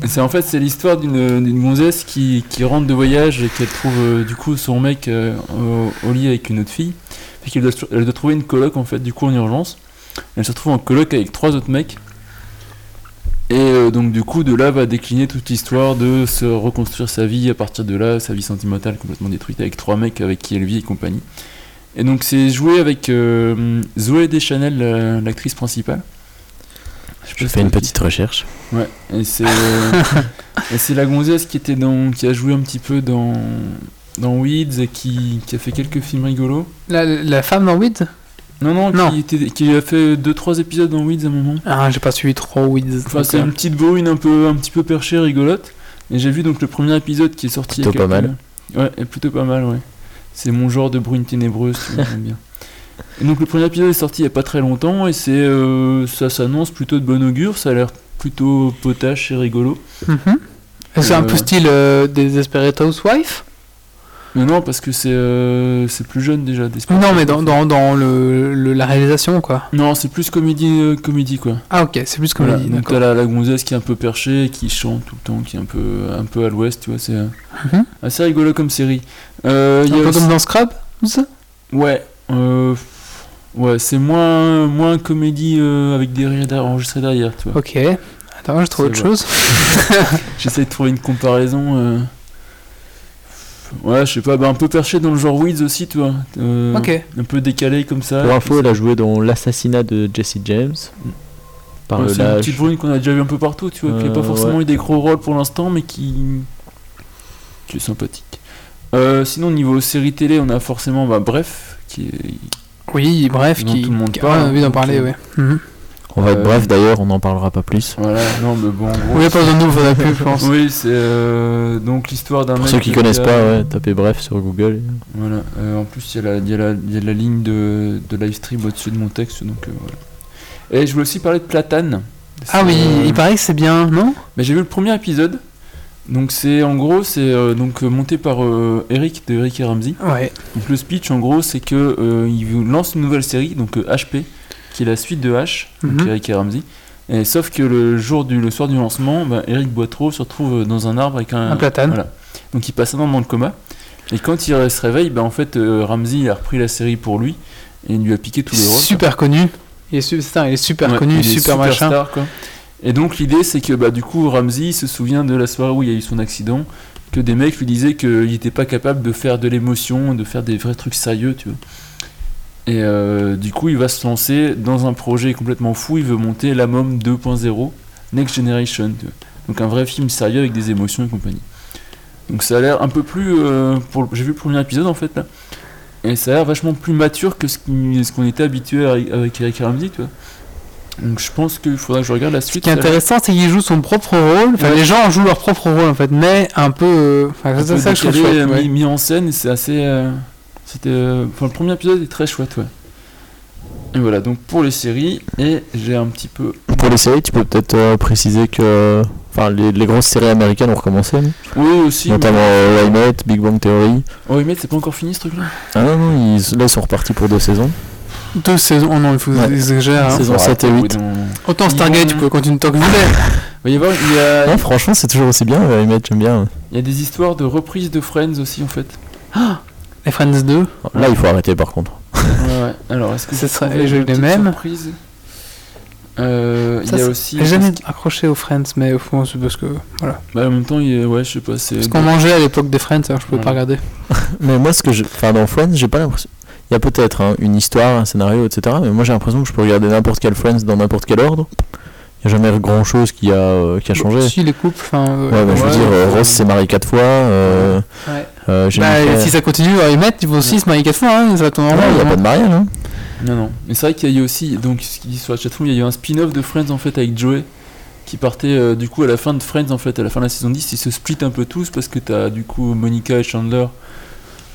c'est- en fait c'est l'histoire d'une d'une gonzesse qui, qui rentre de voyage et qu'elle trouve euh, du coup son mec euh, au, au lit avec une autre fille. Puis qu'elle doit, tr- elle doit trouver une coloc en fait du coup en urgence. Elle se retrouve en coloc avec trois autres mecs. Et euh, donc du coup de là va décliner toute l'histoire de se reconstruire sa vie à partir de là, sa vie sentimentale complètement détruite avec trois mecs avec qui elle vit et compagnie. Et donc c'est joué avec euh, Zoé Deschanel, la- l'actrice principale.
Je fais une petite recherche.
Ouais, et c'est euh, et c'est la gonzesse qui était dans qui a joué un petit peu dans dans Weeds et qui, qui a fait quelques films rigolos.
La, la femme dans Weeds
Non non,
Non.
Qui, était- qui a fait 2 3 épisodes dans Weeds à un moment.
Ah, j'ai pas suivi trop Weeds.
Enfin,
donc,
c'est
euh,
une petite bourrine un peu un petit peu perchée rigolote et j'ai vu donc le premier épisode qui est sorti il y a
Plutôt pas
quelques- Ouais, et plutôt pas mal, ouais. C'est mon genre de brune ténébreuse, tu vois, j'aime bien. Et donc le premier épisode est sorti il y a pas très longtemps et c'est euh, ça s'annonce plutôt de bon augure, ça a l'air plutôt potache et rigolo.
mhm. C'est un peu
Euh,
style euh, Desperate Housewife
Mais non, parce que c'est euh, c'est plus jeune déjà. Desperate
Non, mais dans, dans, dans le, le- la réalisation, quoi.
Non, c'est plus comédie, euh, comédie quoi.
Ah, ok, c'est plus
Voilà,
comédie.
donc
d'accord.
t'as la, la gonzesse qui est un peu perchée, qui chante tout le temps, qui est un peu, un peu à l'ouest, tu vois, c'est euh,
Mhm.
assez rigolo comme série. Euh, il y
Un
a
peu
aussi-
comme dans Scrub ça
Ouais, euh, ouais, c'est moins, moins comédie euh, avec des rires enregistrés derrière, tu vois.
Ok. Attends, je trouve
C'est
autre
bon.
chose.
J'essaie de trouver une comparaison. euh, Ouais, je sais pas, bah, un peu perché dans le genre Weeds aussi, tu vois. euh,
Ok.
Un peu décalé comme ça.
Pour info, elle a joué dans l'assassinat de Jesse James. Par
Ouais,
le
c'est une
la-
petite brune qu'on a déjà vu un peu partout, tu vois, qui n'a
Euh,
pas forcément
ouais.
eu des gros rôles pour l'instant, mais qui... qui est sympathique. Euh, sinon, niveau série télé, on a forcément, bah, bref, qui est...
Oui, bref,
dont
qui.
tout le monde
qui- ah,
parle,
on a envie d'en
donc,
parler,
euh,
ouais. Mhm.
On va être
Euh,
bref d'ailleurs, on n'en parlera pas plus.
Voilà, non, mais bon, en gros,
Oui, pas besoin de nous, faudra plus, je pense.
Oui, c'est euh, donc l'histoire d'un
Pour
mec
ceux qui
a-
connaissent pas, ouais, tapez bref sur Google.
Voilà. euh, en plus, il y, a la- il y a la- il y a la ligne de, de live stream au-dessus de mon texte, donc euh, voilà. Et je voulais aussi parler de Platane.
Ah
C'est,
oui,
euh,
il paraît que c'est bien, non
Mais j'ai vu le premier épisode. Donc c'est en gros c'est euh, donc euh, monté par euh, Eric de Eric et Ramsey.
Ouais.
Donc le speech en gros c'est que euh, il vous lance une nouvelle série donc euh, HP qui est la suite de H donc
Mhm.
Eric et Ramsey. Et sauf que le jour du le soir du lancement, bah, Eric Boitreau se retrouve euh, dans un arbre avec un,
Un platane.
Voilà. Donc il passe un an dans le coma. Et quand il se réveille, bah, en fait euh, Ramsey il a repris la série pour lui et il lui a piqué tous les rôles.
Super connu. Il est, su- putain, il est super
Ouais,
connu,
il est
super, machin.
star, quoi. Et donc l'idée c'est que bah, du coup Ramsey se souvient de la soirée où il y a eu son accident, que des mecs lui disaient qu'il n'était pas capable de faire de l'émotion, de faire des vrais trucs sérieux, tu vois. Et euh, du coup il va se lancer dans un projet complètement fou, il veut monter la MOM 2.0, Next Generation, tu vois. Donc un vrai film sérieux avec des émotions et compagnie. Donc ça a l'air un peu plus... euh, pour le- J'ai vu le premier épisode en fait là. Et ça a l'air vachement plus mature que ce qui- ce qu'on était habitué à- avec Eric Ramsey, tu vois. Donc je pense qu'il faudra que je regarde la
Ce
suite.
qui est
ça a l'air
intéressant, c'est qu'il joue son propre rôle. Enfin,
Ouais.
les gens jouent leur propre rôle, en fait, mais un peu. euh, Enfin,
un
c'est
peu
ça que je trouve
décalé, euh,
chouette.
mis,
ouais.
mis en scène, et c'est assez... euh, C'était... euh, Enfin le premier épisode est très chouette, ouais. Et voilà, donc pour les séries, et j'ai un petit peu...
Pour les séries, tu peux peut-être euh, préciser que. Enfin, les, les grosses séries américaines ont recommencé, non
Oui aussi, mais...
notamment euh, Why Not, Big Bang Theory.
Oh, mais c'est pas encore fini ce truc-là
Ah non, non, ils, là ils sont repartis pour deux saisons.
Deux saisons. Oh non, il faut
Ouais.
exagérer. hein.
Saison
Ah, Ouais,
7 et
au bout
8.
d'un moment.
Autant
Ils
Stargate,
vont-
tu peux continuer tant que vous voulez.
Il va y avoir... il y a-
Non, franchement, c'est toujours aussi bien, Why Not, j'aime bien.
Il y a des histoires de reprises de Friends aussi en fait.
Les Friends 2.
Là, il faut arrêter par contre.
Ouais, ouais. Alors, est-ce que
Ce
vous
serait-
trouvez
je
une
l'ai
petite
même.
surprise
Ça,
Euh, Il y a
c'est-
aussi.
J'ai jamais accroché aux Friends, mais au fond, c'est parce que. Voilà.
Bah, en même temps, il y a- ouais, je sais pas. C'est.
Ce qu'on mangeait à l'époque des Friends, alors je pouvais
Ouais.
pas regarder.
Mais moi, ce que je. Enfin, dans Friends, j'ai pas l'impression. Il y a peut-être hein, une histoire, un scénario, etc. Mais moi, j'ai l'impression que je peux regarder n'importe quel Friends dans n'importe quel ordre. Il n'y a jamais grand chose qui a, euh, qui a changé.
Si, les couples, enfin. euh,
Ouais, bah, je veux
Ouais,
dire, euh,
ouais.
Ross s'est marié quatre fois. Euh,
Ouais.
euh,
Bah,
Jennifer-
si ça continue à émettre, ils vont aussi se marier quatre fois, hein, ça tombe en
Ouais,
rond,
il n'y a
hein.
pas de mariage, hein.
Non, non. Mais c'est vrai qu'il y a eu aussi. Donc, ce qu'ils disent sur la chatroom, il y a eu un spin-off de Friends en fait avec Joey. Qui partait euh, du coup à la fin de Friends en fait, à la fin de la saison 10. Ils se split un peu tous parce que t'as du coup Monica et Chandler.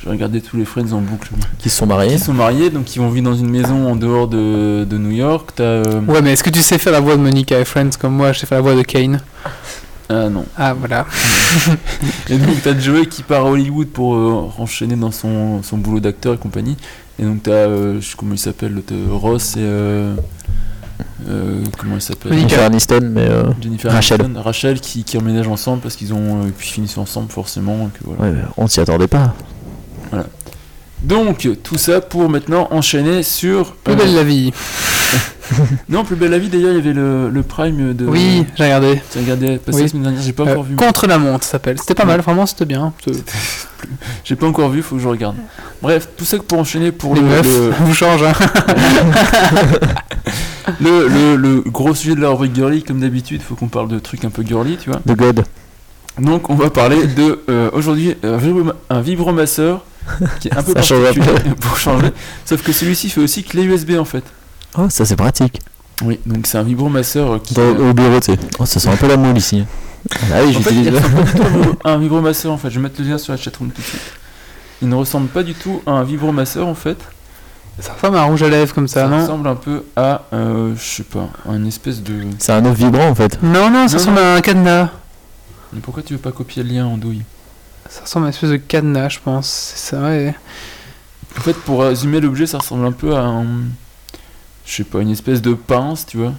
J'ai regardé tous les Friends en boucle.
Qui se sont mariés.
Ils sont mariés, donc ils vont vivre dans une maison en dehors de, de New York. T'as. euh,
Ouais, mais est-ce que tu sais faire la voix de Monica et Friends comme moi Je sais faire la voix de Kane.
Ah non.
Ah, voilà.
Et donc t'as Joey qui part à Hollywood pour euh, enchaîner dans son, son boulot d'acteur et compagnie. Et donc t'as, euh, je sais comment il s'appelle, l'autre, euh, Ross et... euh, euh, comment il s'appelle
Monica.
Jennifer Aniston, mais. euh,
Jennifer
Rachel.
Aniston, Rachel qui, qui emménagent ensemble parce qu'ils ont... euh, puis finissent ensemble forcément. et que voilà.
ouais, on s'y attendait pas.
Donc tout ça pour maintenant enchaîner sur...
Plus
euh,
belle la vie.
Non, plus belle la vie d'ailleurs, il y avait le, le prime de...
Oui, j'ai regardé.
Tu regardais passer
Oui.
la semaine dernière, j'ai pas
Euh,
encore vu.
Contre la montre ça s'appelle. C'était pas mal, vraiment, c'était bien. C'est-
J'ai pas encore vu, faut que je regarde. Bref, tout ça pour enchaîner pour
Les
le-
meufs,
le,
vous change. Hein.
le, le, le gros sujet de la rubrique girly, comme d'habitude, faut qu'on parle de trucs un peu girly, tu vois.
De God.
Donc on va parler de euh, aujourd'hui un vibro- un vibromasseur qui est un peu
Ça change un peu.
particulier pour changer. Sauf que celui-ci fait aussi clé USB en fait.
Oh, ça c'est pratique.
Oui, donc c'est un vibromasseur euh, qui
Dans- au bureau, tu sais. Oh, ça sent un peu la moule ici. Ah oui,
En fait,
j'utilise.
il ressemble pas du tout à un vibro- à un vibromasseur en fait. Je vais mettre le lien sur la chatroom tout de suite. Il ne ressemble pas du tout à un vibromasseur en fait.
Ça ressemble à un rouge à lèvres comme ça,
Ça
non
ressemble un peu à, euh, je sais pas, à une espèce de.
C'est un œuf vibrant en fait.
Non, non, ça
Non,
ressemble à un cadenas.
Mais pourquoi tu veux pas copier le lien en douille
Ça ressemble à une espèce de cadenas, je pense. C'est ça, ouais.
En fait, pour résumer l'objet, ça ressemble un peu à un. Je sais pas, une espèce de pince, tu vois.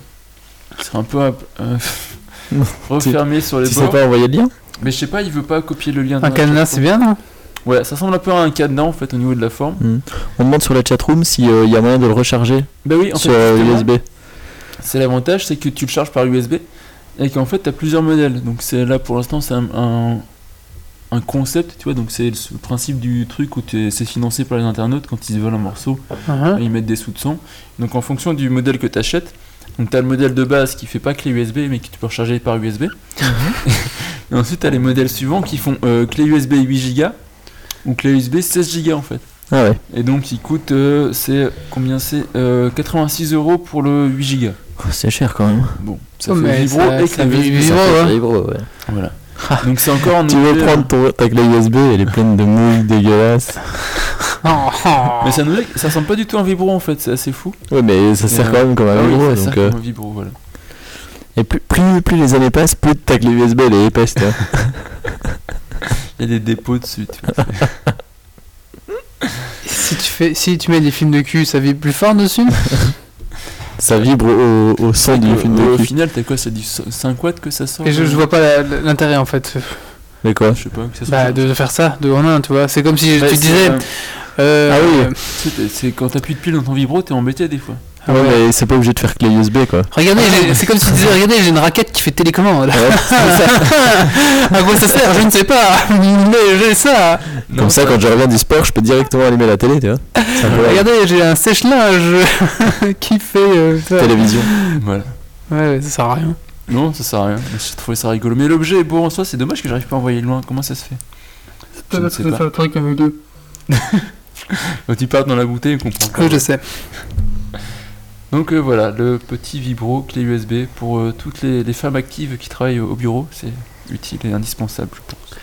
C'est un peu. à- euh, refermé sur les
Tu sais
bords.
pas envoyer le lien
Mais je sais pas, il veut pas copier le lien. dans
Un
la
cadenas,
chatroom.
c'est bien, non
Ouais, ça ressemble un peu à un cadenas en fait au niveau de la forme.
On demande sur la chatroom s'il y a moyen de le recharger
Bah oui, en fait,
sur euh,
justement,
USB.
c'est l'avantage, c'est que tu le charges par USB et qu'en fait, t'as plusieurs modèles. Donc c'est là pour l'instant, c'est un, un, un concept, tu vois. Donc c'est le principe du truc où t'es- c'est financé par les internautes quand ils veulent un morceau.
Hein
ils mettent des sous de sang. Donc en fonction du modèle que tu achètes, donc tu as le modèle de base qui fait pas clé USB mais que tu peux recharger par USB. et ensuite tu as les modèles suivants qui font euh, clé USB 8 Go ou clé USB 16 Go en fait.
Ah ouais.
Et donc il coûte euh, c'est combien c'est Euh, 86 euros pour le 8 Go.
Oh, c'est cher quand même.
Bon, ça
Oh,
fait
mais
vibro
ça-
et
ça
clé
fait
USB.
vibro,
Ça fait
hein.
vibro, ouais.
Voilà. Donc c'est encore en
Tu veux
effet,
prendre ton, ta clé USB, elle est pleine de moules dégueulasses.
Oh, oh.
mais ça nous ça ressemble pas du tout à un vibro en fait, c'est assez fou.
Ouais, mais ça sert
Ouais.
quand même comme un
Ah oui,
vibro.
ça sert
donc, euh,
comme un vibro, voilà.
Et plus, plus, plus les années passent, plus ta clé USB elle est épaisse. tu vois.
Il y a des dépôts dessus. tu vois.
Si tu, fais, si tu mets des films de cul, ça vibre plus fort dessus
ça vibre au, au son du
Au-
film
au,
de cul.
final, t'as quoi C'est du so- 5 watts que ça sort euh,
Et je, je vois pas la- l'intérêt en fait.
Mais quoi
Je sais pas. que ça
Bah,
sorte.
de, de faire ça, de en un, tu vois. C'est comme si
Ouais,
tu
c'est,
disais.
euh,
euh,
Ah oui.
euh,
tu sais, t'es- c'est quand t'appuies de pile dans ton vibro, t'es embêté des fois.
ah
ouais,
ouais.
mais c'est pas obligé de faire clé USB quoi.
Regardez,
Ah
j'ai- c'est comme si tu disais, regardez, j'ai une raquette qui fait télécommande.
Ouais.
à quoi ça sert Je ne sais pas. Mais j'ai ça.
Comme ça, quand je reviens du sport, je peux directement allumer la télé, tu vois. C'est un peu la
Regardez, j'ai un sèche-linge qui fait. euh, ça.
télévision.
Voilà.
Ouais, ouais, ça sert à rien.
Non, ça sert à rien. Mais J'ai trouvé ça rigolo. Mais l'objet est beau en soi, c'est dommage que j'arrive pas à envoyer loin. Comment ça se fait Je ne sais pas.
un truc avec deux.
Quand tu parles dans la bouteille, on comprend pas.
Oui, Ah, je sais.
Donc euh, voilà, le petit vibro clé USB pour euh, toutes les, les femmes actives qui travaillent au au bureau. C'est utile et indispensable, je pense.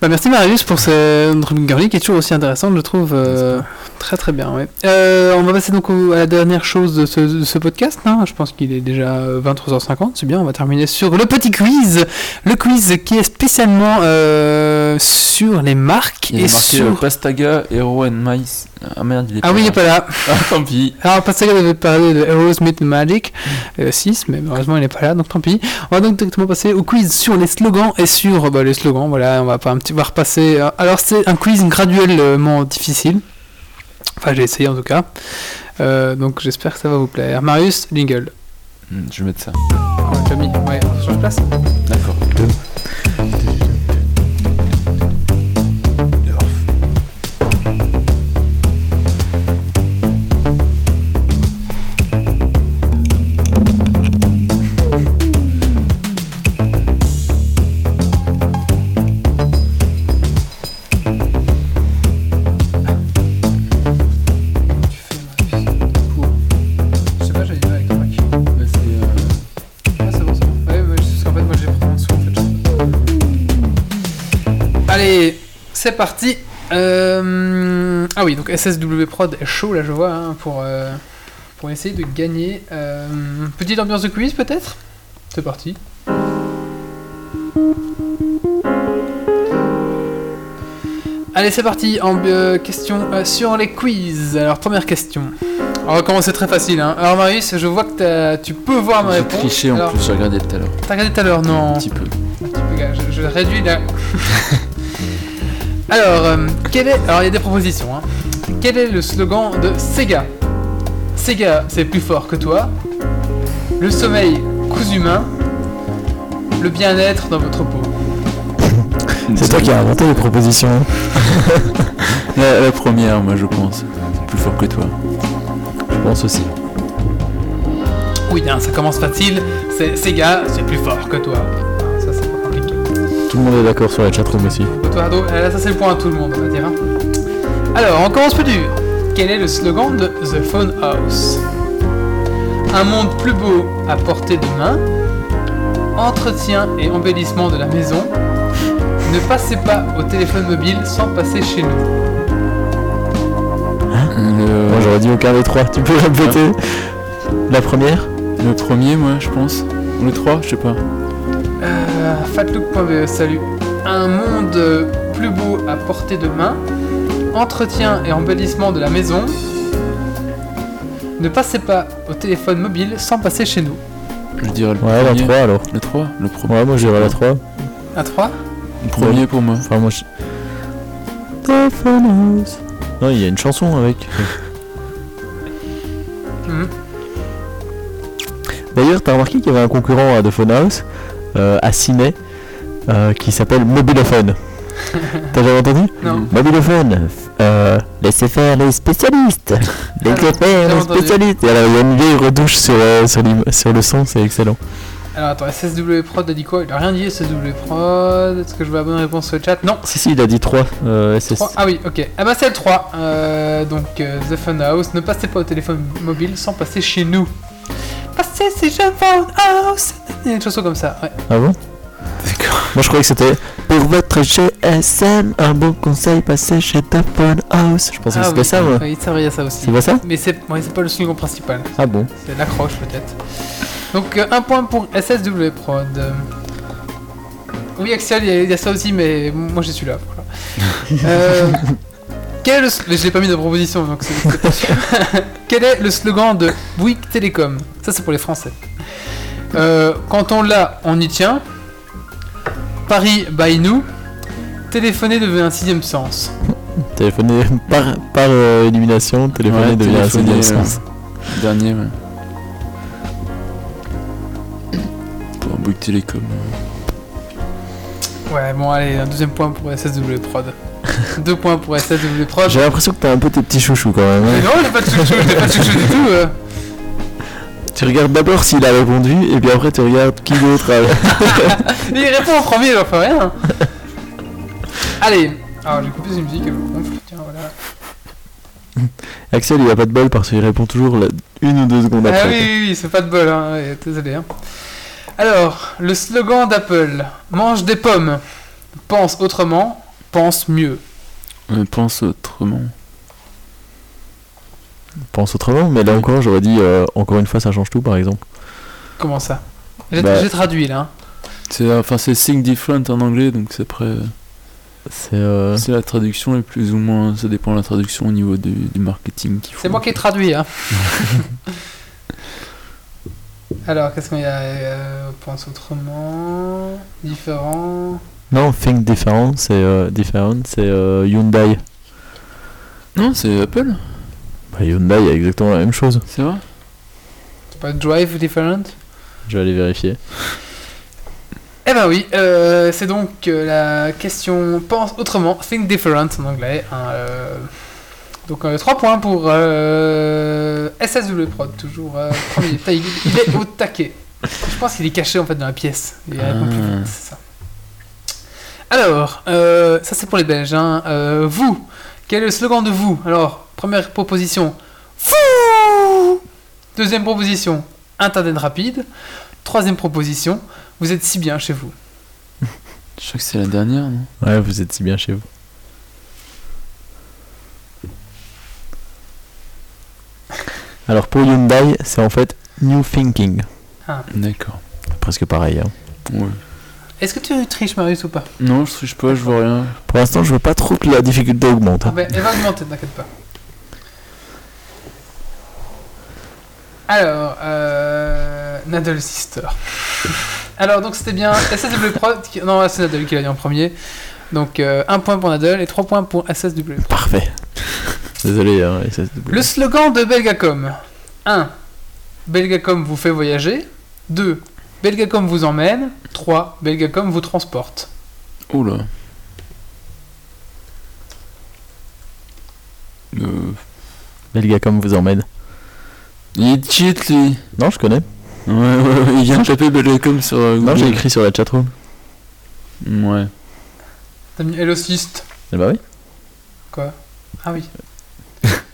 Bah, merci Marius pour cette rubrique girly qui est toujours aussi intéressante, je trouve. euh, très très bien, ouais. Euh, on va passer donc au- à la dernière chose de ce, de ce podcast. hein. Je pense qu'il est déjà euh, 23h50, c'est bien. On va terminer sur le petit quiz. Le quiz qui est spécialement euh, sur les marques.
Il y
et
a marqué
sur...
euh, Pastaga, Hero and Mice. Ah merde, il est
Ah
pas
oui, il
là.
est pas là.
Ah, tant pis.
Alors, parce qu'il avait parlé de Heroes Meet Magic euh, 6, mais malheureusement il n'est pas là, donc tant pis. On va donc directement passer au quiz sur les slogans et sur bah, les slogans. Voilà, on va pas un petit va repasser. euh, Alors, c'est un quiz graduellement difficile. Enfin, j'ai essayé en tout cas. Euh, donc, j'espère que ça va vous plaire. Marius, jingle.
Hmm, Je vais mettre ça.
Ouais, t'as mis. Ouais, on change de place.
D'accord.
Tu fais Marius pour. Je sais pas, j'ai du mal avec le Mac.
Là, c'est, euh,
Ouais, c'est bon, c'est bon. Ouais, ouais, parce qu'en fait, moi, j'ai pris en dessous, en fait. je- Allez, c'est parti. Euh, Ah oui, donc SSW Prod est chaud, là, je vois, hein, pour, euh, pour essayer de gagner. Euh, Petite ambiance de quiz, peut-être C'est parti. Allez, c'est parti. En, euh, question euh, sur les quiz. Alors, première question. On va commencer très facile. Hein. Alors, Marius, je vois que t'as- tu peux voir ma
J'ai
réponse.
triché en
Alors,
plus, j'ai regardé tout à l'heure.
T'as regardé tout à l'heure, non
Un petit peu.
Les gars, je, je réduis la. Alors, euh, quel est. Alors, il y a des propositions. Hein. Quel est le slogan de Sega Sega, c'est plus fort que toi. Le sommeil, cous humain. Le bien-être dans votre peau.
C'est toi qui as inventé les propositions. hein.
La, la première, moi je pense. Plus fort que toi.
Je pense aussi.
Oui, hein, ça commence facile. C'est Sega, c'est plus fort que toi. Enfin, ça, c'est pas compliqué.
Tout le monde est d'accord sur la chatroom aussi.
Eduardo, euh, ça c'est le point à tout le monde, on va dire. hein. Alors, on commence plus dur. Quel est le slogan de The Phone House Un monde plus beau à portée de main. Entretien et embellissement de la maison. Ne passez pas au téléphone mobile sans passer chez nous.
Euh,
Moi j'aurais dit aucun des trois, tu peux répéter La première
Le premier, moi, je pense. Ou le 3, je sais pas.
Euh, Fatlook.be, salut. Un monde euh, plus beau à portée de main. Entretien et embellissement de la maison. Ne passez pas au téléphone mobile sans passer chez nous.
Je dirais le
Ouais, la
premier.
3 alors.
Le 3 Le premier.
Ouais, moi j'irais la 3.
À 3
Le premier pour moi.
Enfin, moi je. Telephone house. Non, il y a une chanson avec.
Mhm.
Hmm. D'ailleurs, t'as remarqué qu'il y avait un concurrent à The Phone House, euh, à Ciné, euh, qui s'appelle Mobilophone. t'as jamais entendu
Non.
Mobilophone, euh, laissez faire les spécialistes Laissez faire
j'ai
les
entendu.
spécialistes Et alors, il y a une vieille retouche sur, euh, sur, l'im- sur le son, c'est excellent.
Alors attends, SSW Prod a dit quoi Il a rien dit, SSW Prod. Est-ce que je vois la bonne réponse sur le chat Non.
Si, si, il a dit 3. Euh, SS.
Trois. Ah oui, ok. Ah bah c'est le 3. Euh, donc euh, The Fun House. Ne passez pas au téléphone mobile sans passer chez nous. Passez chez The Fun House. Il y a une chanson comme ça, ouais.
Ah bon Moi je croyais que c'était pour votre GSM, un bon conseil passé chez The Phone House. Je pensais
Ah
que c'était
oui,
ça, moi.
Oui, c'est vrai, il y a ça aussi.
C'est pas ça
Mais c'est ouais, c'est pas le slogan principal,
Ah bon
c'est l'accroche peut-être. Donc euh, un point pour SSW Prod. Euh, Oui Axel, il y a- il y, a ça aussi, mais moi j'ai celui-là. voilà. Euh, quel est le s- mais Je l'ai pas mis de proposition, donc c'est c'est pas sûr. Quel est le slogan de Bouygues Télécom Ça c'est pour les Français. Euh, quand on l'a, on y tient. Paris by nous. Téléphoner devient un sixième sens.
Téléphoner par, par euh, élimination, téléphoner
Ouais,
devient un
téléphoner,
sixième sens.
Dernier, ouais. Pour un Bouygues Télécom.
Ouais, bon, allez, un deuxième point pour SSW Prod. Deux points pour SSW Prod.
J'ai l'impression que t'as un peu tes petits chouchous quand même.
Mais
hein.
non, j'ai pas de chouchou, j'ai pas de chouchou du tout. euh.
Tu regardes d'abord s'il a répondu et puis après tu regardes qui d'autre a.
Il répond en premier, j'en fais rien. Allez, alors Ah, j'ai coupé une musique, elle me gonfle, tiens, voilà.
Axel il a pas de bol parce qu'il répond toujours la- une ou deux secondes
Ah
après.
oui, oui, oui, c'est pas de bol, hein, ouais, désolé. hein. Alors, le slogan d'Apple mange des pommes, pense autrement, pense mieux.
On Euh, pense autrement.
Pense autrement, mais là encore j'aurais dit euh, encore une fois ça change tout par exemple.
Comment ça J'ai
Bah.
j'ai traduit là. hein.
C'est euh, enfin c'est think different en anglais donc c'est après euh,
C'est euh,
c'est la traduction et plus ou moins ça dépend de la traduction au niveau du, du marketing qu'il faut.
C'est moi qui ai traduit. Hein. Alors, qu'est-ce qu'on y a euh, Pense autrement, différent.
Non, Think Different, c'est euh, Different, c'est euh, Hyundai.
Non c'est Apple
Bah, Hyundai, il y a exactement la même chose.
c'est vrai.
C'est pas drive different
Je vais aller vérifier.
Eh ben oui, euh, c'est donc euh, la question pense autrement, think different en anglais. hein, euh. Donc 3 points pour euh, SSW Prod, toujours euh, premier. Putain, il, il est au taquet. Je pense qu'il est caché en fait dans la pièce. Il répond plus
Ah.
vite, c'est ça. Alors, euh, ça c'est pour les Belges. hein. Euh, vous, quel est le slogan de vous Alors, première proposition, fou Deuxième proposition, Internet rapide. Troisième proposition, vous êtes si bien chez vous.
Je crois que c'est la dernière non.
Ouais, vous êtes si bien chez vous. Alors pour Hyundai, c'est en fait New Thinking.
D'accord.
Presque pareil. hein.
Ouais.
Est-ce que tu triches Marius ou pas
Non je triche pas je vois rien.
Pour l'instant, je veux pas trop que la difficulté augmente.
Ah
hein.
ben, Elle va augmenter, t'inquiète pas. Alors, euh, Nadal Sister. Alors, donc c'était bien SSW Prod. qui- Non, c'est Nadal qui l'a dit en premier. Donc, euh, un point pour Nadal et trois points pour SSW.
Parfait. Désolé, hein, et ça-
Le slogan de Belgacom 1. Belgacom vous fait voyager. 2. Belgacom vous emmène. 3. Belgacom vous transporte.
Oh là. Euh...
Belgacom vous emmène.
Euh, Il est cheat lui.
Non, je connais.
Ouais, ouais, il vient taper Bellecom sur. euh,
Non,
Google.
j'ai écrit sur la chatroom.
Ouais.
T'as mis Hello Cyst.
Eh bah oui.
Quoi Ah oui.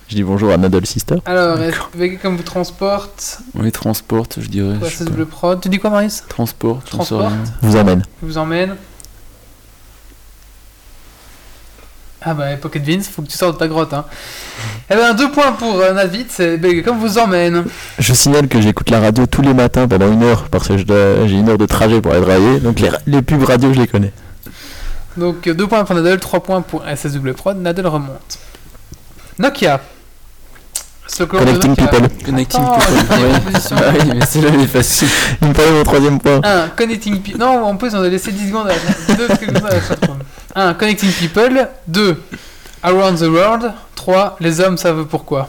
Je dis bonjour à Nadal Sister.
Alors, est-ce comme vous transporte
On les transporte, je dirais.
Quoi,
je sais
c'est
pas.
Bleu Prod Tu dis quoi, Marius
Transporte, j'en sais
Transporte
rien.
Vous amène.
Je vous emmène. Ah bah, Pocket Vince, faut que tu sortes de ta grotte. Hein. Eh ben, deux points pour euh, Nadvit, c'est ben, comme vous emmène.
Je signale que j'écoute la radio tous les matins pendant une heure parce que je dois- j'ai une heure de trajet pour aller travailler. Donc les, ra- les pubs radio, je les connais.
Donc, euh, deux points pour Nadal, trois points pour SSW Prod. Nadal remonte. Nokia. Slogan de
Connecting
Nokia.
people.
Connecting
Attends,
people.
j'ai une
ouais.
proposition.
Ah oui, mais c'est là, il est facile.
Il me fallait mon troisième point.
1. Connecting People. Non, en plus, on a laissé 10 secondes à la 2 secondes à la chatroom. 1. Connecting People. 2. Around the World. 3. Les hommes savent pourquoi.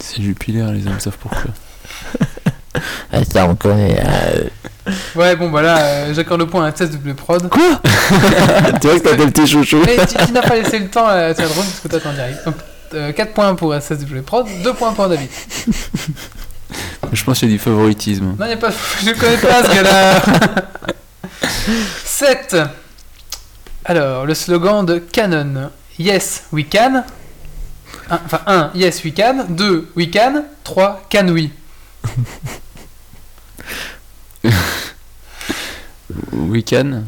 C'est Jupiler, les hommes savent pourquoi.
Ah, ça, on connaît. euh.
Ouais, bon, bah là, euh, j'accorde le point à SW Prod.
Quoi Tu vois que t'as tes chouchous.
Mais tu, tu n'as pas laissé le temps à la chatroom parce que t'attends en direct. Donc, 4 points pour SW Prod, 2 points pour David.
Je pense qu'il y a du favoritisme.
Non, y a pas. Je connais pas ce gars-là. 7. Alors, le slogan de Canon. Yes, we can. Un- Enfin, 1. Yes, we can. 2. We can. 3. Can we.
Weekend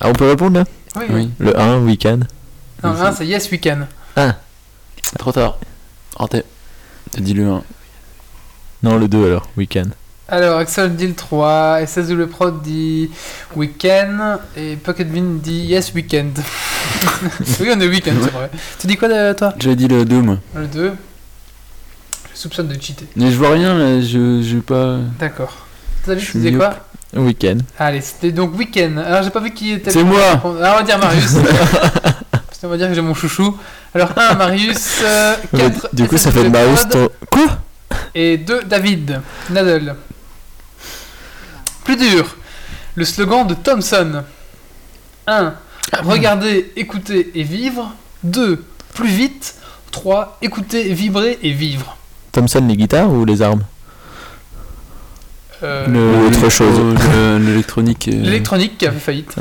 Ah, on peut répondre là
Oui.
Oui.
Le 1, week-end.
Non, 1, c'est yes, we can.
Trop tard. Raté. T'as dit le 1.
Non, le 2 alors, week-end.
Alors, Axel dit le 3. SSW Prod dit we can. Et Pocketvin dit yes, weekend. oui, on est weekend, c'est vrai. Tu dis quoi, euh, toi
J'avais dit le 2, moi.
Le 2. Je soupçonne de cheater.
Mais je vois rien, là, je j'ai pas.
D'accord. David,
Je
tu
suis
disais
myope.
quoi
Week-end.
Allez, c'était donc Week-end. Alors, j'ai pas vu qui était.
C'est moi.
Alors, on va dire Marius. Parce qu'on va dire que j'ai mon chouchou. Alors, 1 Marius, euh, 4
Ouais, du coup, ça fait de Marius ton. Quoi
Et 2 David, Nadal. Plus dur, le slogan de Thomson 1.
Ah
Regardez, écoutez et vivre. 2. Plus vite. 3. Écoutez, vibrer et vivre.
Thompson, les guitares ou les armes
Euh,
Ou autre chose.
Euh, le- L'électronique. euh,
L'électronique qui a fait faillite.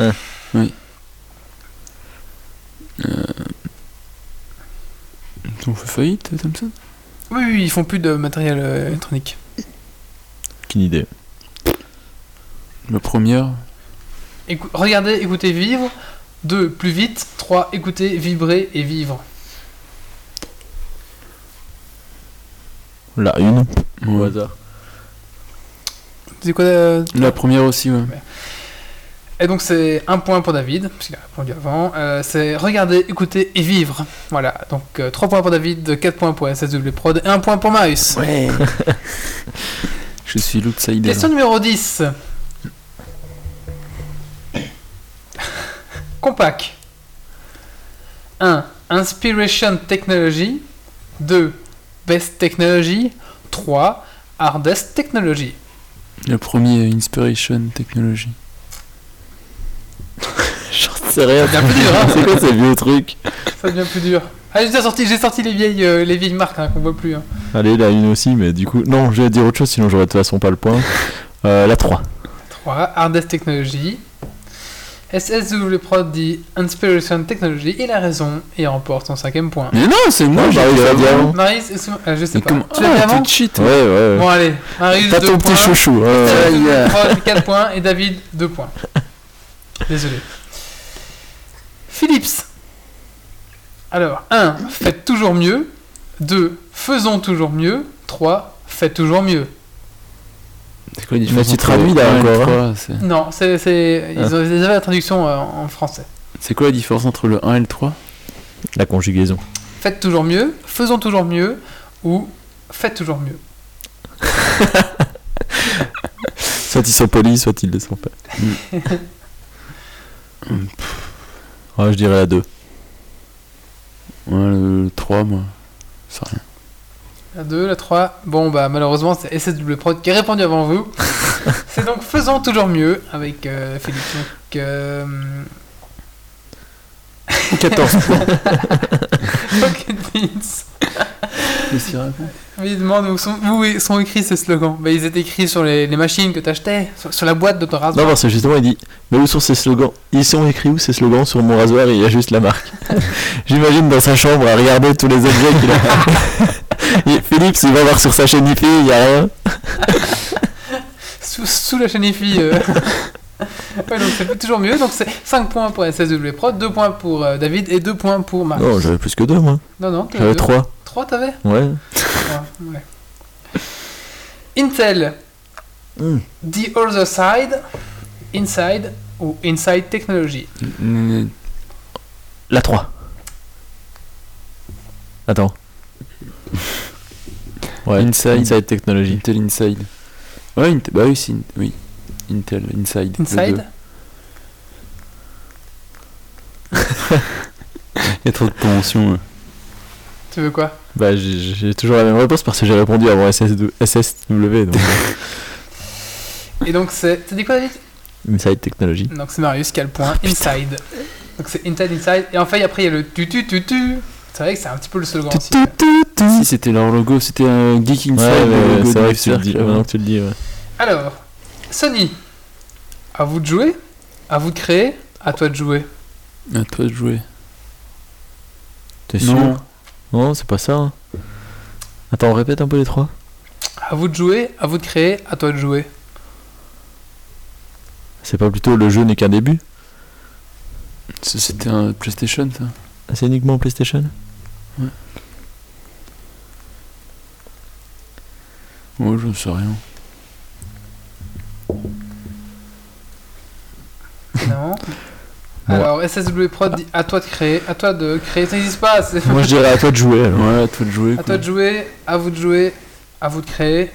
Ils ont fait faillite, Thompson
Oui, oui, ils font plus de matériel euh, électronique.
Aucune idée.
La première.
Écou- regardez, écoutez, vivre. 2. Plus vite. 3. Écoutez, vibrer et vivre.
La une. Au
Ouais.
hasard.
C'est quoi euh,
La première aussi, ouais.
Et donc c'est un point pour David, parce qu'il a répondu avant. Euh, c'est regarder, écouter et vivre. Voilà, donc 3 points pour David, 4 points pour SSW Prod et 1 point pour Marius.
Ouais. je suis l'outsider.
Question numéro 10. Compact. 1. Inspiration Technology. 2. Best Technology. 3. Hardest Technology.
hein. Le premier, Inspiration Technology.
J'en sais rien.
Ça devient plus dur, hein.
C'est quoi ce vieux truc
Ça devient plus dur. Ah, j'ai déjà sorti, j'ai sorti les vieilles, euh, les vieilles marques hein, qu'on voit plus. hein.
Allez, la une aussi, mais du coup. Non, je vais dire autre chose, sinon j'aurais de toute façon pas le point. Euh, la 3.
3, Hardest Technology. SSW Prod dit Inspiration Technology, il a raison et remporte son cinquième point.
Mais non, c'est moi,
Non, bah
j'ai
Marius
dit
a dit
avant.
avant.
Marius, est-ce que- euh, je sais
Mais
pas.
comment-
Tu l'as dit
Ah,
avant
t'es cheat.
Ouais, ouais.
Bon, allez, Marius,
T'as
2
ton
points.
petit chouchou. hein. ouais, ouais.
SSW Prod, 4 points et David, 2 points. Désolé. Philips. Alors, 1, faites toujours mieux. 2, faisons toujours mieux. 3, faites toujours mieux.
C'est quoi la
Mais
différence
tu
entre
traduis, là,
un et
encore,
trois, c'est-
Non, c'est, c'est- ils ont déjà la traduction euh, en français.
C'est quoi la différence entre le 1 et le 3
La conjugaison.
Faites toujours mieux, faisons toujours mieux ou faites toujours mieux.
Soit ils sont polis, soit ils le sont pas. Ouais, je dirais la 2.
Ouais, le 3, moi. C'est rien.
La 2, la 3. Bon, bah malheureusement, c'est SSW Prod qui a répondu avant vous. c'est donc faisons toujours mieux avec euh, Philippe. Donc, euh,
14.
Pocket Beans.
Mais si, réponds.
Mais il demande où sont, où est- sont écrits ces slogans. Bah, ils étaient écrits sur les, les machines que t'achetais, sur, sur la boîte de ton
Non,
rasoir.
parce que justement, il dit Mais où sont ces slogans Ils sont écrits où ces slogans Sur mon rasoir, il y a juste la marque. J'imagine dans sa chambre à regarder tous les objets qu'il a. Et Philips, il va voir sur sa chaîne IP, il n'y a rien.
Sous, sous la chaîne IFI. euh. ouais, donc c'est toujours mieux. Donc c'est 5 points pour SSW Pro, 2 points pour euh, David et 2 points pour Marc.
Non, j'avais plus que Ah. deux, moi.
Non, non, t'avais
J'avais
deux.
trois.
Trois, t'avais Ah,
Ouais.
Ouais, ouais. Intel,
Hmm.
The Other Side, Inside ou Inside Technology.
La 3. Attends. Ouais.
Inside.
Inside Technology.
Intel Inside. Ouais, Int- bah oui, c'est in- oui. Intel Inside. le
Inside
deux. Il y a trop de conventions. euh.
Tu veux quoi
Bah, j'ai j'ai toujours la même réponse parce que j'ai répondu avant SS2 SSW. Donc.
Et donc c'est. T'as dit quoi, David
Inside Technology.
Donc c'est Marius qui a le point
Ah,
Inside. Donc c'est Intel Inside. Et enfin, après, il y a le tu tu tu tu. C'est vrai que Ah, c'est un petit peu le slogan aussi.
Si c'était leur logo, c'était un Geek Inside.
Ouais, ouais,
le
ouais,
logo
c'est
du
vrai que tu le
cercle,
dis.
ouais.
Maintenant que tu le dis, ouais.
Alors, Sony, à vous de jouer, à vous de créer, à toi de jouer.
À toi de jouer.
T'es
Non.
sûr Non, c'est pas ça. hein. Attends, répète un peu les trois.
À vous de jouer, à vous de créer, à toi de jouer.
C'est pas plutôt le jeu n'est qu'un début
Ça, C'était un PlayStation, ça.
Ah, C'est uniquement PlayStation
Ouais, j'en sais rien.
Non.
Bon.
Alors, SSW Prod dit à toi de créer, à toi de créer, ça n'existe pas. c'est-
Moi je dirais à toi de jouer alors.
Ouais, à toi de jouer.
À
quoi.
toi de jouer, à vous de jouer, à vous de créer.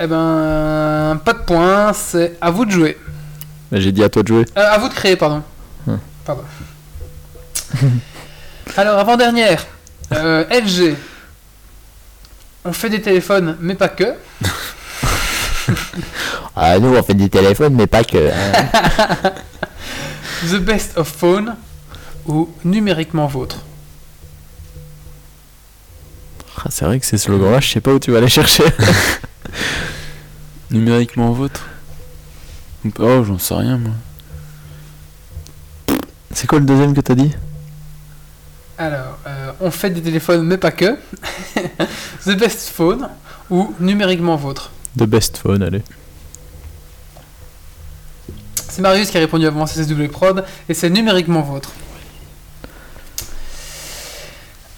Eh ben, pas de points, c'est à vous de jouer.
Bah, J'ai dit à toi de jouer.
Euh, à vous de créer, pardon.
Hmm.
Pardon. Alors, avant-dernière, euh, LG. On fait des téléphones, mais pas que.
Ah, nous on fait des téléphones, mais pas que.
The Best of Phone ou numériquement vôtre.
Ah, c'est vrai que ces slogans là, je sais pas où tu vas les chercher.
Numériquement vôtre. Oh, j'en sais rien, moi.
c'est quoi le deuxième que t'as dit
Alors, euh, on fait des téléphones, mais pas que. The Best Phone ou numériquement vôtre.
The best phone, allez.
C'est Marius qui a répondu avant CCW Prod et c'est numériquement vôtre.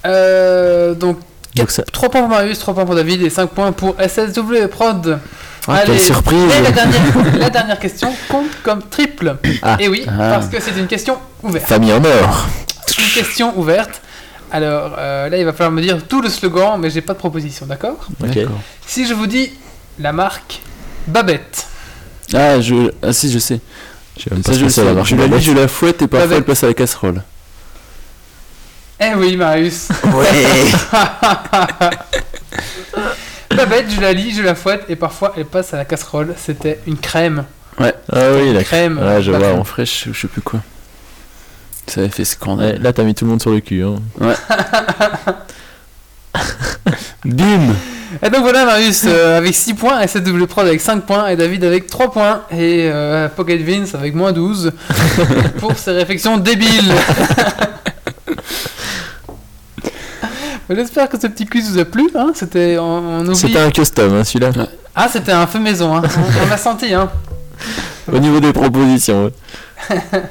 Euh, donc,
Donc ça.
3 points pour Marius, 3 points pour David et 5 points pour SSW Prod.
Ah, quelle surprise
Et la dernière, la dernière question compte comme triple.
Ah.
Et oui,
Ah.
parce que c'est une question ouverte.
Famille en or
Une question ouverte. Alors euh, là, il va falloir me dire tout le slogan, mais j'ai pas de proposition, d'accord
Ok.
D'accord.
Si je vous dis la marque Babette.
Ah, je... ah, si, je sais.
J'ai même
Ça, je
pas ce
le
que c'est la Ah,
sais.
marque
Je la lis,
Babette.
je la fouette et
Avec-
parfois elle passe à la casserole.
Eh oui, Marius.
Ouais
Babette, je la lis, je la fouette et parfois elle passe à la casserole. C'était une crème.
Ah oui, la
Crème.
Ouais, je vois.
Ouais,
on-
en fraîche, je sais plus quoi. Ça avait fait
Ouais,
scandale.
là t'as mis tout le monde sur le cul. Hein.
Bim
Et donc voilà, Marius euh, avec 6 points, et SW Prod avec 5 points, et David avec 3 points, et euh, Pocket Vince avec moins 12 pour ses réflexions débiles. Mais J'espère que ce petit quiz vous a plu. Hein. C'était, on, on oublie.
C'était un custom, hein, celui-là.
Ah, c'était un feu maison. Hein. On, on l'a senti. Hein.
Au niveau des propositions. ouais.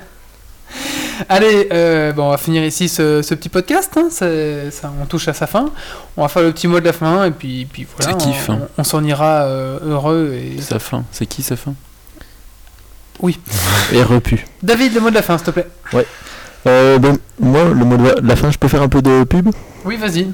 Allez, euh, bon, on va finir ici ce, ce petit podcast. hein, c'est- ça, on touche à sa fin. On va faire le petit mot de la fin et puis, puis voilà.
Ça kiffe,
on,
hein.
on- on s'en ira euh, heureux. Et...
Sa fin. C'est qui sa fin
Et repu.
David, le mot de la fin, s'il te plaît.
Euh, ben, moi, le mot de la- la fin, je peux faire un peu de pub
Oui, vas-y.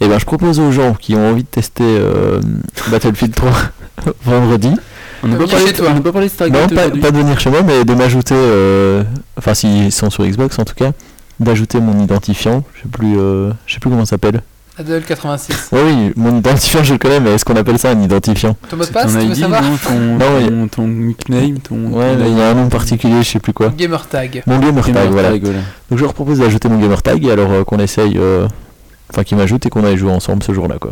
Et ben, je propose aux gens qui ont envie de tester euh, Battlefield 3 vendredi,
On n'a
Viens
pas, parlé
Euh, chez
de-
toi.
on n'a pas parlé de
non,
Stargate
pas,
aujourd'hui.
pas de venir chez moi, mais de m'ajouter, euh, enfin, s'ils sont sur Xbox en tout cas, d'ajouter mon identifiant, je sais plus, euh, je sais plus comment ça s'appelle.
Adel 86.
Oui, oui, mon identifiant, je le connais, mais est-ce qu'on appelle ça un identifiant
Ton mot de
C'est
passe,
ton
tu veux
ID,
savoir
non ton,
Non, ouais.
ton, ton nickname, ton...
Ouais,
ton
mais il
ID.
y a un nom particulier, je sais plus quoi.
Gamer tag.
Mon gamer tag,
Gamer
voilà.
tag, Bah, voilà.
Donc je leur propose d'ajouter mon gamer tag, et alors euh, qu'on essaye, euh, enfin, qu'ils m'ajoutent et qu'on aille jouer ensemble ce jour-là, quoi.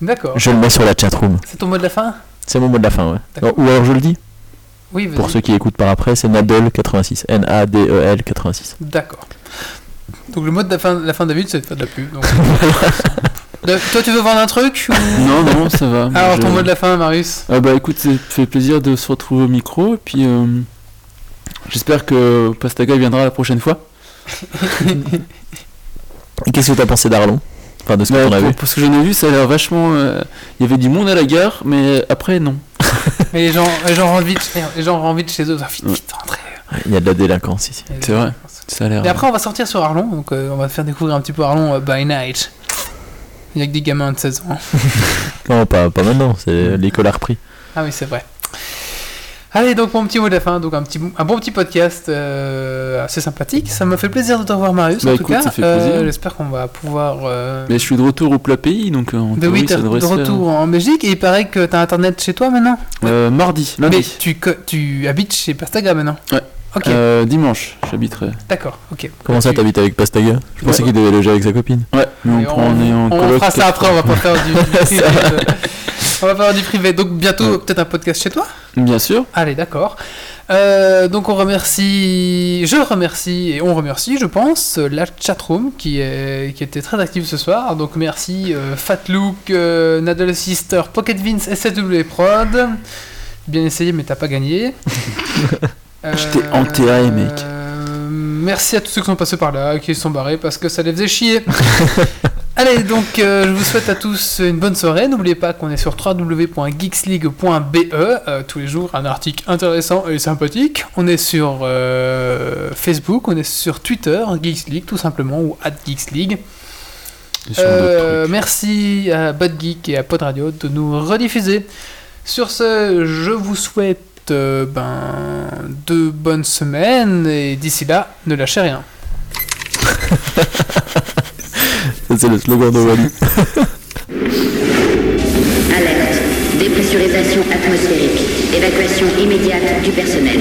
D'accord.
Je le mets sur la chatroom.
C'est ton mot de la fin
C'est mon mot de la fin, ouais. Non, ou alors je le dis
Oui,
Pour
vas-y.
ceux qui écoutent par après, c'est Nadel86. N-A-D-E-L 86.
D'accord. Donc le mot de la fin, la fin de David, c'est de faire de la pub. donc. De- toi, tu veux vendre un truc ou-
Non, non, ça va.
Alors,
Je-
ton mot de la fin, Marius
Ah bah écoute, ça fait plaisir de se retrouver au micro. Et puis, euh, j'espère que Pastaga viendra la prochaine fois.
Et Qu'est-ce que t'as pensé d'Arlon Enfin, de ce
Bah,
qu'on a
pour-
vu.
Parce que j'en ai vu, ça a l'air vachement. euh, Il y avait du monde à la gare, mais après, non.
Mais les gens, les gens rentrent vite, merde, les gens rentrent vite chez eux. Ah, vite, vite, rentrez.
Il y a de la délinquance ici.
C'est vrai, ça a l'air.
Et après, on va sortir sur Arlon, donc euh, on va te faire découvrir un petit peu Arlon euh, by night. Il n'y a que des gamins de 16 ans.
Non, pas, pas maintenant, c'est l'école a repris.
Ah oui, c'est vrai. Allez, donc mon petit mot de la fin, donc un, petit, un bon petit podcast euh, assez sympathique. Ça m'a fait plaisir de te revoir, Marius,
Bah,
en tout
écoute,
cas. Euh,
ça fait plaisir.
J'espère qu'on va pouvoir. euh,
Mais je suis de retour au plat pays, donc euh, en
de
théorie,
oui, t'es
ça
de
devrait se faire.
retour en Belgique et il paraît que t'as internet chez toi maintenant.
Euh, mardi,
Mais
lundi.
tu, co- tu habites chez Pastaga maintenant.
Ouais.
Ok,
Euh, dimanche, j'habiterai.
d'accord, ok.
Comment ça,
Tu-
t'habites avec Pastaga Je pensais
Ouais.
qu'il devait loger avec sa copine.
Ouais, mais on,
Et
prend, on est en
on
coloc.
fera ça
quatre-
après, on va pas faire du, du privé. on va pas faire du privé. Donc bientôt, peut-être un podcast chez toi
Bien sûr.
Allez, d'accord. Euh, donc on remercie, je remercie et on remercie, je pense, euh, la chatroom qui est qui était très active ce soir. Donc merci euh, Fatlook, euh, Nadal Sister, Pocket Vince, SW Prod. Bien essayé, mais t'as pas gagné.
Je t'ai enterré, mec.
Euh, Merci à tous ceux qui sont passés par là, qui se sont barrés parce que ça les faisait chier. Allez, donc euh, je vous souhaite à tous une bonne soirée. N'oubliez pas qu'on est sur www.geeksleague.be. euh, tous les jours, un article intéressant et sympathique. On est sur euh, Facebook, on est sur Twitter, Geeks League tout simplement, ou at Geeks League.
Et sur d'autres
Euh, merci à Bad Geek et à Pod Radio de nous rediffuser. Sur ce, je vous souhaite euh, ben, de bonnes semaines et d'ici là, ne lâchez rien.
Ça, C'est le slogan de Wally.
Alerte. Dépressurisation atmosphérique. Évacuation immédiate du personnel.